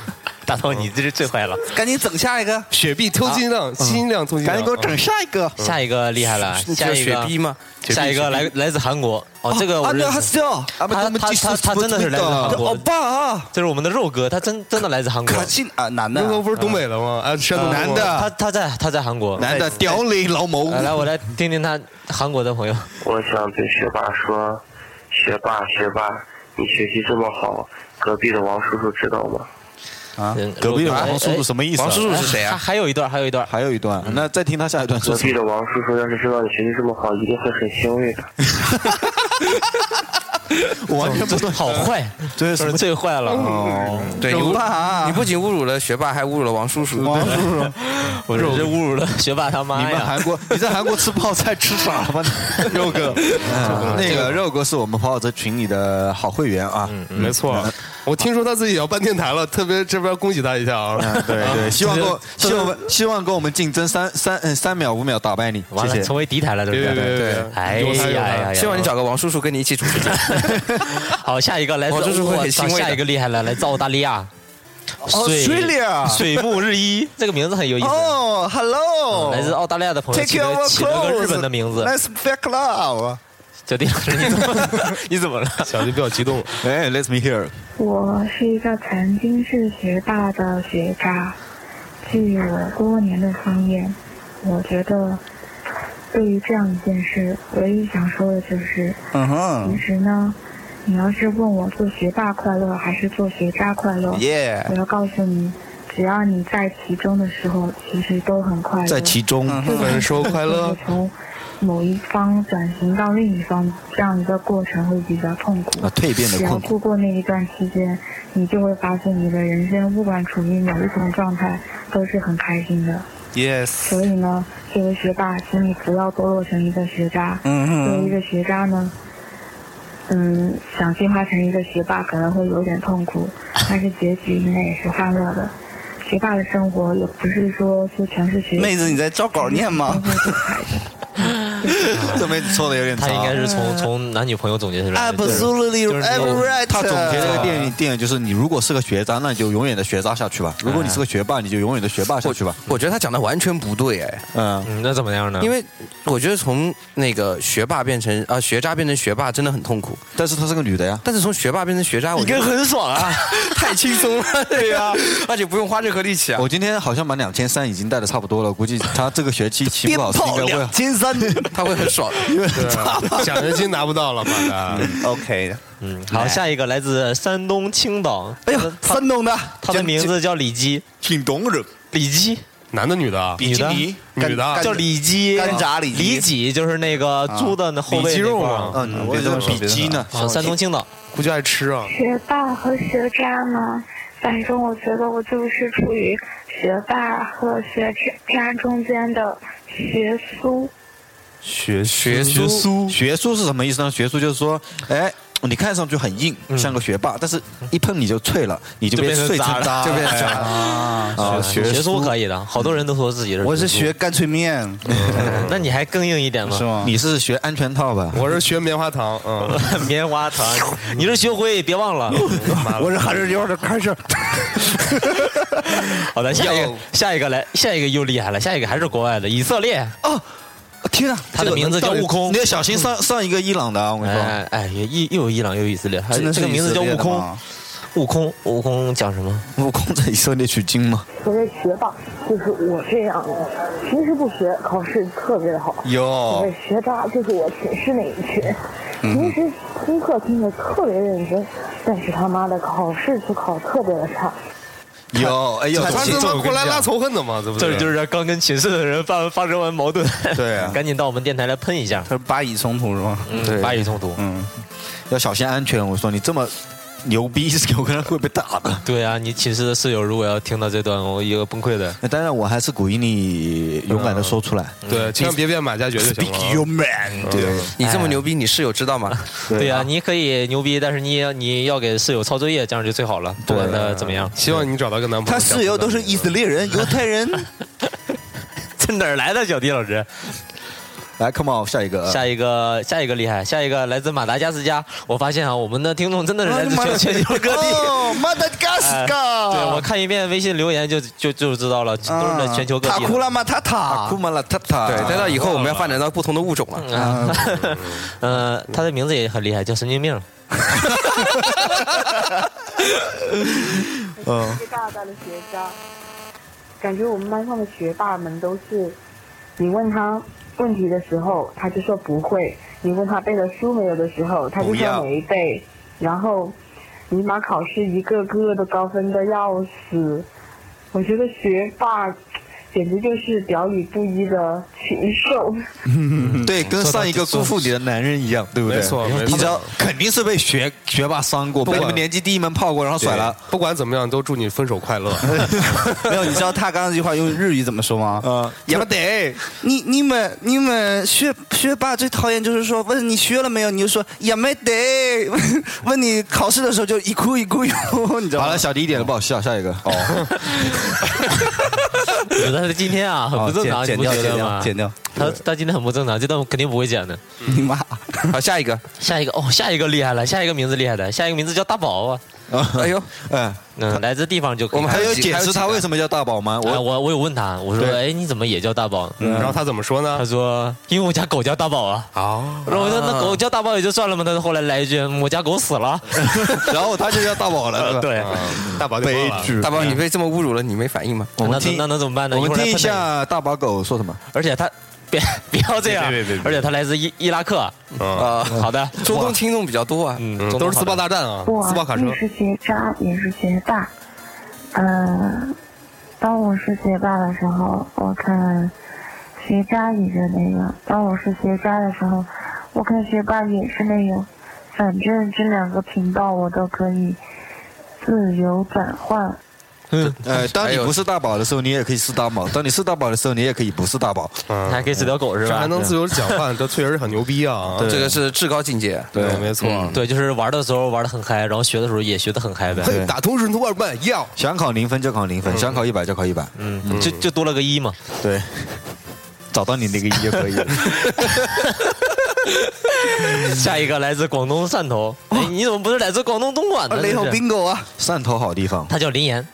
Speaker 7: 大头你这是最坏了。
Speaker 9: 嗯
Speaker 11: 赶紧整下一个
Speaker 9: 雪碧偷金量，金啊量偷金量，
Speaker 7: 赶紧给我整
Speaker 11: 下一个
Speaker 7: 下一个厉害了，
Speaker 9: 你
Speaker 7: 下一
Speaker 9: 叫
Speaker 7: 个
Speaker 9: 雪碧吗
Speaker 7: 下一个
Speaker 9: 雪碧
Speaker 7: 来来自韩国哦
Speaker 9: 啊，
Speaker 7: 这个我
Speaker 9: 啊
Speaker 7: 认
Speaker 9: 那还
Speaker 7: 识
Speaker 9: 是叫啊。
Speaker 7: 他
Speaker 9: 不他
Speaker 7: 他
Speaker 9: 们
Speaker 7: 他
Speaker 9: 技术
Speaker 7: 他
Speaker 9: 不
Speaker 7: 他真的是来自韩国，
Speaker 9: 欧巴啊！
Speaker 7: 这是我们的肉哥，他真真的来自韩国。可
Speaker 11: 亲啊，男
Speaker 9: 那个不是东北的吗？哎，山东
Speaker 7: 男的，他他在他在韩国，
Speaker 9: 男
Speaker 3: 哎
Speaker 9: 的屌
Speaker 3: 你老某
Speaker 7: 来，我来听听他韩国的朋友。
Speaker 1: 我想对学霸说，学霸学霸，你学习这么好，隔壁的王叔叔知道吗？
Speaker 3: 啊，
Speaker 7: 嗯
Speaker 3: 隔壁的王叔叔什么意思啊？
Speaker 7: 还还有一段，还有一段，
Speaker 3: 还有一段。那再听他下一段说
Speaker 1: 隔
Speaker 3: 什么
Speaker 1: 壁的王叔叔要是知道你学习这么好，一定会很欣慰的。
Speaker 3: 我完全不懂，
Speaker 7: 好坏，
Speaker 3: 这
Speaker 7: 是最坏了。
Speaker 2: 哦，对，你
Speaker 7: 怎么
Speaker 2: 侮
Speaker 7: 办啊
Speaker 2: 你不仅侮辱了学霸，还侮辱了王叔叔。
Speaker 3: 王叔叔，
Speaker 7: 我这是侮辱了学霸他妈呀！
Speaker 3: 你们韩国，你在韩国吃泡菜吃傻吗？哎 肉哥，那嗯个肉哥是我们跑跑车群里的好会员啊，
Speaker 9: 没错， 我听说他自己也要办电台了，特别这边恭喜他一下啊！
Speaker 3: 对对，希望跟我希望我们希望跟我们竞争三三嗯三秒五秒打败你，
Speaker 7: 完
Speaker 3: 谢
Speaker 7: 了
Speaker 3: 谢。
Speaker 7: 成为敌台了，对不
Speaker 3: 对对对
Speaker 7: 对
Speaker 3: 对，
Speaker 7: 哎
Speaker 3: 有
Speaker 7: 呀
Speaker 3: 他有他
Speaker 7: 呀呀！
Speaker 3: 希望你
Speaker 2: 找个王叔叔跟你一起主持。
Speaker 7: 好，下一个来自
Speaker 2: 王叔叔会
Speaker 7: 哇
Speaker 2: 很欣慰的
Speaker 7: 下一个厉害了，来自澳大利亚。
Speaker 11: 哦水里啊
Speaker 7: 水木日一，这个名字很有意思。
Speaker 11: 哦，Hello，
Speaker 7: 来自澳大利亚的朋友
Speaker 11: Take
Speaker 7: 起了
Speaker 11: your
Speaker 7: 起了个日本的名字
Speaker 11: clothes,。，Let's back love。
Speaker 7: 小弟老师，你怎么你怎么了？
Speaker 9: 小弟比较激动。
Speaker 3: 哎，Let me hear。
Speaker 21: 我是一个曾经是学霸的学渣，据我多年的经验，我觉得对于这样一件事，唯一想说的就是，
Speaker 11: 嗯哼
Speaker 21: 其实呢，你要是问我做学霸快乐还是做学渣快乐
Speaker 11: Yeah
Speaker 21: 我要告诉你，只要你在其中的时候，其实都很快乐。
Speaker 3: 在其中
Speaker 21: 就
Speaker 3: 有人说快 乐
Speaker 21: 就是从某一方转型到另一方这样一个过程会比较痛苦。
Speaker 3: 啊蜕变的
Speaker 21: 只要
Speaker 3: 困
Speaker 21: 度过那一段期间，你就会发现你的人生不管处于哪一种状态，都是很开心的。
Speaker 27: Yes，
Speaker 21: 所以呢，作为学霸，请你不要堕落成一个学渣。
Speaker 27: 嗯嗯
Speaker 21: 作为一个学渣呢，嗯，想进化成一个学霸可能会有点 痛苦，但是结局应该也是欢乐的。学霸的生活也不是说就全是学习
Speaker 28: 妹子，你在照稿念吗？
Speaker 3: 这妹子抽的有点
Speaker 7: 他应该是从从男女朋友总结出
Speaker 9: 啊
Speaker 7: 来的。
Speaker 28: Absolutely
Speaker 7: 就是就是
Speaker 28: right
Speaker 3: 他总结这个电影电影就是，你如果是个学渣，那你就永远的学渣下去吧；如果你是个学霸，你就永远的学霸下去吧。
Speaker 11: 我觉得他讲的完全不对哎。
Speaker 3: 嗯，
Speaker 7: 那怎么样呢？
Speaker 11: 因为我觉得从那个学霸变成啊、学渣变成学霸真的很痛苦，
Speaker 3: 但是她是个女的呀。
Speaker 11: 但是从学霸变成学渣，我
Speaker 3: 你
Speaker 11: 觉得
Speaker 3: 跟很
Speaker 11: 爽啊， 太轻松了。对呀、而且不用花任何力气啊。
Speaker 3: 我今天好像把两千三已经带的差不多了，估计他这个学期期
Speaker 11: 鞭
Speaker 3: 末老师
Speaker 11: 炮
Speaker 3: 应该会
Speaker 11: 两千 三，他会很爽，
Speaker 3: 因为
Speaker 9: 奖学金拿不到了嘛。
Speaker 28: OK，
Speaker 7: 嗯，好，下一个来自山东青岛，
Speaker 28: 哎呦，山东的，
Speaker 7: 他的名字叫李基，
Speaker 3: 挺懂人，
Speaker 7: 李基，
Speaker 9: 男的女的啊？
Speaker 7: 女的，
Speaker 9: 女的啊
Speaker 7: 叫李基，
Speaker 9: 干炸李基
Speaker 7: 李几就是那个
Speaker 3: 啊
Speaker 7: 猪的那后背那块儿
Speaker 3: 嗯，我也这么比基呢
Speaker 7: 啊，山东青岛，
Speaker 9: 估计爱吃啊。
Speaker 21: 学霸和学渣呢，反正我觉得我就是处于学霸和学渣中间的学苏。
Speaker 3: 学学
Speaker 11: 学
Speaker 3: 苏嗯学苏是什么意思呢？学苏就是说，哎。你看上去很硬，像个学霸，但是一碰你就脆了，你嗯就
Speaker 7: 就
Speaker 3: 变
Speaker 7: 变成
Speaker 3: 碎成
Speaker 7: 渣了
Speaker 3: 就变
Speaker 7: 哎
Speaker 3: 成渣
Speaker 7: 啊
Speaker 3: 啊！
Speaker 7: 学
Speaker 3: 学
Speaker 7: 学苏可以的，好多人都说自己是。
Speaker 3: 我是学
Speaker 28: 干脆面，
Speaker 7: 那你还更硬一点吗？
Speaker 3: 你是学安全套吧？
Speaker 9: 我是学棉花糖，嗯，
Speaker 7: 棉花糖，你是学会，别 忘了。
Speaker 28: 我是还是有点开始。
Speaker 7: 好的，下一个，下一个来，下一个又厉害了，下一个还是国外的以色列。
Speaker 3: 哦，天哪，
Speaker 7: 他的名字叫悟空，嗯
Speaker 3: 你要小心上上一个伊朗的啊！我跟你说，
Speaker 7: 哎哎，也一又有伊朗又有以色列，还
Speaker 3: 真的是
Speaker 7: 这个名字叫
Speaker 3: 以色
Speaker 7: 悟
Speaker 3: 列的
Speaker 7: 空
Speaker 3: 吗。
Speaker 7: 悟空，悟空讲什么？
Speaker 3: 悟空在以色列取经吗？
Speaker 29: 所谓学霸就是我这样的，平时不学，考试特别的好。
Speaker 3: 哟
Speaker 29: 所 谓学渣就是我寝室那一群，平时听课听得特别认真，但是他妈的考试就考特别的差。
Speaker 3: 有，哎呦，
Speaker 9: 他
Speaker 3: 这
Speaker 9: 他
Speaker 3: 我
Speaker 9: 妈
Speaker 3: 跟
Speaker 9: 过
Speaker 3: 你
Speaker 9: 来
Speaker 3: 讲
Speaker 9: 拉仇恨的嘛，这不
Speaker 7: 这就是刚跟寝室的人发发生完矛盾，
Speaker 3: 啊对啊
Speaker 7: 赶紧到我们电台来喷一下。
Speaker 28: 他是巴以冲突是吗？
Speaker 7: 嗯，巴以冲突，
Speaker 28: 嗯，
Speaker 3: 要小心安全。我说你这么牛逼，有可能会被打 的。
Speaker 7: 对啊，你寝室的室友如果要听到这段，我一个崩溃的。
Speaker 3: 那当然，我还是鼓励你勇敢的说出来。
Speaker 9: 对，千万别变马加爵就行了。
Speaker 3: Your man，对嗯
Speaker 11: 你这么牛逼，你室友知道吗？
Speaker 7: 对呀、你可以牛逼，但是你也你要给室友抄作业，这样就最好了，不管他怎么样。
Speaker 9: 希望你找到个男朋
Speaker 28: 他
Speaker 9: 友。
Speaker 28: 室友都是以色列人、犹 太人。
Speaker 7: 这哪儿来的小迪老师？
Speaker 3: 来，come 哎 on，下一个，
Speaker 7: 下一个，下一个厉害，下一个来自马达加斯加。我发现啊，我们的听众真的是来自全全球各地。
Speaker 28: 哦，马达加斯
Speaker 7: 哎
Speaker 28: 加。
Speaker 7: 对，我看一遍微信留言就就就知道了，都是在全球各地
Speaker 28: 塔库
Speaker 7: 的。
Speaker 28: 拉马塔塔，
Speaker 11: 库
Speaker 3: 马拉塔塔
Speaker 11: 啊对，待到以后我们要发展到不同的物种
Speaker 28: 啊
Speaker 11: 了。
Speaker 7: 呃，他的名字也很厉害，叫神经病。
Speaker 3: 嗯，
Speaker 29: 是大大的学渣，感觉我们班上的学霸们都是，你问他问题的时候，他就说不会；你问他背的书没有的时候，他就
Speaker 30: 不要
Speaker 29: 说没背。然后，尼玛考试一个个都高分的要死，我觉得学霸简直就是表里不一的禽兽。
Speaker 3: 对，跟上一个辜负你的男人一样，对不对？
Speaker 9: 没错没错
Speaker 3: 你知道肯定是被学学霸伤过，被你们年级第一门泡过，然后甩了。
Speaker 9: 对。不管怎么样，都祝你分手快乐。
Speaker 28: 没有，你知道他刚刚那句话用日语怎么说吗？
Speaker 11: 嗯
Speaker 3: 呃
Speaker 28: 啊，也不得。你你们你们学学霸最讨厌就是说问你学了没有，你就说也没得。 问问你考试的时候就一哭一哭哟，你知道吗？
Speaker 3: 好了，小迪一点都不好笑，下一个。 哦，
Speaker 7: 我觉得他今天啊很不正常，
Speaker 28: 哦剪
Speaker 7: 你不
Speaker 28: 剪掉
Speaker 7: 觉得吗？
Speaker 28: 剪掉
Speaker 7: 他他今天很不正常，这段我肯定不会剪的。
Speaker 28: 你妈！好，下一 个，
Speaker 7: 下一个哦，下一个厉害了，下一个名字厉害的，下一个名字叫大宝啊。
Speaker 28: 哎呦，
Speaker 3: 嗯
Speaker 7: 嗯，来自地方就可以。
Speaker 3: 我们还有解释他为什么叫大宝吗？
Speaker 7: 哎
Speaker 3: 我
Speaker 7: 我我有问他，我说
Speaker 3: 对
Speaker 7: 哎你怎么也叫大宝？
Speaker 3: 嗯然后
Speaker 9: 他怎么说呢？
Speaker 7: 他说因为我家狗叫大宝啊。
Speaker 9: 哦。
Speaker 7: 然后我说那狗叫大宝也就算了嘛，他后来来一句嗯我家狗死了，
Speaker 3: 然后他就叫大宝了。
Speaker 7: 对，
Speaker 9: 啊大宝
Speaker 3: 悲剧。
Speaker 11: 大宝，你被这么侮辱了，你没反应吗？
Speaker 3: 我
Speaker 7: 那
Speaker 3: 们
Speaker 7: 能
Speaker 3: 听
Speaker 7: 那能怎么办呢？
Speaker 3: 我们
Speaker 7: 会儿来
Speaker 3: 听一
Speaker 7: 喷他
Speaker 3: 下大宝狗说什么。
Speaker 7: 而且他别不要这样，
Speaker 3: 别别别别
Speaker 7: 啊而且他来自伊伊拉克啊、
Speaker 2: 嗯
Speaker 7: 好的，
Speaker 11: 中东听众比较多啊，
Speaker 7: 嗯
Speaker 11: 都是自爆大战啊
Speaker 29: 我，
Speaker 11: 自爆卡车
Speaker 29: 也。是学渣，也是学霸。嗯、
Speaker 21: 呃当我是学霸的时候，我看学渣也是那样；当我是学渣的时候，我看学霸也是那样。反正这两个频道我都可以自由转换。
Speaker 3: 嗯，呃，当你不是大宝的时候，你也可以是大宝；当你是大宝的时候，你也可以不是大宝。嗯，
Speaker 7: 还可以是条狗是吧
Speaker 9: 这还能自由讲话，这确实很牛逼啊！
Speaker 7: 对
Speaker 2: 这个是至高境界。
Speaker 9: 对，没错。
Speaker 7: 对，嗯就是玩的时候玩的很嗨，然后学的时候也学的很嗨呗。
Speaker 9: 嘿，打通任督二脉，要
Speaker 3: 想考零分就考零分，想考一百就考一百。
Speaker 7: 嗯，就就多了个一嘛。
Speaker 3: 对，找到你那个一就可以了。
Speaker 7: 下一个来自广东汕头，哎，你怎么不是来自广东东莞
Speaker 28: 哦
Speaker 7: 呢？
Speaker 11: 雷
Speaker 7: 这
Speaker 11: 好
Speaker 7: 是
Speaker 11: bingo 啊！
Speaker 3: 汕头好地方，
Speaker 7: 他叫林岩，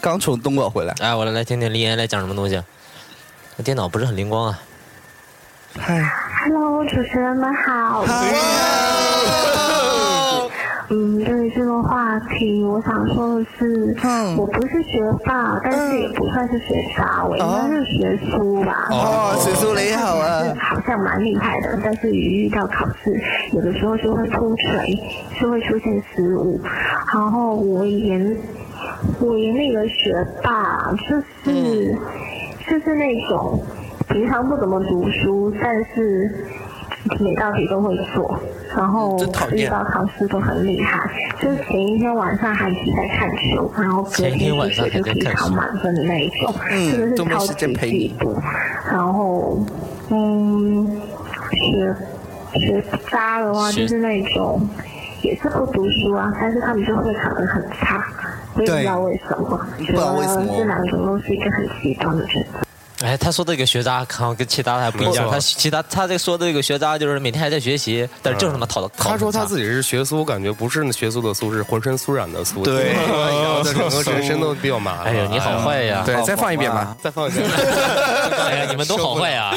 Speaker 11: 刚从东莞回来。
Speaker 7: 哎，我来来听听林岩来讲什么东西。那电脑不是很灵光啊。
Speaker 21: Hello，主持人们好。嗯，对于这个话题，我想说的是，我不是学霸，但是也不算是学渣，我应该是学苏吧。
Speaker 11: 哦学苏你好啊
Speaker 21: 好像蛮厉害的，但是一遇到考试，有的时候就会出锤，就会出现失误。然后我演，我演那个学霸，就是、就是那种平常不怎么读书，但是每道题都会做，然后
Speaker 7: 嗯
Speaker 21: 遇到考试都很厉害。就是前一天晚上还一直在看书，然后隔
Speaker 7: 前一天晚
Speaker 21: 一
Speaker 7: 上
Speaker 21: 学就
Speaker 7: 还在
Speaker 21: 可以
Speaker 7: 看
Speaker 21: 考
Speaker 7: 书
Speaker 21: 满分的那一种，
Speaker 7: 嗯
Speaker 21: 真的
Speaker 7: 都
Speaker 21: 是
Speaker 7: 没
Speaker 21: 超
Speaker 7: 时
Speaker 21: 级
Speaker 7: 间陪
Speaker 21: 嫉妒。然后，嗯，学学渣的话
Speaker 31: 学
Speaker 21: 就是那种也是不读书啊，但是他们就会考得很差。我也不知道为什么，觉
Speaker 7: 知道为什
Speaker 21: 得
Speaker 7: 么
Speaker 21: 这两种都是一个很极端的事情。
Speaker 7: 哎，他说的这个学渣，好像跟其他还不一
Speaker 9: 没
Speaker 7: 样。
Speaker 9: 错
Speaker 7: 他其他他这说的这个学渣，就是每天还在学习，
Speaker 2: 嗯
Speaker 7: 但是就是他妈考的。
Speaker 9: 他说他自
Speaker 7: 己
Speaker 9: 己是学苏，感觉不是学苏的苏，是浑身酥软的苏。
Speaker 7: 对
Speaker 9: 然 后他整个人身都比较麻了。
Speaker 7: 哎呀你
Speaker 2: 嗯
Speaker 7: 好坏呀
Speaker 9: 对
Speaker 7: 好，
Speaker 9: 再放一遍吧
Speaker 7: 好，
Speaker 9: 再放一遍。
Speaker 7: 哎 呀，你们都好 坏呀！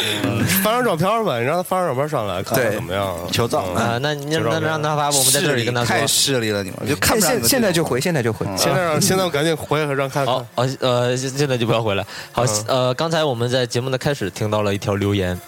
Speaker 9: 发张照片吧，你让他发张照片上来，看看
Speaker 11: 对
Speaker 9: 怎么样？嗯
Speaker 3: 求照
Speaker 2: 哎
Speaker 7: 啊那你让
Speaker 9: 求照片
Speaker 7: 那让他发我们在这里跟他说
Speaker 11: 太势利了，你们就看
Speaker 2: 看
Speaker 3: 哎
Speaker 11: 不上你
Speaker 2: 现
Speaker 11: 们
Speaker 2: 现在就回，现在就回，
Speaker 9: 现在让现在我赶紧回来让看看。
Speaker 7: 哦呃，现现在就不要回来。好
Speaker 9: 嗯
Speaker 7: 呃，刚才我们在节目的开始听到了一条留言。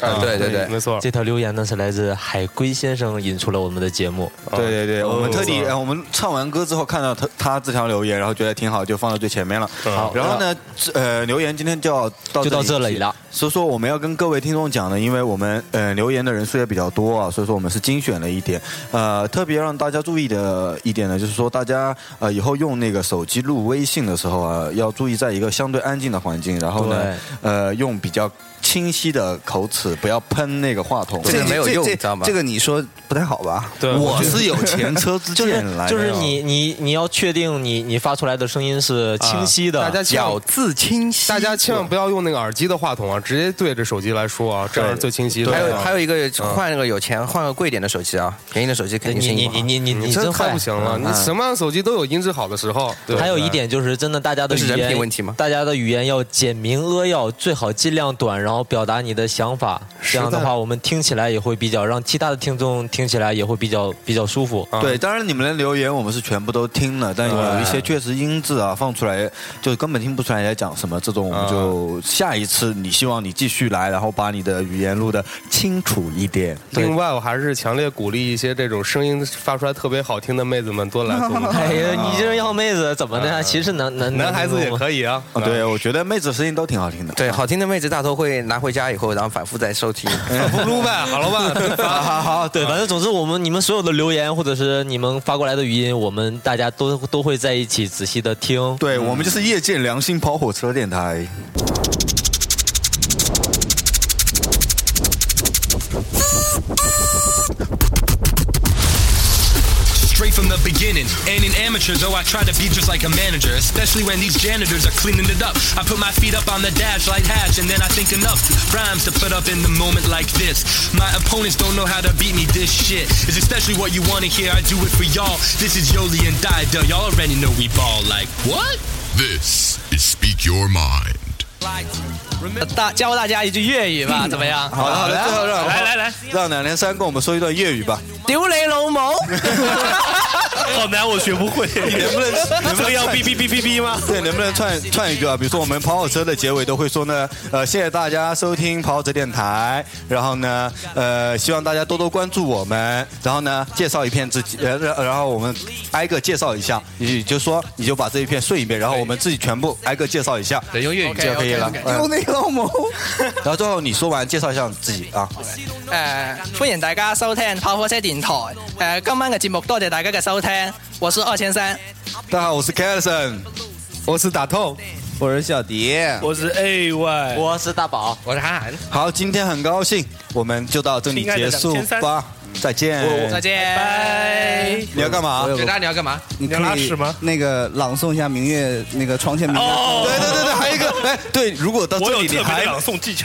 Speaker 9: 啊对对对没错
Speaker 7: 这条留言呢是来自海龟先生引出了我们的节目。
Speaker 3: 对对对，
Speaker 7: 哦
Speaker 3: 我们特地，呃我们唱完歌之后看到他他这条留言，然后觉得挺好，就放到最前面了。
Speaker 7: 嗯好
Speaker 3: 然后呢，这呃，留言今天就要到
Speaker 7: 就到这里了。
Speaker 3: 所以说我们要跟各位听众讲呢，因为我们呃留言的人数也比较多啊，所以说我们是精选了一点。呃，特别让大家注意的一点呢，就是说大家呃以后用那个手机录微信的时候啊，要注意在一个相对安静的环境，然后呢
Speaker 2: 对，
Speaker 3: 呃，用比较清晰的口齿，不要喷那个话筒，
Speaker 11: 这这
Speaker 3: 你知道吗
Speaker 11: 这个你说不太好吧？
Speaker 3: 我是有前车之鉴来的，
Speaker 11: 哎
Speaker 7: 就是你你你要确定你你发出来的声音是清晰的，
Speaker 9: 大家千万
Speaker 11: 字清晰。
Speaker 9: 大家千万不要用那个耳机的话筒啊，直接对着手机来说啊，这样是最清晰的。
Speaker 2: 还有还有一个
Speaker 9: 嗯
Speaker 2: 换个有钱换个贵一点的手机啊，便宜的手机肯定声音不好
Speaker 9: 这太不行了，你什么样的手机都有音质好的时候。对
Speaker 7: 还有一点就是，真的大家的
Speaker 9: 这
Speaker 7: 语
Speaker 9: 是
Speaker 7: 言
Speaker 9: 人品问题吗
Speaker 7: 大家的语言要简明扼要，最好尽量短，然后表达你的想法。这样
Speaker 3: 实
Speaker 7: 的
Speaker 3: 在
Speaker 7: 话，我们听起来也会比较，让其他的听众听起来也会比较比较舒服。
Speaker 3: 对，当然你们的留言我们是全部都听了，但有一些确实音质啊放出来就根本听不出来你在讲什么，这种我们就下一次你希望你继续来，然后把你的语言录的清楚一点。
Speaker 9: 另外，我还是强烈鼓励一些这种声音发出来特别好听的妹子们多来做梦。
Speaker 7: 哎呀，你这要妹子怎么的？其实男男
Speaker 9: 男孩子也可以啊。
Speaker 3: 啊，对，我觉得妹子声音都挺好听的。
Speaker 2: 对，好听的妹子大头会拿回家以后，然后反复再收听，
Speaker 9: 反复撸呗，好了吧？
Speaker 7: 好好好，对，反正总之我们你们所有的留言或者是你们发过来的语音，我们大家都都会在一起仔细的听。
Speaker 3: 对，我们就是业界良心跑火车电台。
Speaker 8: Straight from the beginning, and an amateur, though I try to be just like a manager, especially when these janitors are cleaning it up. I put my feet up on the dash like hash, and then I think enough rhymes to put up in the moment like this. My opponents don't know how to beat me. This shit is especially what you want to hear. I do it for y'all. This is Yoli and Didel. Y'all already know we ball like what? This is Speak Your Mind.
Speaker 7: 大教大家一句粤语
Speaker 2: 嗯
Speaker 7: 吧，怎么样？
Speaker 3: 好的，好的，最后让
Speaker 7: 来来来，
Speaker 3: 让两连三跟我们说一段粤语吧。
Speaker 7: 屌你老母！好难，我学不会。
Speaker 3: 你能不能能
Speaker 7: 这
Speaker 3: 不
Speaker 7: 个
Speaker 3: 能
Speaker 7: 要
Speaker 3: 串
Speaker 7: 哔哔哔哔哔吗？
Speaker 3: 对，能不能串串一句啊？比如说我们跑火车的结尾都会说呢，呃，谢谢大家收听跑火车电台，然后呢，呃，希望大家多多关注我们，然后呢，介绍一遍自己，呃，然然后我们挨个介绍一下，你就说你就把这一片顺一遍，然后我们自己全部挨个介绍一下，
Speaker 12: 对，用粤
Speaker 3: 语就可以了。嗯
Speaker 11: 用那个毛。
Speaker 3: 然后最后你说完介绍一下你自己啊。
Speaker 2: 誒、歡呃迎大家收聽跑火車電台。誒、今晚嘅節目多謝大家嘅收聽，我是二千三。
Speaker 3: 大家好，我是 Carson，
Speaker 9: 我是打透，
Speaker 3: 我是小迪，
Speaker 7: 我是 AY，
Speaker 13: 我是大宝，
Speaker 12: 我是韩寒。
Speaker 3: 好，今天很高兴，我们就到这里
Speaker 12: 亲爱的
Speaker 3: 结束
Speaker 12: 2300
Speaker 3: 吧，再见，
Speaker 7: 哦
Speaker 2: 再
Speaker 7: 哎
Speaker 2: 见，拜。
Speaker 3: 你要干嘛？
Speaker 11: 我有个
Speaker 12: 你要干嘛？
Speaker 11: 你可以那个朗诵一下明月那个床前明月。
Speaker 7: 哦
Speaker 3: 对对对对，还有一个，哎，对，如果到这里你还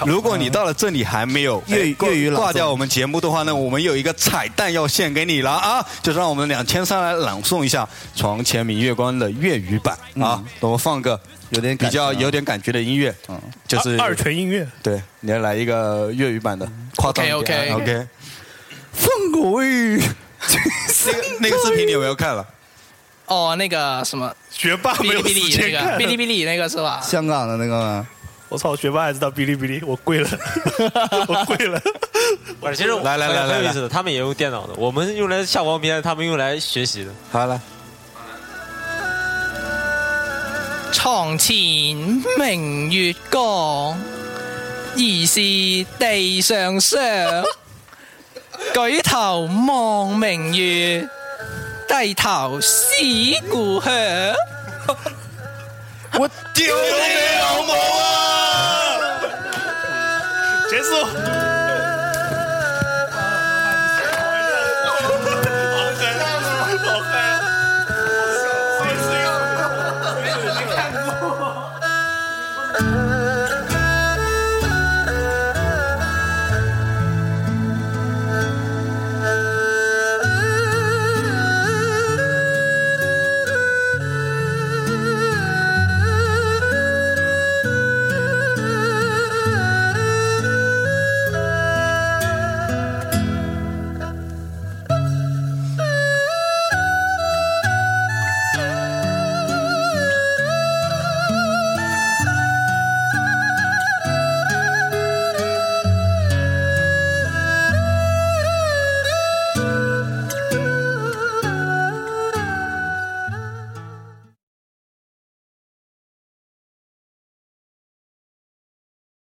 Speaker 3: 如果你到了这里还没有
Speaker 11: 粤语
Speaker 3: 哎
Speaker 11: 粤语朗诵
Speaker 3: 挂掉我们节目的话呢，我们有一个彩蛋要献给你了啊！就是让我们两千三来朗诵一下《床前明月光》的粤语版啊，我们放个有点比较有点感觉的音乐，嗯，就是
Speaker 7: 啊二泉音乐，
Speaker 3: 对，你要来一个粤语版的，夸张一点啊
Speaker 7: OK，OK
Speaker 3: OK。放过雨，那个那个视频你有没有看了？
Speaker 2: 哦，那個什麼
Speaker 7: 学霸
Speaker 2: 哔
Speaker 7: 没
Speaker 2: 哩
Speaker 7: 有
Speaker 2: 哔哩
Speaker 7: 时
Speaker 2: 那
Speaker 7: 间
Speaker 2: 個
Speaker 7: 看
Speaker 2: 哔哩哔哩那個是吧？
Speaker 11: 香港的那个吗？
Speaker 7: 我操，学霸还知道哔哩哔哩，我跪了， 我跪了。
Speaker 13: 我其实我
Speaker 7: 来
Speaker 3: 来来
Speaker 13: 很有
Speaker 3: 来
Speaker 13: 意思的，他们也用电脑的，我们用来下光片，他们用来学习的。
Speaker 3: 好了，
Speaker 2: 床前明月光，疑是地上霜。舉頭望明月，低頭思故鄉。
Speaker 3: 我屌你老母啊！
Speaker 7: 结束。好嗨，好嗨啊！